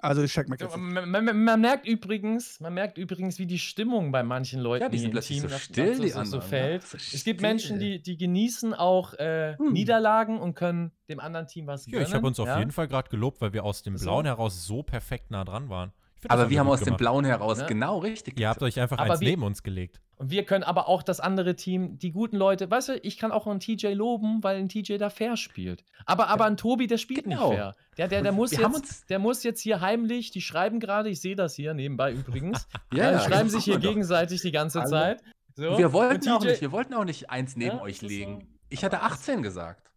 Also ich check mal
So,
kurz.
Man, man, man merkt übrigens, man merkt übrigens, wie die Stimmung bei manchen Leuten
Ja, die
hier
sind
im
plötzlich
Team
so
nach-
still,
nach-
die
so, so
anderen, ne?
fällt.
So
es gibt Menschen,
still.
die, die genießen auch äh,
Hm.
Niederlagen und können dem anderen Team was
Ja,
gönnen.
ich habe uns auf
ja? Also
jeden Fall gerade gelobt, weil wir aus dem
So.
Blauen heraus so perfekt nah dran waren. Ich find, das
Aber wir haben
gut
aus dem
gemacht.
Blauen heraus
Ne?
genau richtig.
Ihr habt euch einfach
Aber
eins
wie-
neben uns gelegt.
Und wir können aber auch das andere Team, die guten Leute, weißt du, ich kann auch einen TJ loben, weil ein TJ da fair spielt. Aber, aber ein Tobi, der spielt
Genau.
nicht fair. Der, der, der,
Und
muss
wir haben uns-
jetzt, der muss jetzt hier heimlich, die schreiben gerade, ich sehe das hier nebenbei übrigens,
Ja,
Ne? die schreiben
das
sich
machen
hier
wir doch. Also,
gegenseitig die ganze
Alle.
Zeit. So.
Wir wollten
Und
auch
TJ
nicht, wir wollten auch nicht eins neben
Ja,
euch
das ist
legen.
so.
Ich hatte 18 gesagt.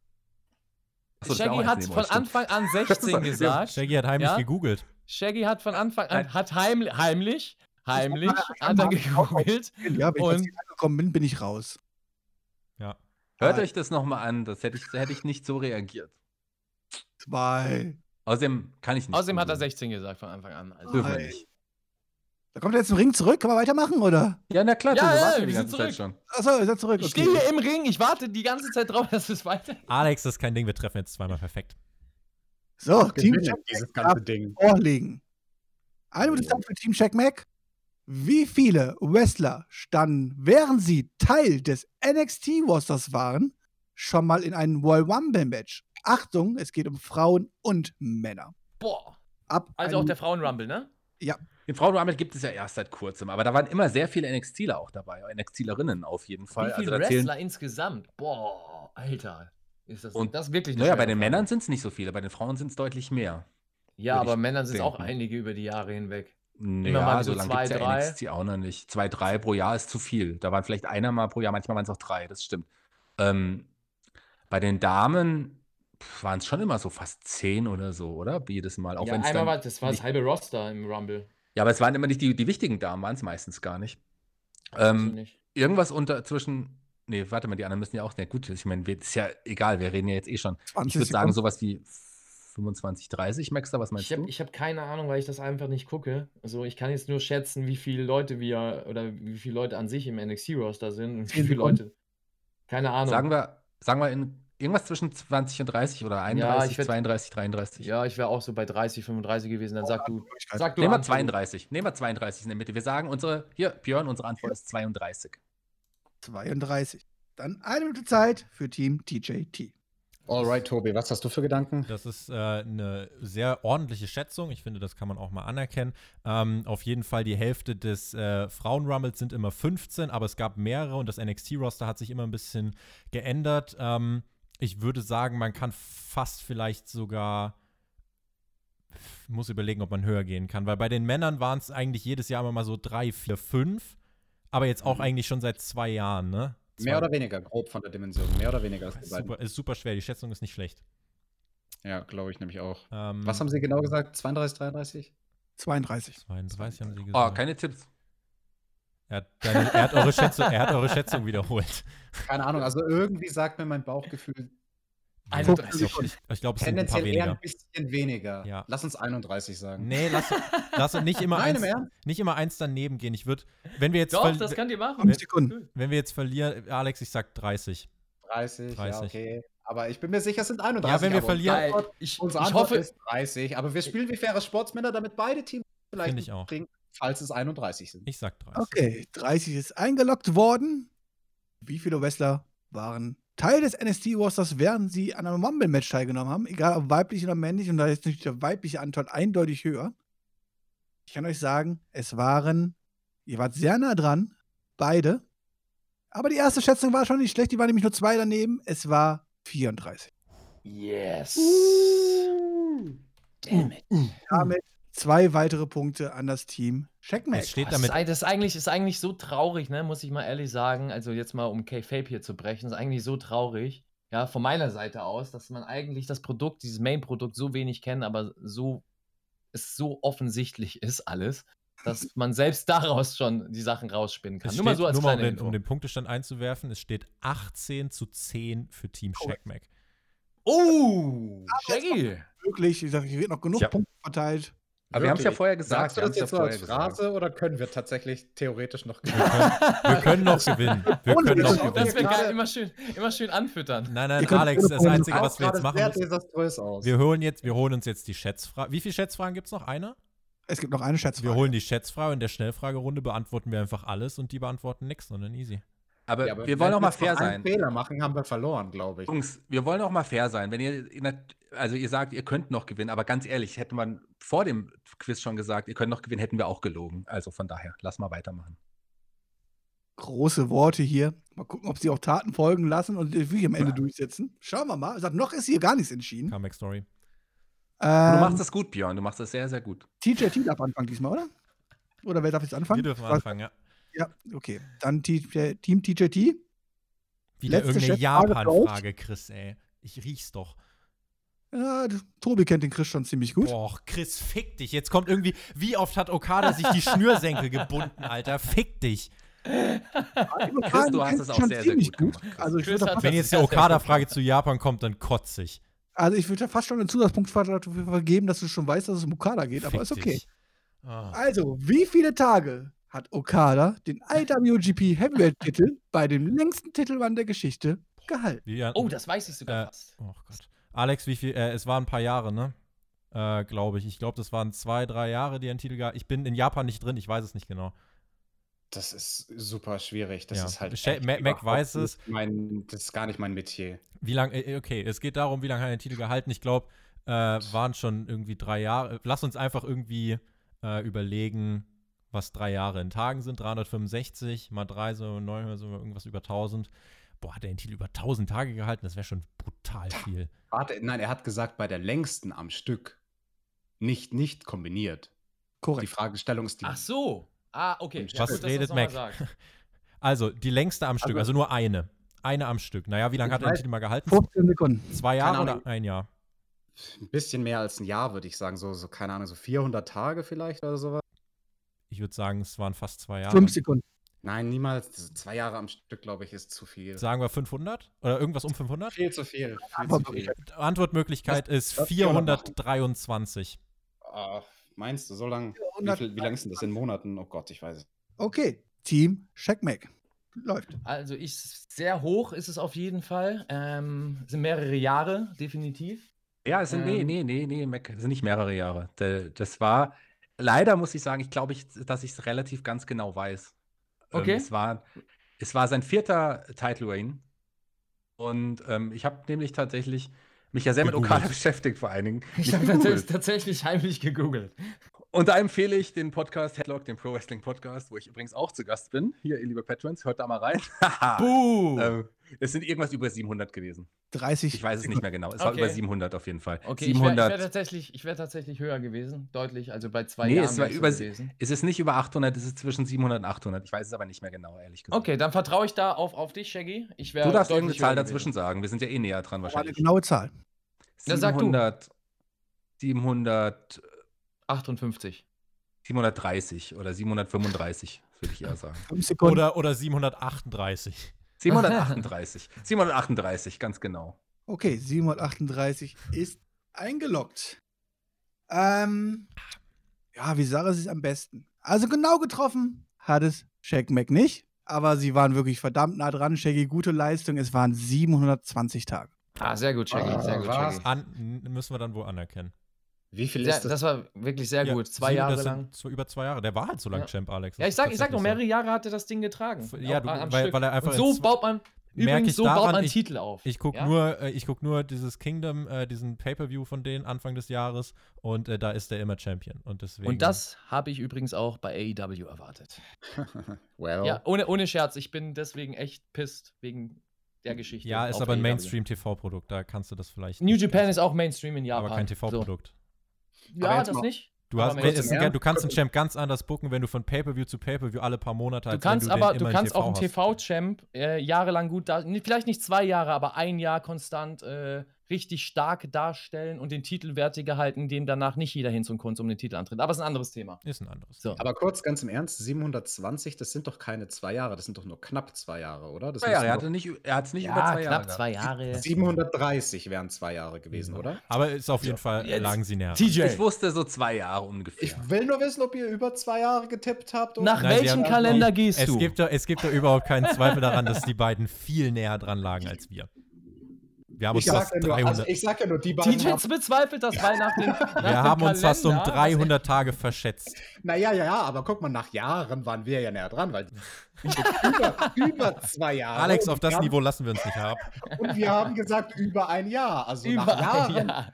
Achso, das war auch
Shaggy
eins
hat
neben
von
euch, stimmt.
Anfang an
Das ist
16
auch-
gesagt.
Shaggy hat heimlich
Ja?
gegoogelt.
Shaggy hat von Anfang an, hat heimlich, heimlich, heimlich,
mal
hat er
anmachen.
gegoogelt.
Ja, wenn ich jetzt
Und-
hier angekommen bin, bin ich raus.
Hört euch das nochmal an, das hätte ich, da hätte ich nicht so reagiert.
Zwei.
Außerdem kann ich nicht.
Außerdem hat er
googeln.
16 gesagt von Anfang an. Also.
Dürfen wir
Ei.
nicht.
Da kommt er jetzt im Ring zurück. Kann man weitermachen, oder?
Ja, na klar,
Ja,
Tobi,
ja,
warst du
wir
die
sind
ganze Zeit schon.
Achso, ist er zurück.
Ich
Okay.
stehe hier im Ring, ich warte die ganze Zeit drauf, dass es weiter.
Alex, das ist kein Ding, wir treffen jetzt zweimal perfekt.
So, Team
Gewinne,
Check
dieses ganze Ding.
vorlegen. Eine Minute Zeit für Team Check Mac. Wie viele Wrestler standen, während sie Teil des NXT Rosters waren, schon mal in einem Royal Rumble Match? Achtung, es geht um Frauen und Männer.
Boah.
Ab
Also auch
einem-
der Frauenrumble, ne?
Den Frauenrahmen gibt es ja erst seit kurzem, aber da waren immer sehr viele NXTler auch dabei, NXTlerinnen auf jeden Fall. Also
Wie viele
da zählen-
Wrestler insgesamt? Boah, Alter. Ist das,
Und-
das ist wirklich eine
Naja,
schwere
bei den
Frage.
Männern sind es nicht so viele, bei den Frauen sind es deutlich mehr.
Ja,
würd ich
aber Männern sind es auch
denken.
einige über die Jahre hinweg.
Naja,
mal so
so lange
zwei,
gibt es ja
drei.
NXT auch noch nicht. Zwei, drei pro Jahr ist zu viel. Da waren vielleicht einer mal pro Jahr, manchmal waren es auch drei, das stimmt. Ähm, bei den Damen waren es schon immer so fast zehn oder so, oder? Jedes Mal. Auch
ja,
wenn's
einmal
dann
war das war das
nicht-
halbe Roster im Rumble.
ja, aber es waren immer nicht die, die wichtigen Damen, waren es meistens gar nicht. Ähm,
Also nicht.
irgendwas unter zwischen. Nee, warte mal, die anderen müssen ja auch. Na gut, ich meine, wir- ist ja egal, wir reden ja jetzt eh schon.
20
Ich würde sagen,
Sekunden.
sowas wie 25, 30, Maxter, was meinst
Ich habe
du?
ich hab keine Ahnung, weil ich das einfach nicht gucke. Also ich kann jetzt nur schätzen, wie viele Leute wir oder wie viele Leute an sich im NXT-Roster sind und wie
Zehn
viele
Sekunden.
Leute. Keine Ahnung.
Sagen wir, sagen wir in, irgendwas zwischen 20 und 30 oder 31,
ich würd-
32, 33.
ja, ich wäre auch so bei 30, 35 gewesen. Dann sag du, sag du.
Nehmen wir
Antwort.
32. Nehmen wir 32 in der Mitte. Wir sagen unsere, hier, Björn, unsere Antwort ist 32.
32. Dann eine Minute Zeit für Team TJT.
Alright, Tobi, was hast du für Gedanken?
Das ist äh, eine sehr ordentliche Schätzung. Ich finde, das kann man auch mal anerkennen. Ähm, auf jeden Fall die Hälfte des äh, Frauenrummels sind immer 15, aber es gab mehrere und das NXT-Roster hat sich immer ein bisschen geändert. Ähm, ich würde sagen, man kann fast vielleicht sogar. Ich muss überlegen, ob man höher gehen kann, weil bei den Männern waren es eigentlich jedes Jahr immer mal so drei, vier, fünf. Aber jetzt auch eigentlich schon seit zwei Jahren, ne? Zwei,
Mhm. Mehr oder weniger, grob von der Dimension. Mehr oder weniger als die
ist
beiden.
super, ist super schwer, die Schätzung ist nicht schlecht.
Ja, glaube ich nämlich auch.
Ähm,
Was haben sie genau gesagt? 32, 33?
32.
Ah,
32 haben sie gesagt.
Oh, keine Tipps.
Er hat, deine, er hat, eure, Schätzung, er hat eure Schätzung wiederholt.
Keine Ahnung, also irgendwie sagt mir mein Bauchgefühl
Ich
31
glaub, ich ich glaube, es sind ein paar
Also tendenziell eher
weniger.
ein bisschen weniger.
Ja.
Lass uns 31 sagen.
Nee, lass, lass nicht, immer
Nein,
eins,
im Ernst?
nicht immer eins daneben gehen. Ich würde, wenn wir jetzt,
Doch,
verli-
das könnt ihr machen.
Fünf Sekunden.
wenn wir jetzt verlieren, Alex, ich sag 30.
30,
30.
ja, okay. Aber ich bin mir sicher, es sind 31.
Ja, wenn wir
aber
verlieren,
Geil. Ich, ich
Unsere Antwort
hoffe,
ist 30, aber wir spielen wie faire Sportsmänner, damit beide Teams vielleicht
Finde ich auch.
kriegen, falls es 31 sind.
ich sag 30.
Okay, 30 ist eingeloggt worden. Wie viele Wrestler waren Teil des NST Wars, während sie an einem Mumble-Match teilgenommen haben? Egal ob weiblich oder männlich. Und da ist natürlich der weibliche Anteil eindeutig höher. Ich kann euch sagen, es waren, ihr wart sehr nah dran, beide. Aber die erste Schätzung war schon nicht schlecht, die waren nämlich nur zwei daneben. Es war 34.
Yes.
Uh.
Damn it.
Damit zwei weitere Punkte an das Team Checkmate.
Es steht
Das ist,
damit,
ei- das ist eigentlich, ist eigentlich so traurig, ne? muss ich mal ehrlich sagen. Also jetzt mal, um K-Fape hier zu brechen, ist eigentlich so traurig, ja, von meiner Seite aus, dass man eigentlich das Produkt, dieses Main-Produkt so wenig kennt, aber so, es so offensichtlich ist alles, dass man selbst daraus schon die Sachen rausspinnen kann.
es
Nur mal
steht-
so als
nur mal
kleine
um, den,
Info.
um den Punktestand einzuwerfen, es steht 18 zu 10 für Team Checkmack.
Oh,
Ah,
Shaggy.
Wirklich, ich sage, hier wird noch genug
Ja.
Punkte verteilt.
Aber wir haben's ja
Wirklich?
vorher gesagt,
Sagst du das
wir haben's ja
jetzt so als
vorher gesagt.
Phrase oder können wir tatsächlich theoretisch noch
Wir können, wir können noch gewinnen. Wir
Ohne
können noch
Wissen.
gewinnen.
Oh, Das wird
gerade-
geil, immer schön, immer schön anfüttern.
Nein,
Ihr
nein,
könnt
Alex, das
Telefon-
Einzige, was wir jetzt machen
sehr
müssen,
desaströs aus.
wir holen, jetzt, wir holen uns jetzt die Schätzfrage. Wie viele Schätzfragen gibt es noch? Eine?
Es gibt noch eine Schätzfrage.
Wir holen die Schätzfrage. In der Schnellfragerunde beantworten wir einfach alles und die beantworten nichts, sondern easy.
Aber,
Ja, aber
wir wollen
wenn
auch mal
jetzt nur
fair
einen
sein.
Fehler machen, haben wir verloren, glaube ich.
Jungs, wir wollen auch mal fair sein. Wenn ihr, nat- also ihr sagt, ihr könnt noch gewinnen, aber ganz ehrlich, hätte man vor dem Quiz schon gesagt, ihr könnt noch gewinnen, hätten wir auch gelogen. Also von daher, lass mal weitermachen.
große Worte hier. Mal gucken, ob sie auch Taten folgen lassen und die wirklich am Ende durchsetzen. Schauen wir mal. Sagt, noch ist hier gar nichts entschieden.
Comeback Story.
Und
Ähm,
du machst das gut, Björn. Du machst das sehr, sehr gut.
TJT darf anfangen diesmal, oder? Oder wer darf jetzt anfangen?
Wir dürfen anfangen, ja.
Ja, okay. Dann TJ, Team TJT.
Wieder
Letzte
irgendeine
Schätzfrage
Japan-Frage, Chris, ey. Ich riech's doch.
Ja, d- Tobi kennt den Chris schon ziemlich gut.
Boah, Chris, fick dich. Jetzt kommt irgendwie, wie oft hat Okada sich die Schnürsenkel gebunden, Alter? Fick dich.
Aber
Chris,
Kahn
du hast
kennt
es
ihn
auch
schon
sehr, sehr
ziemlich
gut gemacht, Chris.
Also ich
Chris
würde da,
hat-
fast-
Wenn jetzt die Okada-Frage zu Japan kommt, dann kotz ich.
also ich würd da fast schon einen Zusatzpunkt ver- vergeben, dass du schon weißt, dass es um Okada geht, aber
Fick
ist okay.
dich. Ah.
Also, wie viele Tage hat Okada den IWGP Heavyweight-Titel bei dem längsten Titelmann der Geschichte gehalten?
Wie, ja,
Oh, das weiß ich sogar
Äh,
fast.
oh Gott. Alex, wie viel? Äh, es waren ein paar Jahre, ne? Äh, glaube ich. Ich glaube, das waren zwei, drei Jahre, die er einen Titel gab. Ich bin in Japan nicht drin, ich weiß es nicht genau.
Das ist super schwierig. Das
Ja.
ist halt.
Sha-
echt
Mac- Mac
überhaupt
weiß es.
nicht Mein, das ist gar nicht mein Metier.
Wie lange? Äh, okay, es geht darum, wie lange hat er den Titel gehalten? Ich glaube, äh, waren schon irgendwie drei Jahre. Lass uns einfach irgendwie äh, überlegen, was drei Jahre in Tagen sind. 365 mal drei, so neun, so irgendwas über 1000. Boah, hat er den Titel über 1000 Tage gehalten? Das wäre schon brutal viel.
Warte, nein, er hat gesagt, bei der längsten am Stück. Nicht, nicht kombiniert. Die
Korrekt.
Fragestellung ist die.
Ach so. Ah, okay.
Was
gut, dass du das
redet
nochmal
Mac?
sagst.
Also, die längste am Stück, also nur eine. Eine am Stück. Naja, wie lange
Ich
hat er den
weiß-
Titel mal gehalten?
15 Sekunden.
Zwei
Keine
Jahre
Ahnung.
oder ein Jahr?
Ein bisschen mehr als ein Jahr, würde ich sagen. So, so, keine Ahnung, so 400 Tage vielleicht oder sowas.
Ich würde sagen, es waren fast zwei Jahre.
5 Sekunden.
Nein, niemals. Das- Zwei Jahre am Stück, glaube ich, ist zu viel.
Sagen wir 500? Oder irgendwas um 500?
Viel zu viel. Viel
Aber-
zu viel.
Antwortmöglichkeit ist
das können wir machen.
423.
Ah, meinst du, so lang? Wie,
400
viel, wie lang ist denn das in Monaten? Oh Gott, ich weiß es.
Okay, Team Checkmate. Läuft.
Also ich sehr hoch ist es auf jeden Fall. Ähm, sind mehrere Jahre, definitiv.
Ja, es sind, nee,
Ähm.
nee, nee, nee, Mac, es sind nicht mehrere Jahre. D- Das war, leider muss ich sagen, ich glaube, ich, dass ich es relativ ganz genau weiß. Ähm,
Okay.
es, war, es war sein vierter Title Reign. Und ähm, ich habe nämlich tatsächlich mich ja sehr mit
Gegoogelt.
Okada beschäftigt, vor allen Dingen.
Ich
Nicht
habe
gegoogelt.
tatsächlich, tatsächlich heimlich gegoogelt.
Und da empfehle ich den Podcast Headlock, den Pro Wrestling Podcast, wo ich übrigens auch zu Gast bin. Hier, ihr liebe Patrons, hört da mal rein.
Buh!
ähm, es sind irgendwas über 700 gewesen.
30.
Ich weiß es nicht mehr genau. Es war
Okay.
über 700 auf jeden Fall.
okay, ich wäre
700.
wär tatsächlich, ich wär tatsächlich höher gewesen, deutlich, also bei zwei
Nee,
Jahren
es war
wär's so
über-
gewesen.
es ist nicht über 800, es ist zwischen 700 und 800. Ich weiß es aber nicht mehr genau, ehrlich gesagt.
Okay, dann vertraue ich da auf, auf dich, Shaggy. Ich wär
Du darfst irgendeine
deutlich
Zahl
höher
dazwischen
gewesen.
sagen. Wir sind ja eh näher dran
War eine
wahrscheinlich.
genaue Zahl.
Na, sag du.
700, 700,
58.
730 oder 735. würde ich eher sagen.
Fünf Sekunden.
Oder, oder 738.
738. 738, ganz genau.
Okay, 738 ist eingeloggt. Ähm, ja, wie Sarah es am besten. Also genau getroffen hat es Shaq Mac nicht, aber sie waren wirklich verdammt nah dran. Shaggy, gute Leistung. Es waren 720 Tage.
Ah, sehr gut, Shaggy,
Ah,
sehr gut,
was?
Shaggy.
An, n- müssen wir dann wohl anerkennen.
Wie viel
Sehr,
ist das?
das war wirklich sehr
Ja,
gut. Zwei
sieben,
Jahre
das sind
lang.
Zwei, über zwei Jahre. Der war halt so lang
Ja.
Champ, Alex.
Ja,
Das
ich
ist
sag, ich sag
tatsächlich
noch,
so.
mehrere Jahre hat er das Ding getragen.
Ja,
Am-
du-
am
weil-
Stück.
weil er einfach
Und so
ins-
baut man,
merk
übrigens,
ich
so baut
daran,
man
ich-
Titel auf.
Ich guck
ja?
nur, äh, ich guck nur dieses Kingdom, äh, diesen Pay-per-View von denen Anfang des Jahres und äh, da ist der immer Champion und deswegen.
Und das habe ich übrigens auch bei AEW erwartet.
well,
Ja, ohne, ohne Scherz, ich bin deswegen echt pisst wegen der Geschichte.
Ja, ist
auf
aber ein
AEW.
Mainstream-TV-Produkt. Da kannst du das vielleicht.
New
nicht
Japan
ganz-
ist auch Mainstream in Japan.
aber kein
So.
TV-Produkt.
Aber
Ja,
jetzt
das
mal-
nicht.
Du,
Aber
hast,
man muss
es,
im
ist-
Ernst-
du kannst einen Champ ganz anders booken, wenn du von Pay-Per-View zu Pay-Per-View alle paar Monate
Du
als
kannst
wenn du den
aber, du
immer im
kannst
TV
auch einen
hast.
TV-Champ äh, jahrelang gut, da, nee, vielleicht nicht zwei Jahre, aber ein Jahr konstant äh, richtig stark darstellen und den Titel wertiger halten, dem danach nicht jeder hin zum Kunst um den Titel antritt. Aber es ist ein anderes Thema.
Ist ein anderes.
So.
Aber kurz, ganz im Ernst, 720, das sind doch keine zwei Jahre, das sind doch nur knapp zwei Jahre, oder? Das
Zwei Jahre.
müssen
Er
doch-
hatte nicht, er hat's nicht
Ja,
über zwei Jahre.
knapp zwei Jahre.
730 wären zwei Jahre gewesen, oder?
Aber ist auf jeden Fall
jetzt-
lagen sie näher.
TJ,
Ich wusste so zwei Jahre ungefähr.
Ich will nur wissen, ob ihr über zwei Jahre getippt habt. oder-
nach
Nein, sie
welchem
haben-
Kalender gehst
Es
du?
gibt, da, es gibt da überhaupt keinen Zweifel daran, dass die beiden viel näher dran lagen als wir. Wir haben uns
Ich sag,
fast
ja nur,
300.
also ich sag ja nur, die beiden.
TJ
haben-
bezweifelt das, weil nach dem. Nach dem
wir haben uns fast um
Kalender- also
300 Tage verschätzt.
Naja, ja, ja, aber guck mal, nach Jahren waren wir ja näher dran, weil über, über zwei Jahre.
Alex,
und
auf
wir
das
haben-
Niveau lassen wir uns nicht haben.
Und wir haben gesagt, über ein Jahr. Also
Über
nach Jahren.
ein Jahr.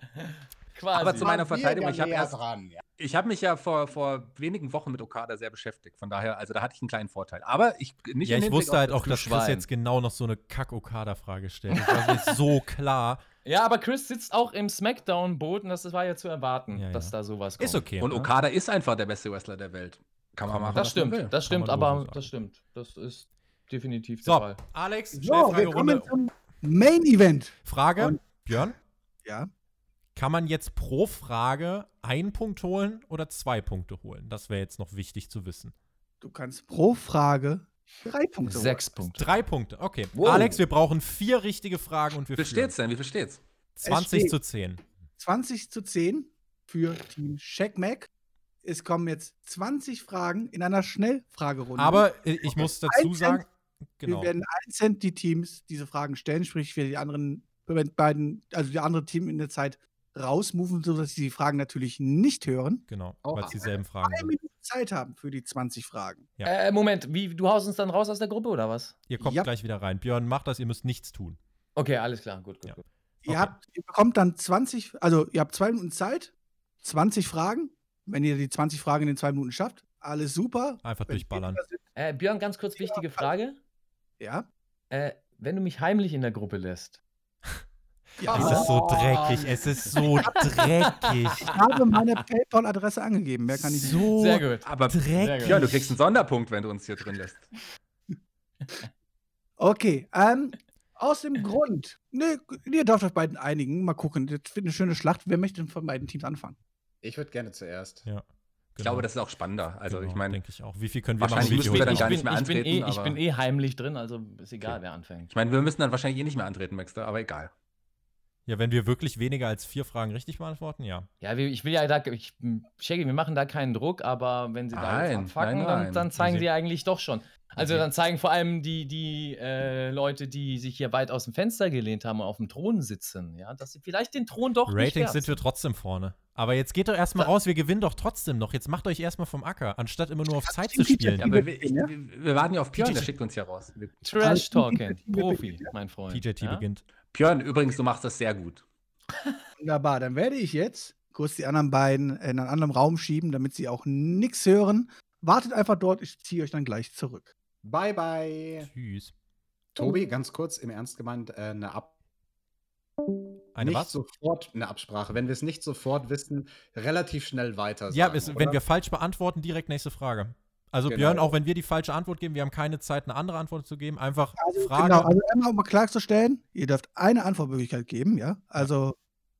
Quasi.
Aber zu
waren
meiner
wir
Verteidigung,
ja
ich habe
näher
erst-
dran. Ja.
Ich habe mich ja vor, vor wenigen Wochen mit Okada sehr beschäftigt. Von daher, also da hatte ich einen kleinen Vorteil. Aber ich nicht
Ja,
im
ich
Hinblick
wusste
auf
halt
das
auch, dass
Geschwein.
Chris jetzt genau noch so eine Kack-Okada-Frage stellt. Das war mir so klar.
ja, aber Chris sitzt auch im Smackdown-Boot und das war ja zu erwarten,
Ja, ja.
dass da sowas kommt.
Ist okay.
Und
ne?
Okada ist einfach der beste Wrestler der Welt. Kann man machen.
Das
was man
stimmt,
will.
das stimmt,
man wohl so
aber
sagen.
das stimmt. Das ist definitiv der
So,
Fall.
Alex,
So, wir kommen
Schnellfragerunde.
zum Main Event.
Frage,
Und-
Björn,
Ja.
kann man jetzt pro Frage einen Punkt holen oder zwei Punkte holen? Das wäre jetzt noch wichtig zu wissen.
Du kannst pro Frage drei Punkte.
Sechs Punkte.
Drei Punkte, okay.
Wow.
Alex, wir brauchen vier richtige Fragen und wir
Wie viel
führen.
steht's denn? Wie viel steht's?
20
steht-
zu 10.
20 zu 10 für Team Shaq Mac. Es kommen jetzt 20 Fragen in einer Schnellfragerunde.
Aber äh, ich muss dazu
Ein
sagen,
wir
genau.
werden einzeln die Teams diese Fragen stellen, sprich wir die anderen beiden, also die andere Team in der Zeit rausmoven, sodass sie die Fragen natürlich nicht hören.
Genau,
Oh,
weil es dieselben Fragen
Eine
sind.
Minute Zeit haben für die 20 Fragen.
Ja.
Äh, Moment, wie, du haust uns dann raus aus der Gruppe oder was?
Ihr kommt
Ja.
gleich wieder rein. Björn, macht das, ihr müsst nichts tun.
Okay, alles klar, gut, gut,
Ja.
gut.
Okay.
Ihr, habt, ihr bekommt dann 20, also ihr habt zwei Minuten Zeit, 20 Fragen. Wenn ihr die 20 Fragen in den zwei Minuten schafft, alles super.
Einfach
Wenn
durchballern.
die sind-
Äh, Björn, ganz kurz wichtige Frage.
Ja.
Äh, wenn du mich heimlich in der Gruppe lässt.
Es
ja.
ist so dreckig, es ist so dreckig.
Ich habe meine PayPal-Adresse angegeben. Mehr kann ich nicht.
so
Sehr gut.
Aber
dreckig.
Björn, du kriegst einen Sonderpunkt, wenn du uns hier drin lässt.
Okay, ähm, aus dem Grund. Ne, ihr dürft euch beiden einigen. Mal gucken. Das wird eine schöne Schlacht. Wer möchte denn von beiden Teams anfangen?
Ich würde gerne zuerst.
Ja.
Ich
Genau.
glaube, das ist auch spannender. Also ich meine,
denke ich auch. Wie viel können wir machen?
wahrscheinlich
Wie
müssen
viel
wir
holen
dann
wir?
gar
bin,
nicht mehr
ich, bin
antreten,
eh, ich
aber-
bin eh heimlich drin, also ist egal, wer anfängt.
ich meine, wir müssen dann wahrscheinlich eh nicht mehr antreten, Maxter, aber egal.
Ja, wenn wir wirklich weniger als vier Fragen richtig beantworten, ja.
Ja, wir- ich will ja da, ich, Shaggy, wir machen da keinen Druck, aber wenn sie da jetzt
Nein,
abfacken,
nein,
Dann,
nein.
dann zeigen
Sie-
sie eigentlich doch schon. Also
Sie-
dann zeigen vor allem die, die äh, Leute, die sich hier weit aus dem Fenster gelehnt haben und auf dem Thron sitzen, ja, dass sie vielleicht den Thron doch
Ratings
nicht
sind wir trotzdem vorne. Aber jetzt geht doch erstmal raus, wir gewinnen doch trotzdem noch. Jetzt macht euch erstmal vom Acker, anstatt immer nur auf Zeit zu
Ja,
spielen.
aber wir, ich, wir wir warten ja auf Björn, der schickt uns ja raus. Wir-
Trash Talking,
TJT
Profi,
beginnt,
mein Freund.
TJT
ja?
beginnt.
Björn, übrigens, du machst das sehr gut.
Wunderbar, dann werde ich jetzt kurz die anderen beiden in einen anderen Raum schieben, damit sie auch nichts hören. Wartet einfach dort, ich ziehe euch dann gleich zurück.
Bye, bye.
Tschüss. Oh.
Tobi, ganz kurz, im Ernst gemeint, äh, eine Ab
Eine
nicht
was?
sofort eine Absprache. Wenn wir es nicht sofort wissen, relativ schnell weiter.
ja,
sagen,
es,
oder?
wenn wir falsch beantworten, direkt nächste Frage. Also
Genau.
Björn, auch wenn wir die falsche Antwort geben, wir haben keine Zeit, eine andere Antwort zu geben. Einfach
Also,
Frage.
genau,
Genau, also einmal um mal klarzustellen, ihr dürft eine Antwortmöglichkeit geben, ja? Also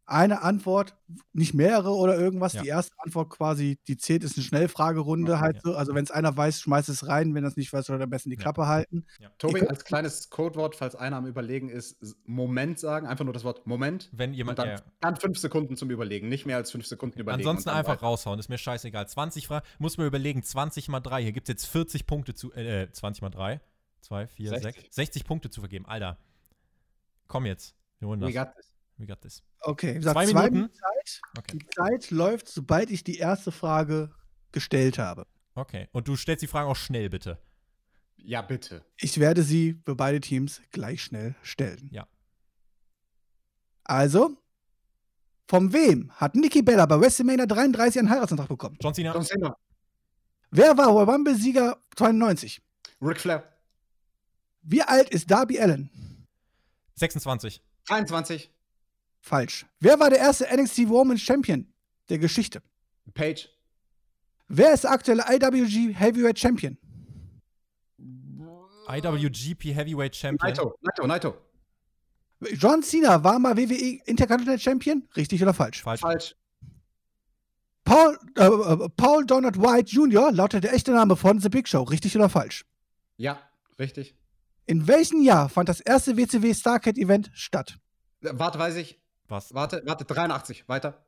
eine Antwort, nicht mehrere oder irgendwas.
Ja.
Die erste Antwort quasi, die zählt, ist eine Schnellfragerunde
Ja,
halt
ja.
so. Also wenn es einer weiß, schmeißt es rein. Wenn das nicht weiß, soll er am besten die
Ja.
Klappe halten.
Tobi,
Ich-
als kleines Codewort, falls einer am Überlegen ist, s- Moment sagen. Einfach nur das Wort Moment.
Wenn jemand.
und dann,
ja.
dann fünf Sekunden zum Überlegen. Nicht mehr als fünf Sekunden überlegen.
Ansonsten
und dann
einfach
weiter.
raushauen, ist mir scheißegal. 20 Fragen, muss man überlegen, 20 mal 3. Hier gibt es jetzt 40 Punkte zu. Äh, äh, 20 mal 3. 2, 4,
60.
6. 60 Punkte zu vergeben. Alter. Komm jetzt. Wir holen das.
We got this.
We got this.
Okay, wie gesagt,
Zwei
zwei,
Minuten?
Minuten Zeit.
Okay.
Die Zeit läuft, sobald ich die erste Frage gestellt habe.
Okay. Und du stellst die Fragen auch schnell, bitte.
Ja, bitte.
Ich werde sie für beide Teams gleich schnell stellen.
Ja.
Also, von wem hat Nikki Bella bei WrestleMania 33 einen Heiratsantrag bekommen?
John Cena.
John Cena.
Wer war Royal Rumble-Sieger 92?
Ric Flair.
Wie alt ist Darby Allen?
26.
23.
Falsch. Wer war der erste NXT Women's Champion der Geschichte?
Page.
Wer ist der aktuelle IWG Heavyweight Champion?
IWGP Heavyweight Champion.
Naito. Naito. Naito.
John Cena war mal WWE Intercontinental Champion? Richtig oder falsch?
Falsch.
Falsch.
Paul, äh, äh, Paul Donald White Jr. lautet der echte Name von The Big Show. Richtig oder falsch?
Ja, richtig.
In welchem Jahr fand das erste WCW Starcade Event statt?
Äh, Warte, weiß ich.
Was?
Warte, warte. 83. Weiter.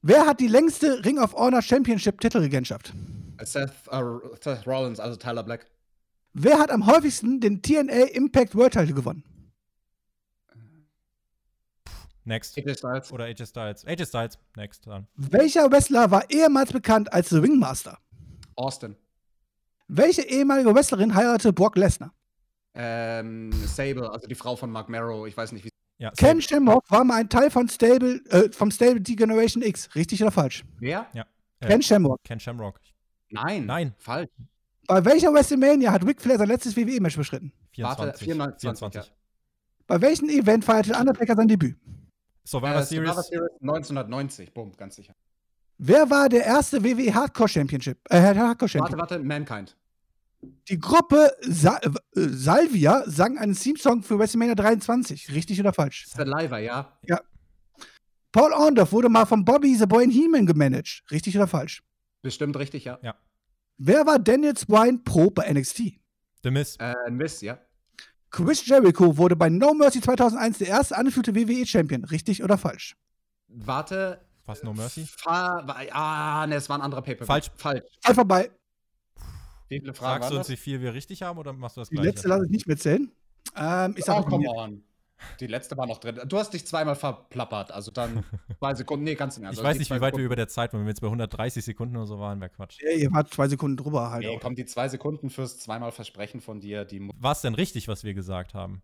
Wer hat die längste Ring of Honor Championship Titelregentschaft?
Seth, äh, Seth Rollins, also Tyler Black.
Wer hat am häufigsten den TNA Impact World Title gewonnen?
Next.
AJ Styles.
Oder AJ Styles. AJ Styles. Next. Dann.
Welcher Wrestler war ehemals bekannt als The Ringmaster?
Austin.
Welche ehemalige Wrestlerin heiratete Brock Lesnar?
Ähm, Sable, also die Frau von Mark Marrow. Ich weiß nicht, wie.
Ja.
Ken Shamrock war mal ein Teil von Stable, äh, vom Stable Degeneration X. Richtig oder falsch?
Wer?
Äh.
Ken Shamrock.
Ken Shamrock.
Nein.
Nein.
Falsch.
Bei welcher WrestleMania hat Ric Flair sein letztes WWE-Match bestritten?
24.
24,
24.
ja.
Bei welchem Event feierte Undertaker sein Debüt?
Survivor
Äh, Survivor
Series.
Series 1990. Boom, ganz sicher.
Wer war der erste WWE Hardcore Championship? Äh, Hardcore Champion.
Warte, warte. Mankind.
Die Gruppe Sa äh, Salvia sang einen Theme-Song für WrestleMania 23. Richtig oder falsch?
Saliva, ja.
Paul Orndorff wurde mal von Bobby The Boy in He-Man gemanagt. Richtig oder falsch?
Bestimmt richtig, ja.
Wer war Daniel Bryan Pro bei NXT?
The Miz.
Äh, Miss, ja.
Chris Jericho wurde bei No Mercy 2001 der erste angeführte WWE-Champion. Richtig oder falsch?
Warte.
Was? No Mercy?
Fa wa- ah, ne, es war ein anderer Paper.
Falsch.
Falsch.
Einfach bei.
Wie viele Fragen
Fragst
waren
du uns,
das?
wie viel wir richtig haben oder machst du das
Die
gleiche?
letzte lasse ich nicht mehr zählen. Ähm, ich
Oh,
sag
come
mal,
on. Die letzte war noch drin. Du hast dich zweimal verplappert. Also dann zwei Sekunden. Nee, ganz im
Ich
Ernst. Also
weiß
die
nicht,
zwei
wie weit wir
Sekunden-
über der Zeit waren. Wenn wir jetzt bei 130 Sekunden oder so waren, wäre Quatsch.
ihr wart zwei Sekunden drüber halt.
Nee,
auch.
komm, die zwei Sekunden fürs zweimal Versprechen von dir, die muss
War es denn richtig, was wir gesagt haben?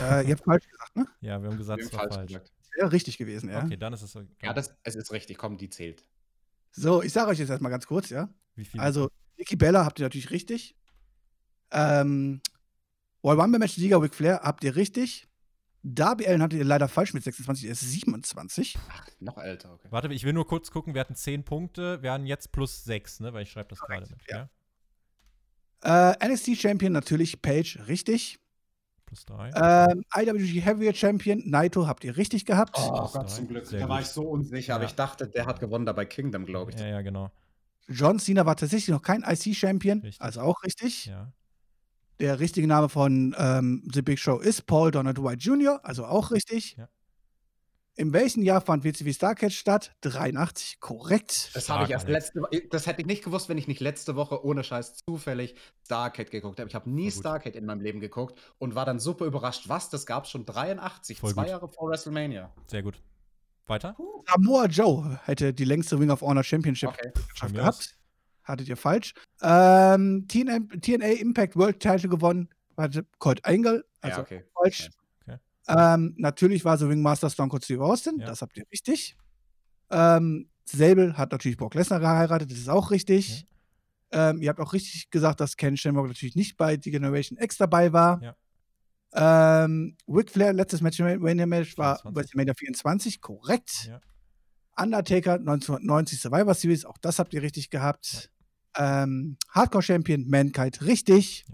Äh, ihr habt falsch gesagt, ne?
Ja, wir haben gesagt, es war falsch.
gesagt.
Wäre richtig gewesen, ja.
Okay, dann ist es so.
Ja, Ah, das, es ist richtig. Komm, die zählt.
So, ich sage euch jetzt erstmal ganz kurz, ja.
wie viel?
Also, Nikki Bella habt ihr natürlich richtig. Ähm, Royal Rumble Match Sieger Ric Flair habt ihr richtig. Darby Allen hattet ihr leider falsch mit 26, er ist 27.
Noch älter, okay.
Warte, ich will nur kurz gucken. Wir hatten 10 Punkte. Wir haben jetzt plus 6, ne? Weil ich schreibe das gerade mit. Ja.
ja. Äh, NXT Champion natürlich Page richtig.
Plus 3.
Äh,
Ähm, IWG Heavyweight Champion Naito habt ihr richtig gehabt.
Oh
Plus drei.
Gott, zum Glück.
Sehr
da war
gut.
ich so unsicher, aber
Ja.
ich dachte, der hat gewonnen da bei Kingdom, glaube ich.
ja, ja, genau.
John Cena war tatsächlich noch kein IC Champion,
Richtig.
also auch richtig.
Ja.
Der richtige Name von ähm, The Big Show ist Paul Donald White Jr., also auch richtig.
Ja.
In welchem Jahr fand WCW Starcade statt? 83, korrekt.
Das
Stark,
habe ich erst
Alex.
letzte Woche, das hätte ich nicht gewusst, wenn ich nicht letzte Woche ohne Scheiß zufällig Starcade geguckt habe. Ich habe
Voll
nie
gut.
Starcade in meinem Leben geguckt und war dann super überrascht, was, das gab es schon 83,
Voll
zwei
gut.
Jahre vor WrestleMania.
Sehr gut. Weiter?
Samoa Joe hätte die längste Ring of Honor Championship
Okay.
Von
geschafft
mir aus.
gehabt. Hattet ihr falsch. Ähm, TNA, TNA Impact World Title gewonnen. Hatte Kurt Angle, also
ja, okay.
falsch.
Okay.
Ähm, natürlich war so Ringmaster Stone Cold Steve Austin,
Ja.
das habt ihr richtig. Ähm, Sable hat natürlich Brock Lesnar geheiratet, das ist auch richtig. Ähm, ihr habt auch richtig gesagt, dass Ken Shamrock natürlich nicht bei The Generation X dabei war.
Ja.
Ähm, Ric Flair, letztes Match, Mania Match war
24.
WrestleMania 24, korrekt.
Ja.
Undertaker 1990 Survivor Series, auch das habt ihr richtig gehabt. Ähm, Hardcore Champion Mankind, richtig.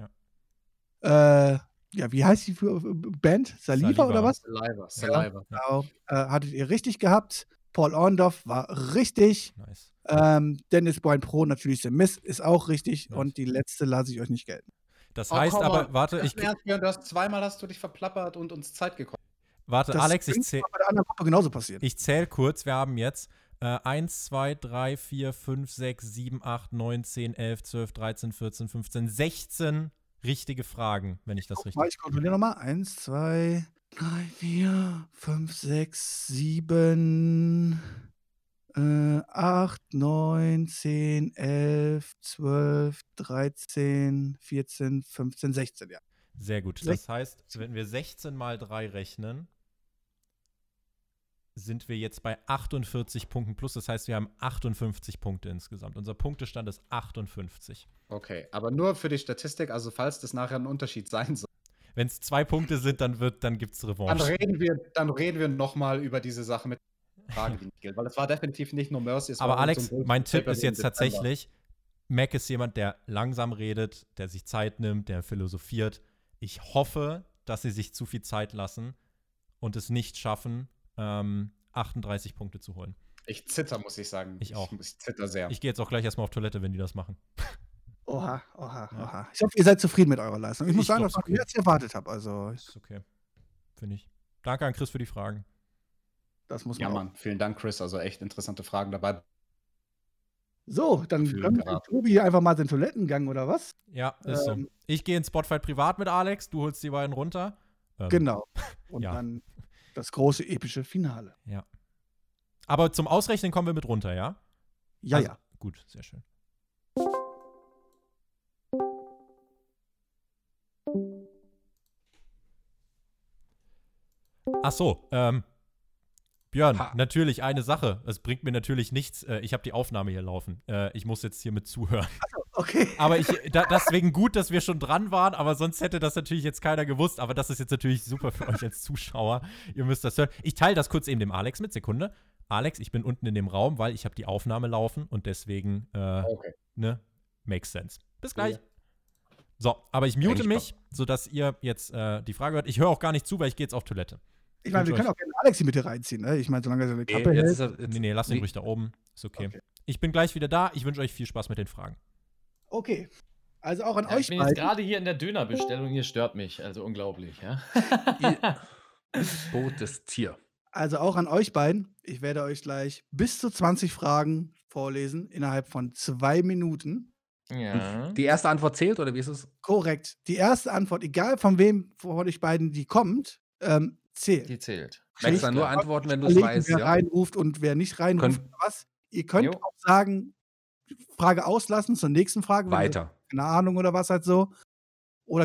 Ja.
Äh, ja, wie heißt die für, äh, Band? Saliva,
Saliva.
oder was?
Saliva, Saliva.
Genau. Äh, hattet ihr richtig gehabt. Paul Orndorff war richtig.
Nice.
Ähm, Dennis Boyne Pro natürlich der Mist ist auch richtig.
Nice.
Und die letzte lasse ich euch nicht gelten.
Das
Oh,
heißt
come
aber,
on.
warte, ich,
Ernst, Björn, du hast zweimal hast du dich verplappert und uns Zeit gekostet.
warte,
Das
Also Alex, ich
könnte
zähle
aber bei der anderen Gruppe genauso passieren.
ich zähl kurz. Wir haben jetzt äh, 1, 2, 3, 4, 5, 6, 7, 8, 9, 10, 11, 12, 13, 14, 15, 16 richtige Fragen, wenn ich das
Guck
richtig.
mal, ich kontrolliere nochmal. Eins, zwei, drei, vier, fünf, sechs, sieben, äh, acht, neun, zehn, elf, zwölf, dreizehn, vierzehn, fünfzehn, sechzehn, ja.
Sehr gut. Das heißt, wenn wir 16 mal 3 rechnen, sind wir jetzt bei 48 Punkten plus. Das heißt, wir haben 58 Punkte insgesamt. Unser Punktestand ist 58.
Okay, aber nur für die Statistik, also falls das nachher ein Unterschied sein soll.
Wenn es zwei Punkte sind, dann, wird- dann gibt es
Dann
Revanche.
reden wir, dann reden wir nochmal über diese Sache mit Fragen, die nicht gilt, weil es war definitiv nicht nur Mercy. Es
Aber
war
Alex,
so ein
mein Tipp
Paper
ist
im
jetzt
Dezember.
tatsächlich, Mac ist jemand, der langsam redet, der sich Zeit nimmt, der philosophiert. Ich hoffe, dass sie sich zu viel Zeit lassen und es nicht schaffen, ähm, 38 Punkte zu holen.
Ich zitter, muss ich sagen.
Ich auch.
Ich, ich zitter sehr.
Ich gehe jetzt auch gleich erstmal auf Toilette, wenn die das machen.
Oha, oha,
Ja.
oha. Ich hoffe, ihr seid zufrieden mit eurer Leistung. Ich muss
Ich
sagen,
glaub's
das war
okay.
mehr, als ich erwartet habe. Also,
Ist okay. Finde ich. Danke an Chris für die Fragen.
das muss man.
ja,
auch-
Mann, vielen Dank, Chris. Also echt interessante Fragen dabei.
So, dann
Gefühl
gönnen wir
gehabt.
Tobi hier einfach mal den Toilettengang oder was?
Ja, ist
Ähm.
so. Ich gehe in Spotify privat mit Alex, du holst die beiden runter. Ähm,
Genau. Und
ja.
dann das große epische Finale.
Aber zum Ausrechnen kommen wir mit runter, ja?
Ja,
Also-
ja.
Gut, sehr schön. Ach so, ähm, Björn,
Ha.
natürlich eine Sache. Es bringt mir natürlich nichts. Äh, ich habe die Aufnahme hier laufen. Äh, ich muss jetzt hier mit zuhören.
Okay.
Aber ich, da, deswegen gut, dass wir schon dran waren, aber sonst hätte das natürlich jetzt keiner gewusst. Aber das ist jetzt natürlich super für euch als Zuschauer. Ihr müsst das hören. Ich teile das kurz eben dem Alex mit. Sekunde. Alex, ich bin unten in dem Raum, weil ich habe die Aufnahme laufen und deswegen, äh,
Okay.
ne, makes sense. Bis gleich. So, aber ich mute
Eigentlich
mich, sodass ihr jetzt äh, die Frage hört. Ich höre auch gar nicht zu, weil ich gehe jetzt auf Toilette.
Ich meine, wir
Wünsche
können auch gerne Alex hier mit hier reinziehen. Ne? Ich meine, solange er seine
Nee,
Kappe hält.
ist er- jetzt-
Nee, nee, lass den
wie-
ruhig da oben. Ist okay.
Okay.
Ich bin gleich wieder da. Ich wünsche euch viel Spaß mit den Fragen.
Okay. Also auch an
Ja,
euch
ich bin jetzt
beiden.
gerade hier in der Dönerbestellung, ihr stört mich. Also unglaublich, ja.
Ihr totes Tier.
Also auch an euch beiden. Ich werde euch gleich bis zu 20 Fragen vorlesen innerhalb von zwei Minuten.
ja.
Die erste Antwort zählt, oder wie ist es?
Korrekt. Die erste Antwort, egal von wem von euch beiden die kommt, ähm, zählt.
Die zählt.
Max,
Schlicht
dann nur antworten, wenn du es
Überlegen,
weißt.
wer
Ja?
reinruft und wer nicht reinruft.
Können-
oder was. Ihr könnt
Jo.
auch sagen, Frage auslassen zur nächsten Frage. wenn ihr-
Weiter.
Keine Ahnung oder was halt so. Oder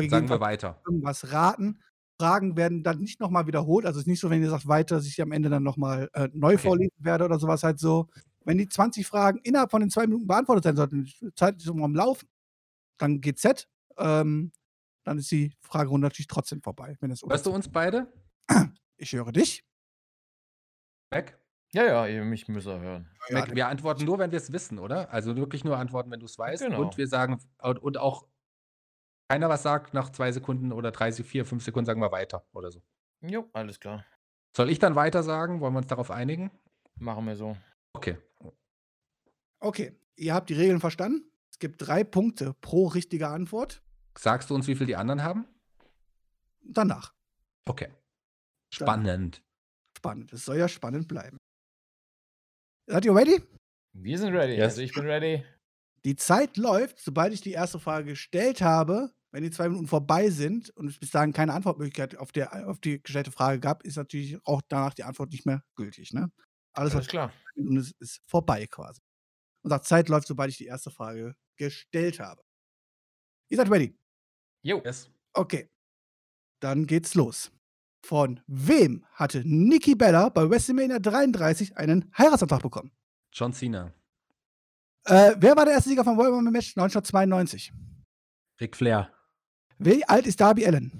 Sagen wir
gegebenenfalls
weiter.
irgendwas raten. Fragen werden dann nicht nochmal wiederholt. Also es ist nicht so, wenn ihr sagt weiter, dass ich die am Ende dann nochmal äh, neu vorlesen werde oder sowas halt so. Wenn die 20 Fragen innerhalb von den zwei Minuten beantwortet sein sollten, die Zeit ist immer am Laufen, dann GZ, ähm, dann ist die Fragerunde natürlich trotzdem vorbei. Wenn es
Hörst du uns beide?
Ich höre dich.
Mac?
Ja, ja, ihr mich müsst ihr hören.
Ja,
Mac, wir antworten nur, wenn wir es wissen, oder? Also wirklich nur antworten, wenn du es weißt.
Genau.
Und wir sagen, und, und auch keiner was sagt, nach zwei Sekunden oder drei, vier, fünf Sekunden sagen wir weiter oder so.
Jo, alles klar.
Soll ich dann weiter sagen? Wollen wir uns darauf einigen?
Machen wir so.
Okay.
Okay, ihr habt die Regeln verstanden. Es gibt drei Punkte pro richtige Antwort.
Sagst du uns, wie viel die anderen haben?
Danach.
Okay. Spannend.
Spannend. Es soll ja spannend bleiben. Seid ihr ready?
Wir sind ready.
Yes.
Also ich bin ready.
Die Zeit läuft, sobald ich die erste Frage gestellt habe. Wenn die zwei Minuten vorbei sind und es bis dahin keine Antwortmöglichkeit auf, der, auf die gestellte Frage gab, ist natürlich auch danach die Antwort nicht mehr gültig. Ne? Alles, was
Alles klar.
und es ist vorbei quasi. Unsere Zeit läuft, sobald ich die erste Frage gestellt habe. Ihr seid ready.
Jo.
Yes.
Okay. Dann geht's los. Von wem hatte Nikki Bella bei WrestleMania 33 einen Heiratsantrag bekommen?
John Cena.
Äh, wer war der erste Sieger vom Royal Rumble Match 1992?
Ric Flair.
Wie alt ist Darby Allen?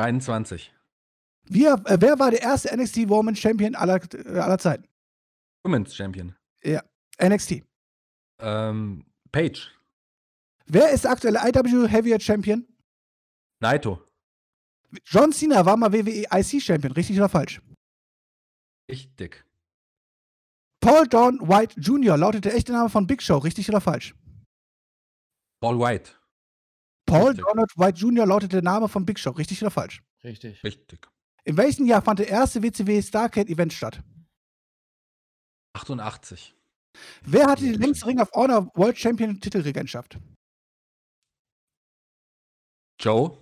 23.
Wir, äh, wer war der erste NXT Woman Champion aller, äh, aller Zeiten?
Women's Champion.
NXT.
Ähm, Page.
Wer ist der aktuelle IW Heavier Champion?
Naito.
John Cena war mal WWE IC Champion, richtig oder falsch?
Ich dick.
Paul Dawn White Jr. lautet der echte Name von Big Show, richtig oder falsch?
Paul White.
Paul
Richtig.
Donald White Jr. lautet der Name von Big Show, richtig oder falsch?
Richtig.
Richtig.
In welchem Jahr fand der erste WCW Starcade Event statt?
88.
Wer hatte die längste Ring of Honor World Champion Titelregentschaft?
Joe.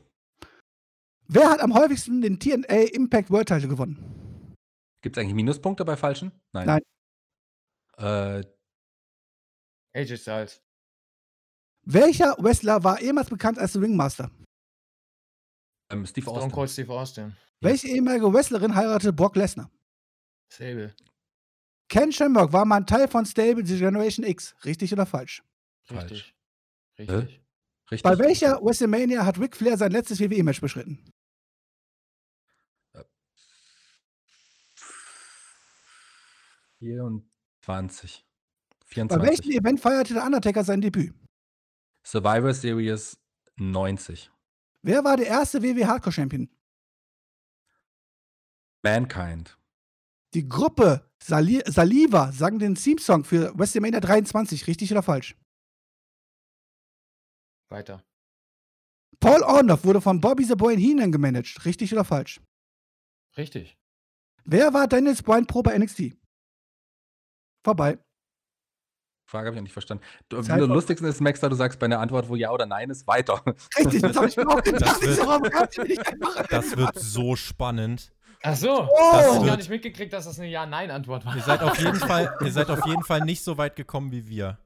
Wer hat am häufigsten den TNA Impact World Title gewonnen?
Gibt es eigentlich Minuspunkte bei falschen? Nein.
Nein.
Äh,
AJ Styles.
Welcher Wrestler war ehemals bekannt als The Ringmaster?
ähm, Steve
Stone
Austin.
Cold Steve Austin.
Welche ehemalige Wrestlerin heiratete Brock Lesnar?
Sable.
Ken Shamrock war mal ein Teil von Stable The Generation X, richtig oder falsch?
Richtig.
Hä?
Richtig.
Richtig.
Bei welcher WrestleMania hat Ric Flair sein letztes WWE-Match beschritten?
Äh, 24.
Bei welchem
24.
Event feierte der Undertaker sein Debüt?
Survivor Series 90.
Wer war der erste WWE Hardcore Champion?
Mankind.
Die Gruppe Sali Saliva sang den Theme-Song für WrestleMania 23, richtig oder falsch?
Weiter.
Paul Orndorff wurde von Bobby The Boy Heenan gemanagt, richtig oder falsch?
Richtig.
Wer war Daniels Bryan Pro bei NXT? Vorbei.
Frage habe ich noch nicht verstanden. Du,
Zeit
am
vor-
lustigsten ist, Max, da du sagst bei einer Antwort, wo ja oder nein ist, weiter.
Richtig, das habe ich mir auch gedacht. Ich
wird-
so, warum kannst du mir nicht einfach
Das wird so spannend.
Ach so.
Das
Ich
oh,
hab
wird-
gar nicht mitgekriegt, dass das eine Ja-Nein-Antwort war.
Ihr seid auf jeden Fall, ihr seid auf jeden Fall nicht so weit gekommen wie wir.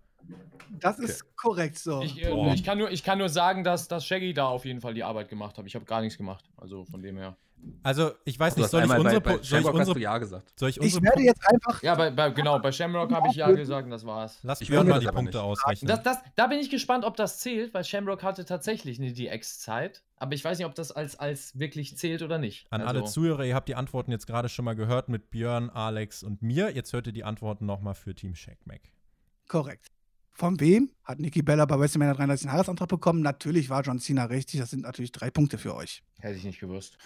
das ist korrekt so.
Ich, äh, ich, kann nur, ich kann nur sagen, dass, dass Shaggy da auf jeden Fall die Arbeit gemacht hat. Ich habe gar nichts gemacht. Also von dem her.
Also, ich weiß
Du
nicht,
hast
soll ich
einmal
unsere,
bei,
Po-
bei
soll ich
Shamrock hast du
unsere,
ja gesagt.
soll ich
Ich
unsere,
werde
Po-
jetzt einfach.
Ja, bei, bei, genau, bei Shamrock habe ich Ja gesagt und das war's.
lass
Ich
Björn
will
mal
das
die
aber
Punkte
nicht.
ausrechnen.
Das, das, da bin ich gespannt, ob das zählt, weil Shamrock hatte tatsächlich eine DX-Zeit. Aber ich weiß nicht, ob das als, als wirklich zählt oder nicht. Also,
An alle
Also-
Zuhörer, ihr habt die Antworten jetzt gerade schon mal gehört mit Björn, Alex und mir. Jetzt hört ihr die Antworten nochmal für Team Shake Mac.
Korrekt. Von wem hat Nikki Bella bei WrestleMania 33 einen Heiratsantrag bekommen? Natürlich war John Cena richtig. Das sind natürlich drei Punkte für euch.
Hätte ich nicht gewusst.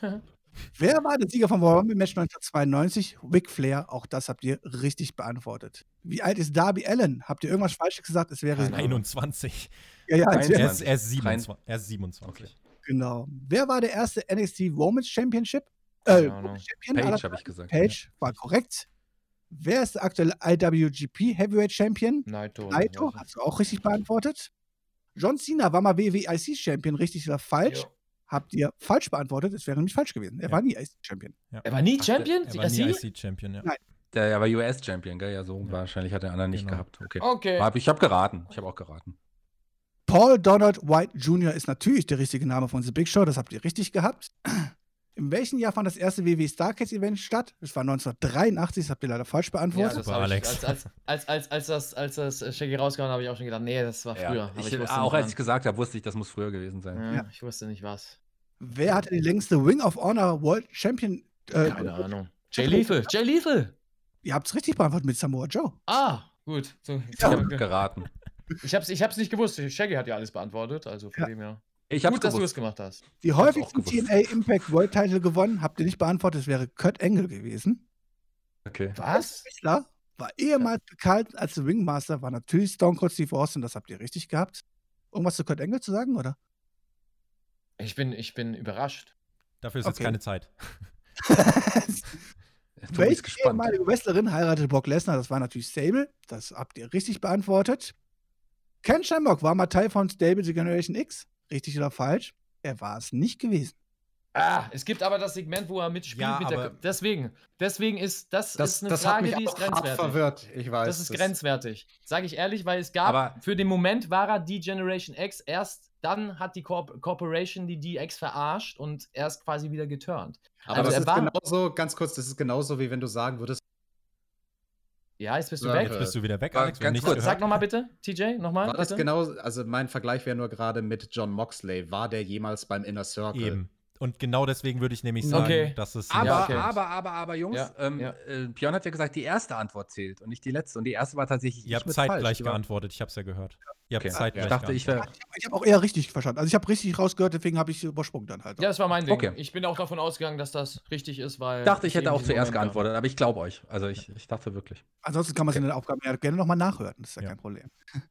Wer war der Sieger vom Royal Rumble Match 1992? Ric Flair. Auch das habt ihr richtig beantwortet. Wie alt ist Darby Allen? Habt ihr irgendwas Falsches gesagt? Es wäre.
Keine Ahnung.
21.
Ja, ja, es
Keine
wäre-
Er ist, er ist
Rein-
27. Er ist 27.
genau. Wer war der erste NXT Women's Championship? Äh,
Keine Ahnung.
Women's Champion aller
Page habe ich gesagt.
Page war korrekt. Wer ist der aktuelle IWGP Heavyweight Champion?
Naito.
Naito, hast du auch richtig beantwortet. John Cena war mal WWE IC Champion, richtig oder falsch?
Jo.
Habt ihr falsch beantwortet? Es wäre nämlich falsch gewesen. Er
Ja.
war nie IC Champion.
Er war nie
Ach, der-
Champion?
Er war
Sie-
nie
sie?
IC-Champion, ja.
Nein.
Der, der war US-Champion, gell? Ja, so
Ja.
wahrscheinlich hat der andere nicht
Genau.
gehabt. Okay.
Okay.
Hab, ich habe geraten. Ich habe auch geraten.
Paul Donald White Jr. ist natürlich der richtige Name von The Big Show, das habt ihr richtig gehabt. In welchem Jahr fand das erste WWE Starcades Event statt? Es war 1983, das habt ihr leider falsch
Ja,
beantwortet.
das
Super,
hab ich-
Alex.
Als, als, als, als, als das, als das äh, Shaggy rausgehauen habe ich auch schon gedacht, nee, das war früher.
Ja.
aber
Ich,
wusste
auch
nicht
als
wann.
ich gesagt habe, wusste ich, das muss früher gewesen sein.
Ja,
Ja.
Ich wusste nicht was.
Wer hatte die längste Ring of Honor World Champion? Äh,
Keine Ahnung. Jay Lethal. Jay Lethal.
ihr habt es richtig beantwortet mit Samoa Joe.
Ah, gut. So, ich,
Ich habe
hab,
geraten.
ich, hab's, ich hab's nicht gewusst. Shaggy hat ja alles beantwortet, also von
Ja.
dem her.
Ich habe
Gut, dass du es
gewusst.
gemacht hast.
Die
hab's auch
häufigsten
gewusst.
TNA Impact World Title gewonnen, habt ihr nicht beantwortet, es wäre Kurt Engel gewesen.
Okay.
Was?
Wrestler war ehemals bekannt als Ringmaster, war natürlich Stone Cold Steve Austin, das habt ihr richtig gehabt. Irgendwas zu Kurt Engel zu sagen, oder?
Ich bin, ich bin überrascht.
Dafür ist jetzt
Okay.
keine Zeit.
Du bist
Welche
gespannt.
ehemalige Wrestlerin heiratete Brock Lesnar? Das war natürlich Stable, das habt ihr richtig beantwortet. Ken Shamrock war mal Teil von Stable The Generation X, richtig oder falsch? Er war es nicht gewesen.
Ah, es gibt aber das Segment, wo er mitspielt.
Ja,
mit der,
aber-
deswegen, deswegen ist das,
Das,
ist eine
das hat
Frage,
mich
die ist
auch hart
grenzwertig.
verwirrt. Ich weiß.
Das ist grenzwertig. Sage ich ehrlich, weil es gab,
Aber-
für den Moment war er die Generation X, erst dann hat die Corp Corporation die DX verarscht und er ist quasi wieder geturnt.
Aber
also
das
er
ist
war-
genauso, ganz kurz, das ist genauso, wie wenn du sagen würdest,
Ja, jetzt bist du
Ja,
weg.
Jetzt bist du wieder weg,
War
Alex. Wir haben
Äh, ganz
nichts
kurz,
Sag
gehört.
nochmal bitte, TJ, nochmal.
war das
genau
bitte?
genau, also mein Vergleich wäre nur gerade mit John Moxley. War der jemals beim Inner Circle?
Eben. Und genau deswegen würde ich nämlich sagen,
Okay.
dass es.
Aber,
Ja, okay.
aber, aber, aber, Jungs,
Ja,
ähm,
ja.
Äh, Björn hat ja gesagt, die erste Antwort zählt und nicht die letzte. Und die erste war tatsächlich.
ihr habt
mit falsch,
zeitgleich
die war-
geantwortet, ich hab's ja gehört. Ihr habt
Okay.
zeitgleich
Ich dachte, ich
geantwortet.
wäre.
Ich habe auch eher richtig verstanden. Also ich habe richtig rausgehört, deswegen habe ich übersprungen dann halt.
Ja, das war mein Ding.
Okay.
Ich bin auch davon ausgegangen, dass das richtig ist, weil.
dachte, ich hätte
eben
auch
diesen
zuerst
Äh, Moment
geantwortet, aber ich glaube euch. Also ich, ich dachte wirklich.
Ansonsten kann man es in den Aufgaben ja gerne nochmal nachhören. Das ist ja,
Ja.
kein Problem.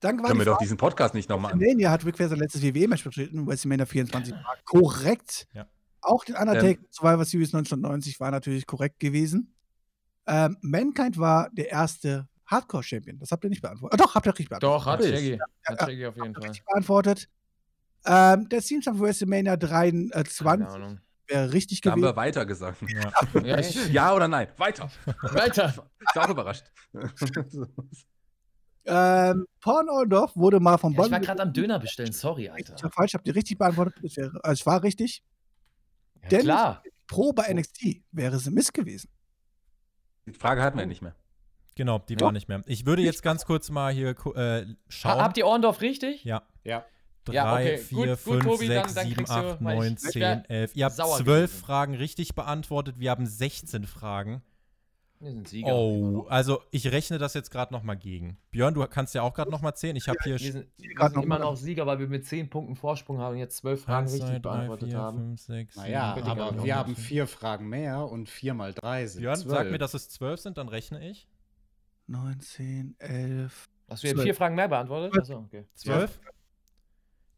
Dann war
Können
die
wir doch
Frage,
diesen Podcast nicht nochmal an.
WrestleMania hat Ric Flair sein letztes WWE-Match bestritten, WrestleMania 24 war korrekt.
Ja.
Auch den Undertaker
Ähm.
Survivor Series 1990 war natürlich korrekt gewesen. Ähm, Mankind war der erste Hardcore-Champion. Das habt ihr nicht beantwortet. Ah, doch, habt ihr richtig
haben.
beantwortet.
Doch, hat
Natürlich.
Shaggy. Hat
ja.
Shaggy auf jeden Fall.
Richtig beantwortet. Ähm, der Theme Song für WrestleMania 23
Keine Ahnung.
wäre richtig
Da haben
gewesen.
wir weiter gesagt.
Ja, ich,
Ja oder nein? Weiter.
Alter!
Ich war auch überrascht.
Ähm, Porn Orndorff wurde mal von
Ja,
Bonn.
ich war gerade am Döner bestellen, sorry, Alter.
Ich war falsch, habt ihr richtig beantwortet. Das wäre, also ich war richtig.
Ja,
Dennis
klar.
Pro bei NXT wäre es ein Mist gewesen.
Die Frage hatten wir nicht mehr.
Genau, die war nicht mehr. Ich würde jetzt ganz kurz mal hier ku- äh, schauen.
Ha habt ihr Ohrendorf richtig?
Ja.
Ja. Ja,
Drei,
okay.
vier,
Gut, gut,
fünf,
Tobi,
sechs,
dann- dann
sieben,
kriegst du-
acht,
weil ich-
neun,
ich wär
zehn, elf. Ihr habt
sauer
zwölf
gewesen.
Fragen richtig beantwortet. Wir haben 16 Fragen.
Wir sind Sieger.
Oh, also ich rechne das jetzt gerade noch mal gegen. Björn, du kannst ja auch gerade noch mal zählen. Ich habe hier
Wir sind, wir
grad
sind
noch
immer
mal.
noch Sieger, weil wir mit 10 Punkten Vorsprung haben und jetzt 12 Fragen
eins,
richtig
zwei, drei,
beantwortet
vier,
haben.
fünf, sechs,
Naja,
sieben,
Bitte,
acht,
Gabel.
aber
neun,
wir haben
zehn.
vier Fragen mehr und vier mal drei sind
Björn, sag
zwölf.
mir, dass es zwölf sind, dann rechne ich.
19, 11.
Hast du jetzt
Zwölf.
vier Fragen mehr beantwortet? Achso, okay.
Zwölf.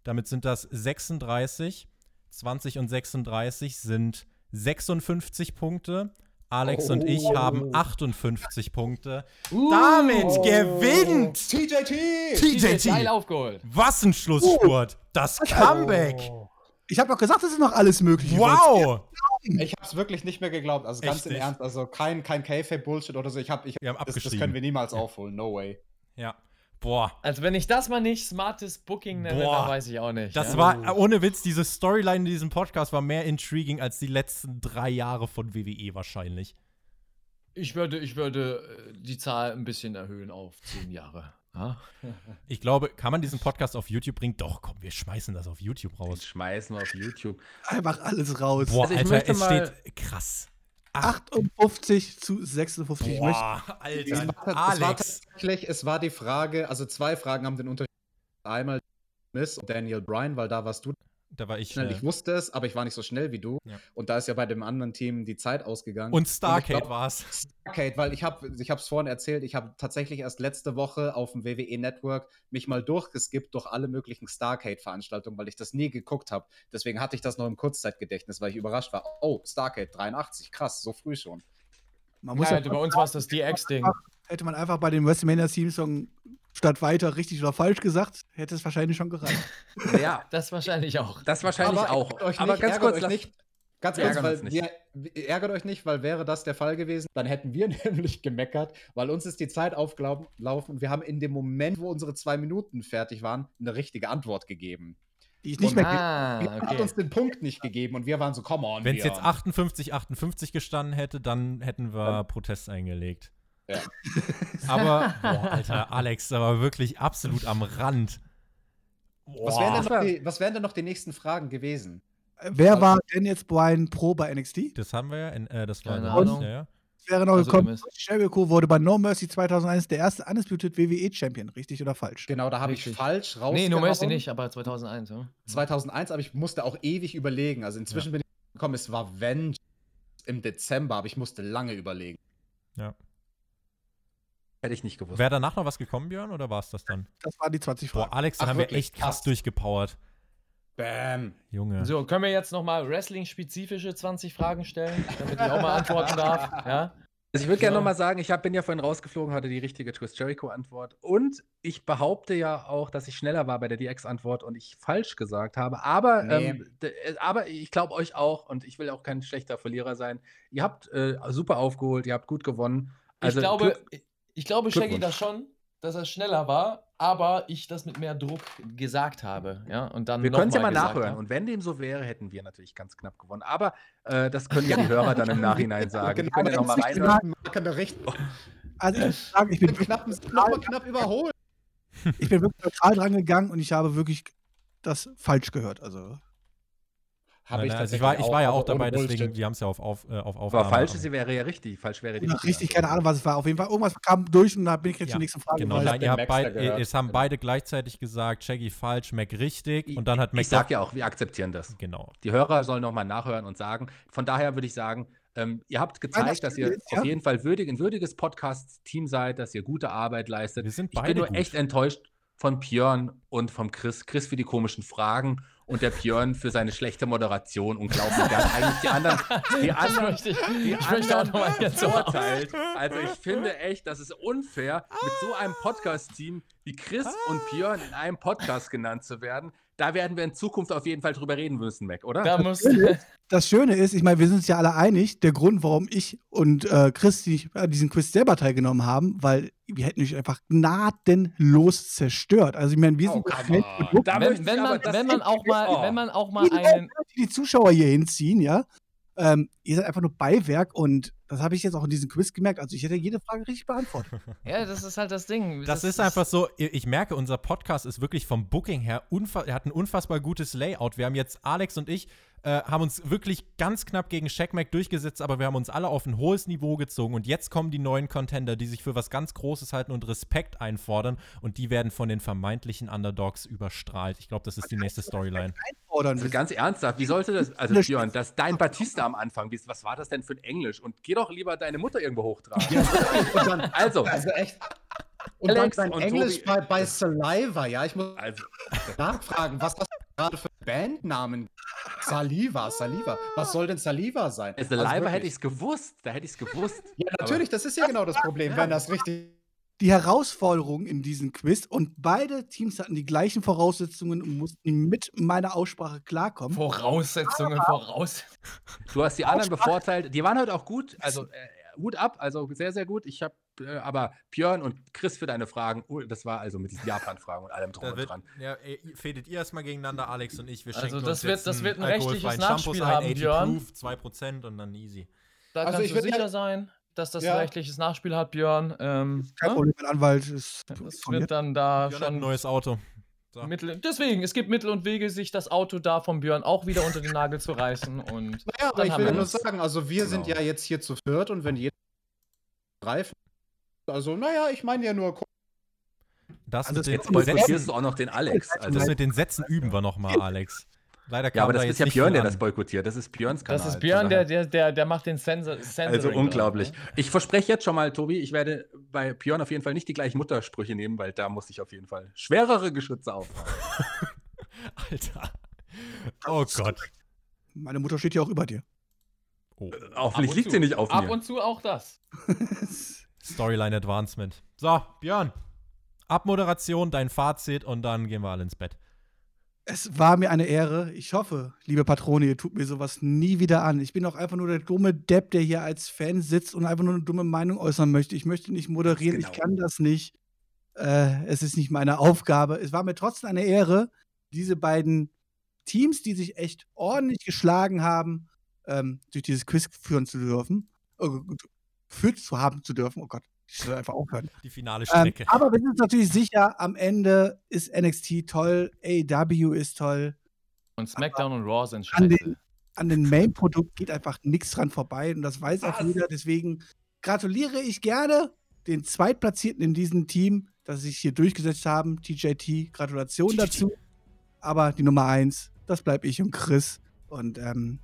Damit sind das 36. 20 und 36 sind 56 Punkte. Alex und
Oh.
ich haben 58 Punkte.
Uh.
Damit gewinnt
TJT!
TJT! Geil
TJT.
aufgeholt.
Was ein Schlussspurt.
Oh.
Das Comeback.
Ich habe doch gesagt, das ist noch alles möglich.
Wow.
Ich hab's wirklich nicht mehr geglaubt. Also ganz
Echt
im
nicht?
Ernst. Also kein, kein K-Fape-Bullshit oder so. Ich hab, ich,
Wir haben
das, das
abgeschrieben.
können wir niemals aufholen. No way.
Ja. Boah.
Also, wenn ich das mal nicht smartes Booking nenne,
Boah.
dann weiß ich auch nicht.
Das
ja?
war, äh, ohne Witz, diese Storyline in diesem Podcast war mehr intriguing als die letzten drei Jahre von WWE wahrscheinlich.
ich, würde, ich würde äh, die Zahl ein bisschen erhöhen auf 10 Jahre. Ja?
Ich glaube, kann man diesen Podcast auf YouTube bringen? Doch, komm, wir schmeißen das auf YouTube
Jetzt
raus.
schmeißen wir auf YouTube.
Einfach alles raus.
Boah,
Also ich
Alter,
möchte
es
mal-
steht krass.
58 zu 56. Ich möchte,
Boah, Alter,
Es war- Es war,
Alex.
tatsächlich, es war die Frage, also zwei Fragen haben den Unterschied. Einmal Miss und Daniel Bryan, weil da warst du
Da war ich äh,
schnell.
schnell.
Ich wusste es, aber ich war nicht so schnell wie du.
Ja.
Und da ist ja bei dem anderen Team die Zeit ausgegangen.
Und
Und ich
Starcade
glaub-
war's.
Starcade, weil ich habe ich hab's vorhin erzählt, ich habe tatsächlich erst letzte Woche auf dem WWE Network mich mal durchgeskippt durch alle möglichen Starcade-Veranstaltungen, weil ich das nie geguckt habe. Deswegen hatte ich das noch im Kurzzeitgedächtnis, weil ich überrascht war. Oh, Starcade 83, krass, so früh schon.
man muss
Naja,
ja,
bei uns war es das DX-Ding.
hätte man einfach bei dem WrestleMania Theme Song statt weiter richtig oder falsch gesagt, hätte es wahrscheinlich schon gereicht.
Ja,
Das wahrscheinlich auch.
das wahrscheinlich
Aber
auch.
ärgert Euch
Aber
nicht,
ganz
ärgert
kurz,
euch
lass-
nicht. Ganz
Wir
kurz,
ärgern
weil
uns nicht.
wir, wir- ärgert euch nicht, weil wäre das der Fall gewesen, dann hätten wir nämlich gemeckert, weil uns ist die Zeit aufgelaufen und wir haben in dem Moment, wo unsere zwei Minuten fertig waren, eine richtige Antwort gegeben.
Die ich
Und-
nicht mehr
Ah,
Björn hat uns den Punkt nicht gegeben und wir waren so, come on.
Wenn es
Björn.
jetzt 58, 58 gestanden hätte, dann hätten wir Protest eingelegt.
Ja.
Aber, boah, Alter, Alex, da war wirklich absolut am Rand.
Was wären, denn noch die, was wären denn noch die nächsten Fragen gewesen?
Wer war denn jetzt Brian Pro bei NXT?
Das haben wir ja. In, äh, das war
Keine
das,
Ahnung.
Ja, ja.
Das wäre noch
Also,
gekommen.
Miss.
Jericho wurde bei No Mercy 2001 der erste Undisputed WWE Champion. Richtig oder falsch?
Genau, da habe ich
Richtig.
falsch rausgehauen.
Nee, No Mercy nicht, aber 2001. Ja?
2001, aber ich musste auch ewig überlegen. Also inzwischen bin ich gekommen, es war Vengeance im Dezember, aber ich musste lange überlegen.
hätte ich nicht gewusst.
Wäre danach noch was gekommen, Björn, oder war es das dann?
Das waren die 20 Fragen.
Boah, Alex, da
Ach,
haben wir
wirklich?
echt krass
Krass.
durchgepowert.
Bam.
Junge.
So, können wir jetzt nochmal Wrestling-spezifische 20 Fragen stellen, damit ich auch mal antworten darf? Ja?
Also ich würde gerne
Ja.
nochmal sagen, ich hab, bin ja vorhin rausgeflogen, hatte die richtige Twist Jericho-Antwort. Und ich behaupte ja auch, dass ich schneller war bei der DX-Antwort und ich falsch gesagt habe. Aber,
Nee.
ähm, d- äh, aber ich glaube euch auch und ich will auch kein schlechter Verlierer sein. Ihr habt äh, super aufgeholt, ihr habt gut gewonnen. Also,
ich glaube,
Glück-
ich, ich glaube Shaggy
Glückwunsch.
das schon, dass er schneller war, aber ich das mit mehr Druck gesagt habe. Ja? Und dann
wir
noch
können es ja mal
gesagt
nachhören.
habe.
Und wenn dem so wäre, hätten wir natürlich ganz knapp gewonnen. Aber äh, das können ja die Hörer dann im Nachhinein sagen. Die können ja nochmal reinhören.
Bericht.
Also ich muss sagen, ich bin, wirklich-
Knapp, knapp, knapp überholt.
ich bin wirklich neutral dran gegangen und ich habe wirklich das falsch gehört. Also
Habe
Nein,
ich
nein, also
tatsächlich
ich war, ich war ja
aber
auch dabei,
ohne Bullshit.
deswegen, die haben es ja auf, auf, äh, auf Aufnahme.
Aber falsch ist, sie wäre ja richtig. Falsch wäre die
Ach, richtig,
richtige
keine Ahnung, was es war. Auf jeden Fall, irgendwas kam durch und da bin ich jetzt
Ja,
zur nächsten Frage.
Genau,
weil-
nein, ihr
den
habt
Maxter
beid, ihr,
gehört.
es
Genau.
haben beide gleichzeitig gesagt, Shaggy falsch, Mac richtig. Und dann hat Mac
Ich sag ja auch, wir akzeptieren das.
Genau.
Die Hörer sollen nochmal nachhören und sagen. Von daher würde ich sagen, ähm, ihr habt
das
gezeigt, dass ihr
stimmt, ja.
auf jeden Fall würdig, ein würdiges Podcast-Team seid, dass ihr gute Arbeit leistet.
Wir sind
ich
beide
bin nur
gut.
echt enttäuscht von Björn und vom Chris. Chris für die komischen Fragen und der Björn für seine schlechte Moderation. Unglaublich, der hat eigentlich die anderen, die
Das
anderen
möchte ich,
die
ich möchte auch
anderen
nochmal jetzt so
verurteilt. Also ich finde echt, das ist unfair, mit so einem Podcast-Team wie Chris und Björn in einem Podcast genannt zu werden. Da werden wir in Zukunft auf jeden Fall drüber reden müssen, Mac, oder?
Da muss.
Das Schöne ist, ich meine, wir sind uns ja alle einig, der Grund, warum ich und äh, Chris die, an diesem Quiz selber teilgenommen haben, weil wir hätten euch einfach gnadenlos zerstört. Also ich meine, wir
Oh,
sind
come
Fans
on.
und Jupp,
Da möchte
Wenn,
ich
wenn,
aber,
man,
das-
wenn man auch mal,
Oh.
wenn man auch mal
Jede
einen,
die die Zuschauer hier hinziehen, ja. Ähm, ihr seid einfach nur Beiwerk und das habe ich jetzt auch in diesem Quiz gemerkt. Also ich hätte jede Frage richtig beantwortet.
ja, das ist halt das Ding.
Das ist einfach so, ich ich merke, unser Podcast ist wirklich vom Booking her, unfa- er hat ein unfassbar gutes Layout. Wir haben jetzt, Alex und ich, äh, haben uns wirklich ganz knapp gegen Shackmack durchgesetzt, aber wir haben uns alle auf ein hohes Niveau gezogen. Und jetzt kommen die neuen Contender, die sich für was ganz Großes halten und Respekt einfordern. Und die werden von den vermeintlichen Underdogs überstrahlt. Ich glaube, das ist die nächste Storyline.
Oder
Also ganz ernsthaft, wie sollte das, also
Englisch.
Björn, dass dein Batista am Anfang, wie, was war das denn für ein Englisch? Und geh doch lieber deine Mutter irgendwo hochtragen.
Und dann,
Also,
also echt. Und
Alex
dann sein
und
Englisch
Tobi-
bei, bei Saliva, ja, ich muss
also
nachfragen, was hast du gerade für Bandnamen? Saliva, Saliva. Was soll denn Saliva sein?
also leider
wirklich.
hätte ich es gewusst, da hätte ich es gewusst.
Ja, natürlich, das ist ja genau das Problem, wenn das richtig
die Herausforderung in diesem Quiz und beide Teams hatten die gleichen Voraussetzungen und mussten mit meiner Aussprache klarkommen.
Voraussetzungen voraus.
Du hast die anderen bevorteilt. Die waren heute auch gut. Also äh, Hut ab, also sehr, sehr gut. Ich habe äh, aber Björn und Chris für deine Fragen. Oh, das war also mit diesen Japan-Fragen und allem drum und dran.
ja, fädet ihr erstmal gegeneinander, Alex und ich. Wir
Also, schenken das uns wird- jetzt das einen wird ein rechtliches alkoholfreien Nachspiel Shampoos ein, haben, 80 Björn. proof,
2% und dann easy.
Da
Also
kannst
ich
du
würd
sicher
ja-
sein, dass das
Ja.
ein rechtliches Nachspiel hat, Björn. Ähm,
Kein
ne?
Problem, mein Anwalt ist
das
informiert.
wird dann da
Björn hat ein
schon
neues Auto. So.
Mittel, deswegen, es gibt Mittel und Wege, sich das Auto da von Björn auch wieder unter den Nagel zu reißen. Und
Naja, aber
Dann
ich
haben
will
wir
ja nur
das.
sagen, also wir sind
Genau.
ja jetzt hier zu viert und wenn jeder greift, also naja, ich meine ja nur, guck,
Das
Also
mit
es
den
Jetzt
Sätzen-
boykottierst du auch noch den Alex. Also,
Das mit den Sätzen üben wir nochmal, Alex. Leider kam
ja, aber
da
das ist
jetzt
ja
nicht
Björn,
viel
der
an.
das boykottiert. Das ist Björns Kanal.
das ist Björn,
Von
der,
daher-
der, der, der macht den Sensor. Censoring
Also
drauf,
unglaublich.
ne?
Ich verspreche jetzt schon mal, Tobi, ich werde bei Björn auf jeden Fall nicht die gleichen Muttersprüche nehmen, weil da muss ich auf jeden Fall schwerere Geschütze aufbauen.
Alter. Oh Gott.
Meine Mutter steht ja auch über dir.
Oh.
Hoffentlich
und
liegt
zu.
sie nicht Äh, auf
Ab
mir.
und zu auch das.
Storyline Advancement. So, Björn. Abmoderation, dein Fazit und dann gehen wir alle ins Bett.
Es war mir eine Ehre. Ich hoffe, liebe Patrone, ihr tut mir sowas nie wieder an. Ich bin auch einfach nur der dumme Depp, der hier als Fan sitzt und einfach nur eine dumme Meinung äußern möchte. Ich möchte nicht moderieren,
Genau.
ich kann das nicht. Äh, es ist nicht meine Aufgabe. Es war mir trotzdem eine Ehre, diese beiden Teams, die sich echt ordentlich geschlagen haben, ähm, durch dieses Quiz führen zu dürfen, äh, geführt zu haben zu dürfen. Oh Gott, ich soll einfach aufhören.
Die finale
Ähm,
Strecke.
aber wir sind uns natürlich sicher, am Ende ist NXT toll, AEW ist toll.
Und SmackDown und Raw sind
An
scheiße.
den, an den Main-Produkt geht einfach nichts dran vorbei und das weiß auch jeder. Deswegen gratuliere ich gerne den Zweitplatzierten in diesem Team, dass sie sich hier durchgesetzt haben. TJT, Gratulation dazu. Aber die Nummer eins, das bleib ich und Chris. Und ähm,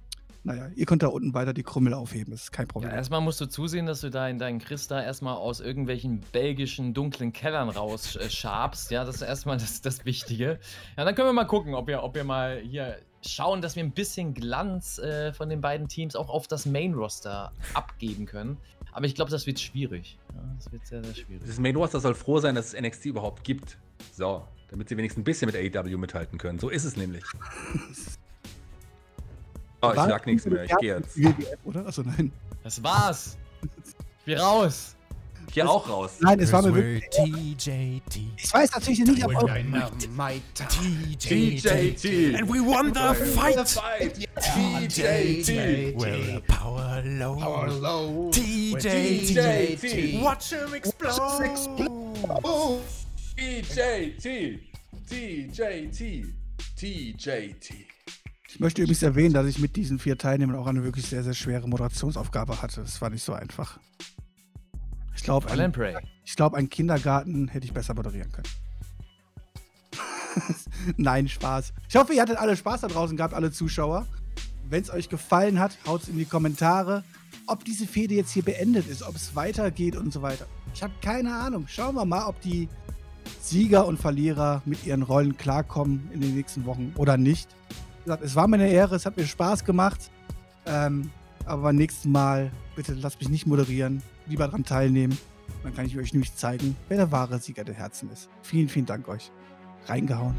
naja, ihr könnt da unten weiter die Krümmel aufheben, das ist kein
Ja,
Problem.
erstmal musst du zusehen, dass du da in deinen Chris da erstmal aus irgendwelchen belgischen dunklen Kellern rausschabst. Ja, das ist erstmal das, das Wichtige. Ja, dann können wir mal gucken, ob wir, ob wir mal hier schauen, dass wir ein bisschen Glanz äh, von den beiden Teams auch auf das Main-Roster abgeben können. Aber ich glaube, das wird schwierig. Ja, das wird sehr, sehr schwierig.
Das Main Roster soll froh sein, dass es NXT überhaupt gibt. So, damit sie wenigstens ein bisschen mit AEW mithalten können. So ist es nämlich. Oh, ich sag nichts mehr, ich gehe jetzt.
Oder? Achso, nein.
Das war's. Ich bin raus.
Ich gehe auch raus.
Nein, es war mir wirklich.
TJT.
Ich weiß natürlich nicht, ob eure
Dynamite.
TJT.
And we won the fight.
TJT.
We're power low.
Our low.
TJT.
TJT.
Watch him explode.
Oh.
TJT. TJT. TJT.
Ich möchte übrigens erwähnen, dass ich mit diesen vier Teilnehmern auch eine wirklich sehr, sehr schwere Moderationsaufgabe hatte. Das war nicht so einfach. Ich glaube,
Fall and
ein,
Prey.
ich glaub, einen Kindergarten hätte ich besser moderieren können. Nein, Spaß. Ich hoffe, ihr hattet alle Spaß da draußen gehabt, alle Zuschauer. Wenn es euch gefallen hat, haut es in die Kommentare, ob diese Fehde jetzt hier beendet ist, ob es weitergeht und so weiter. Ich habe keine Ahnung. Schauen wir mal, ob die Sieger und Verlierer mit ihren Rollen klarkommen in den nächsten Wochen oder nicht. Wie gesagt, es war mir eine Ehre, es hat mir Spaß gemacht. Ähm, aber beim nächsten Mal, bitte lasst mich nicht moderieren, lieber daran teilnehmen. Dann kann ich euch nämlich zeigen, wer der wahre Sieger der Herzen ist. Vielen, vielen Dank euch. Reingehauen.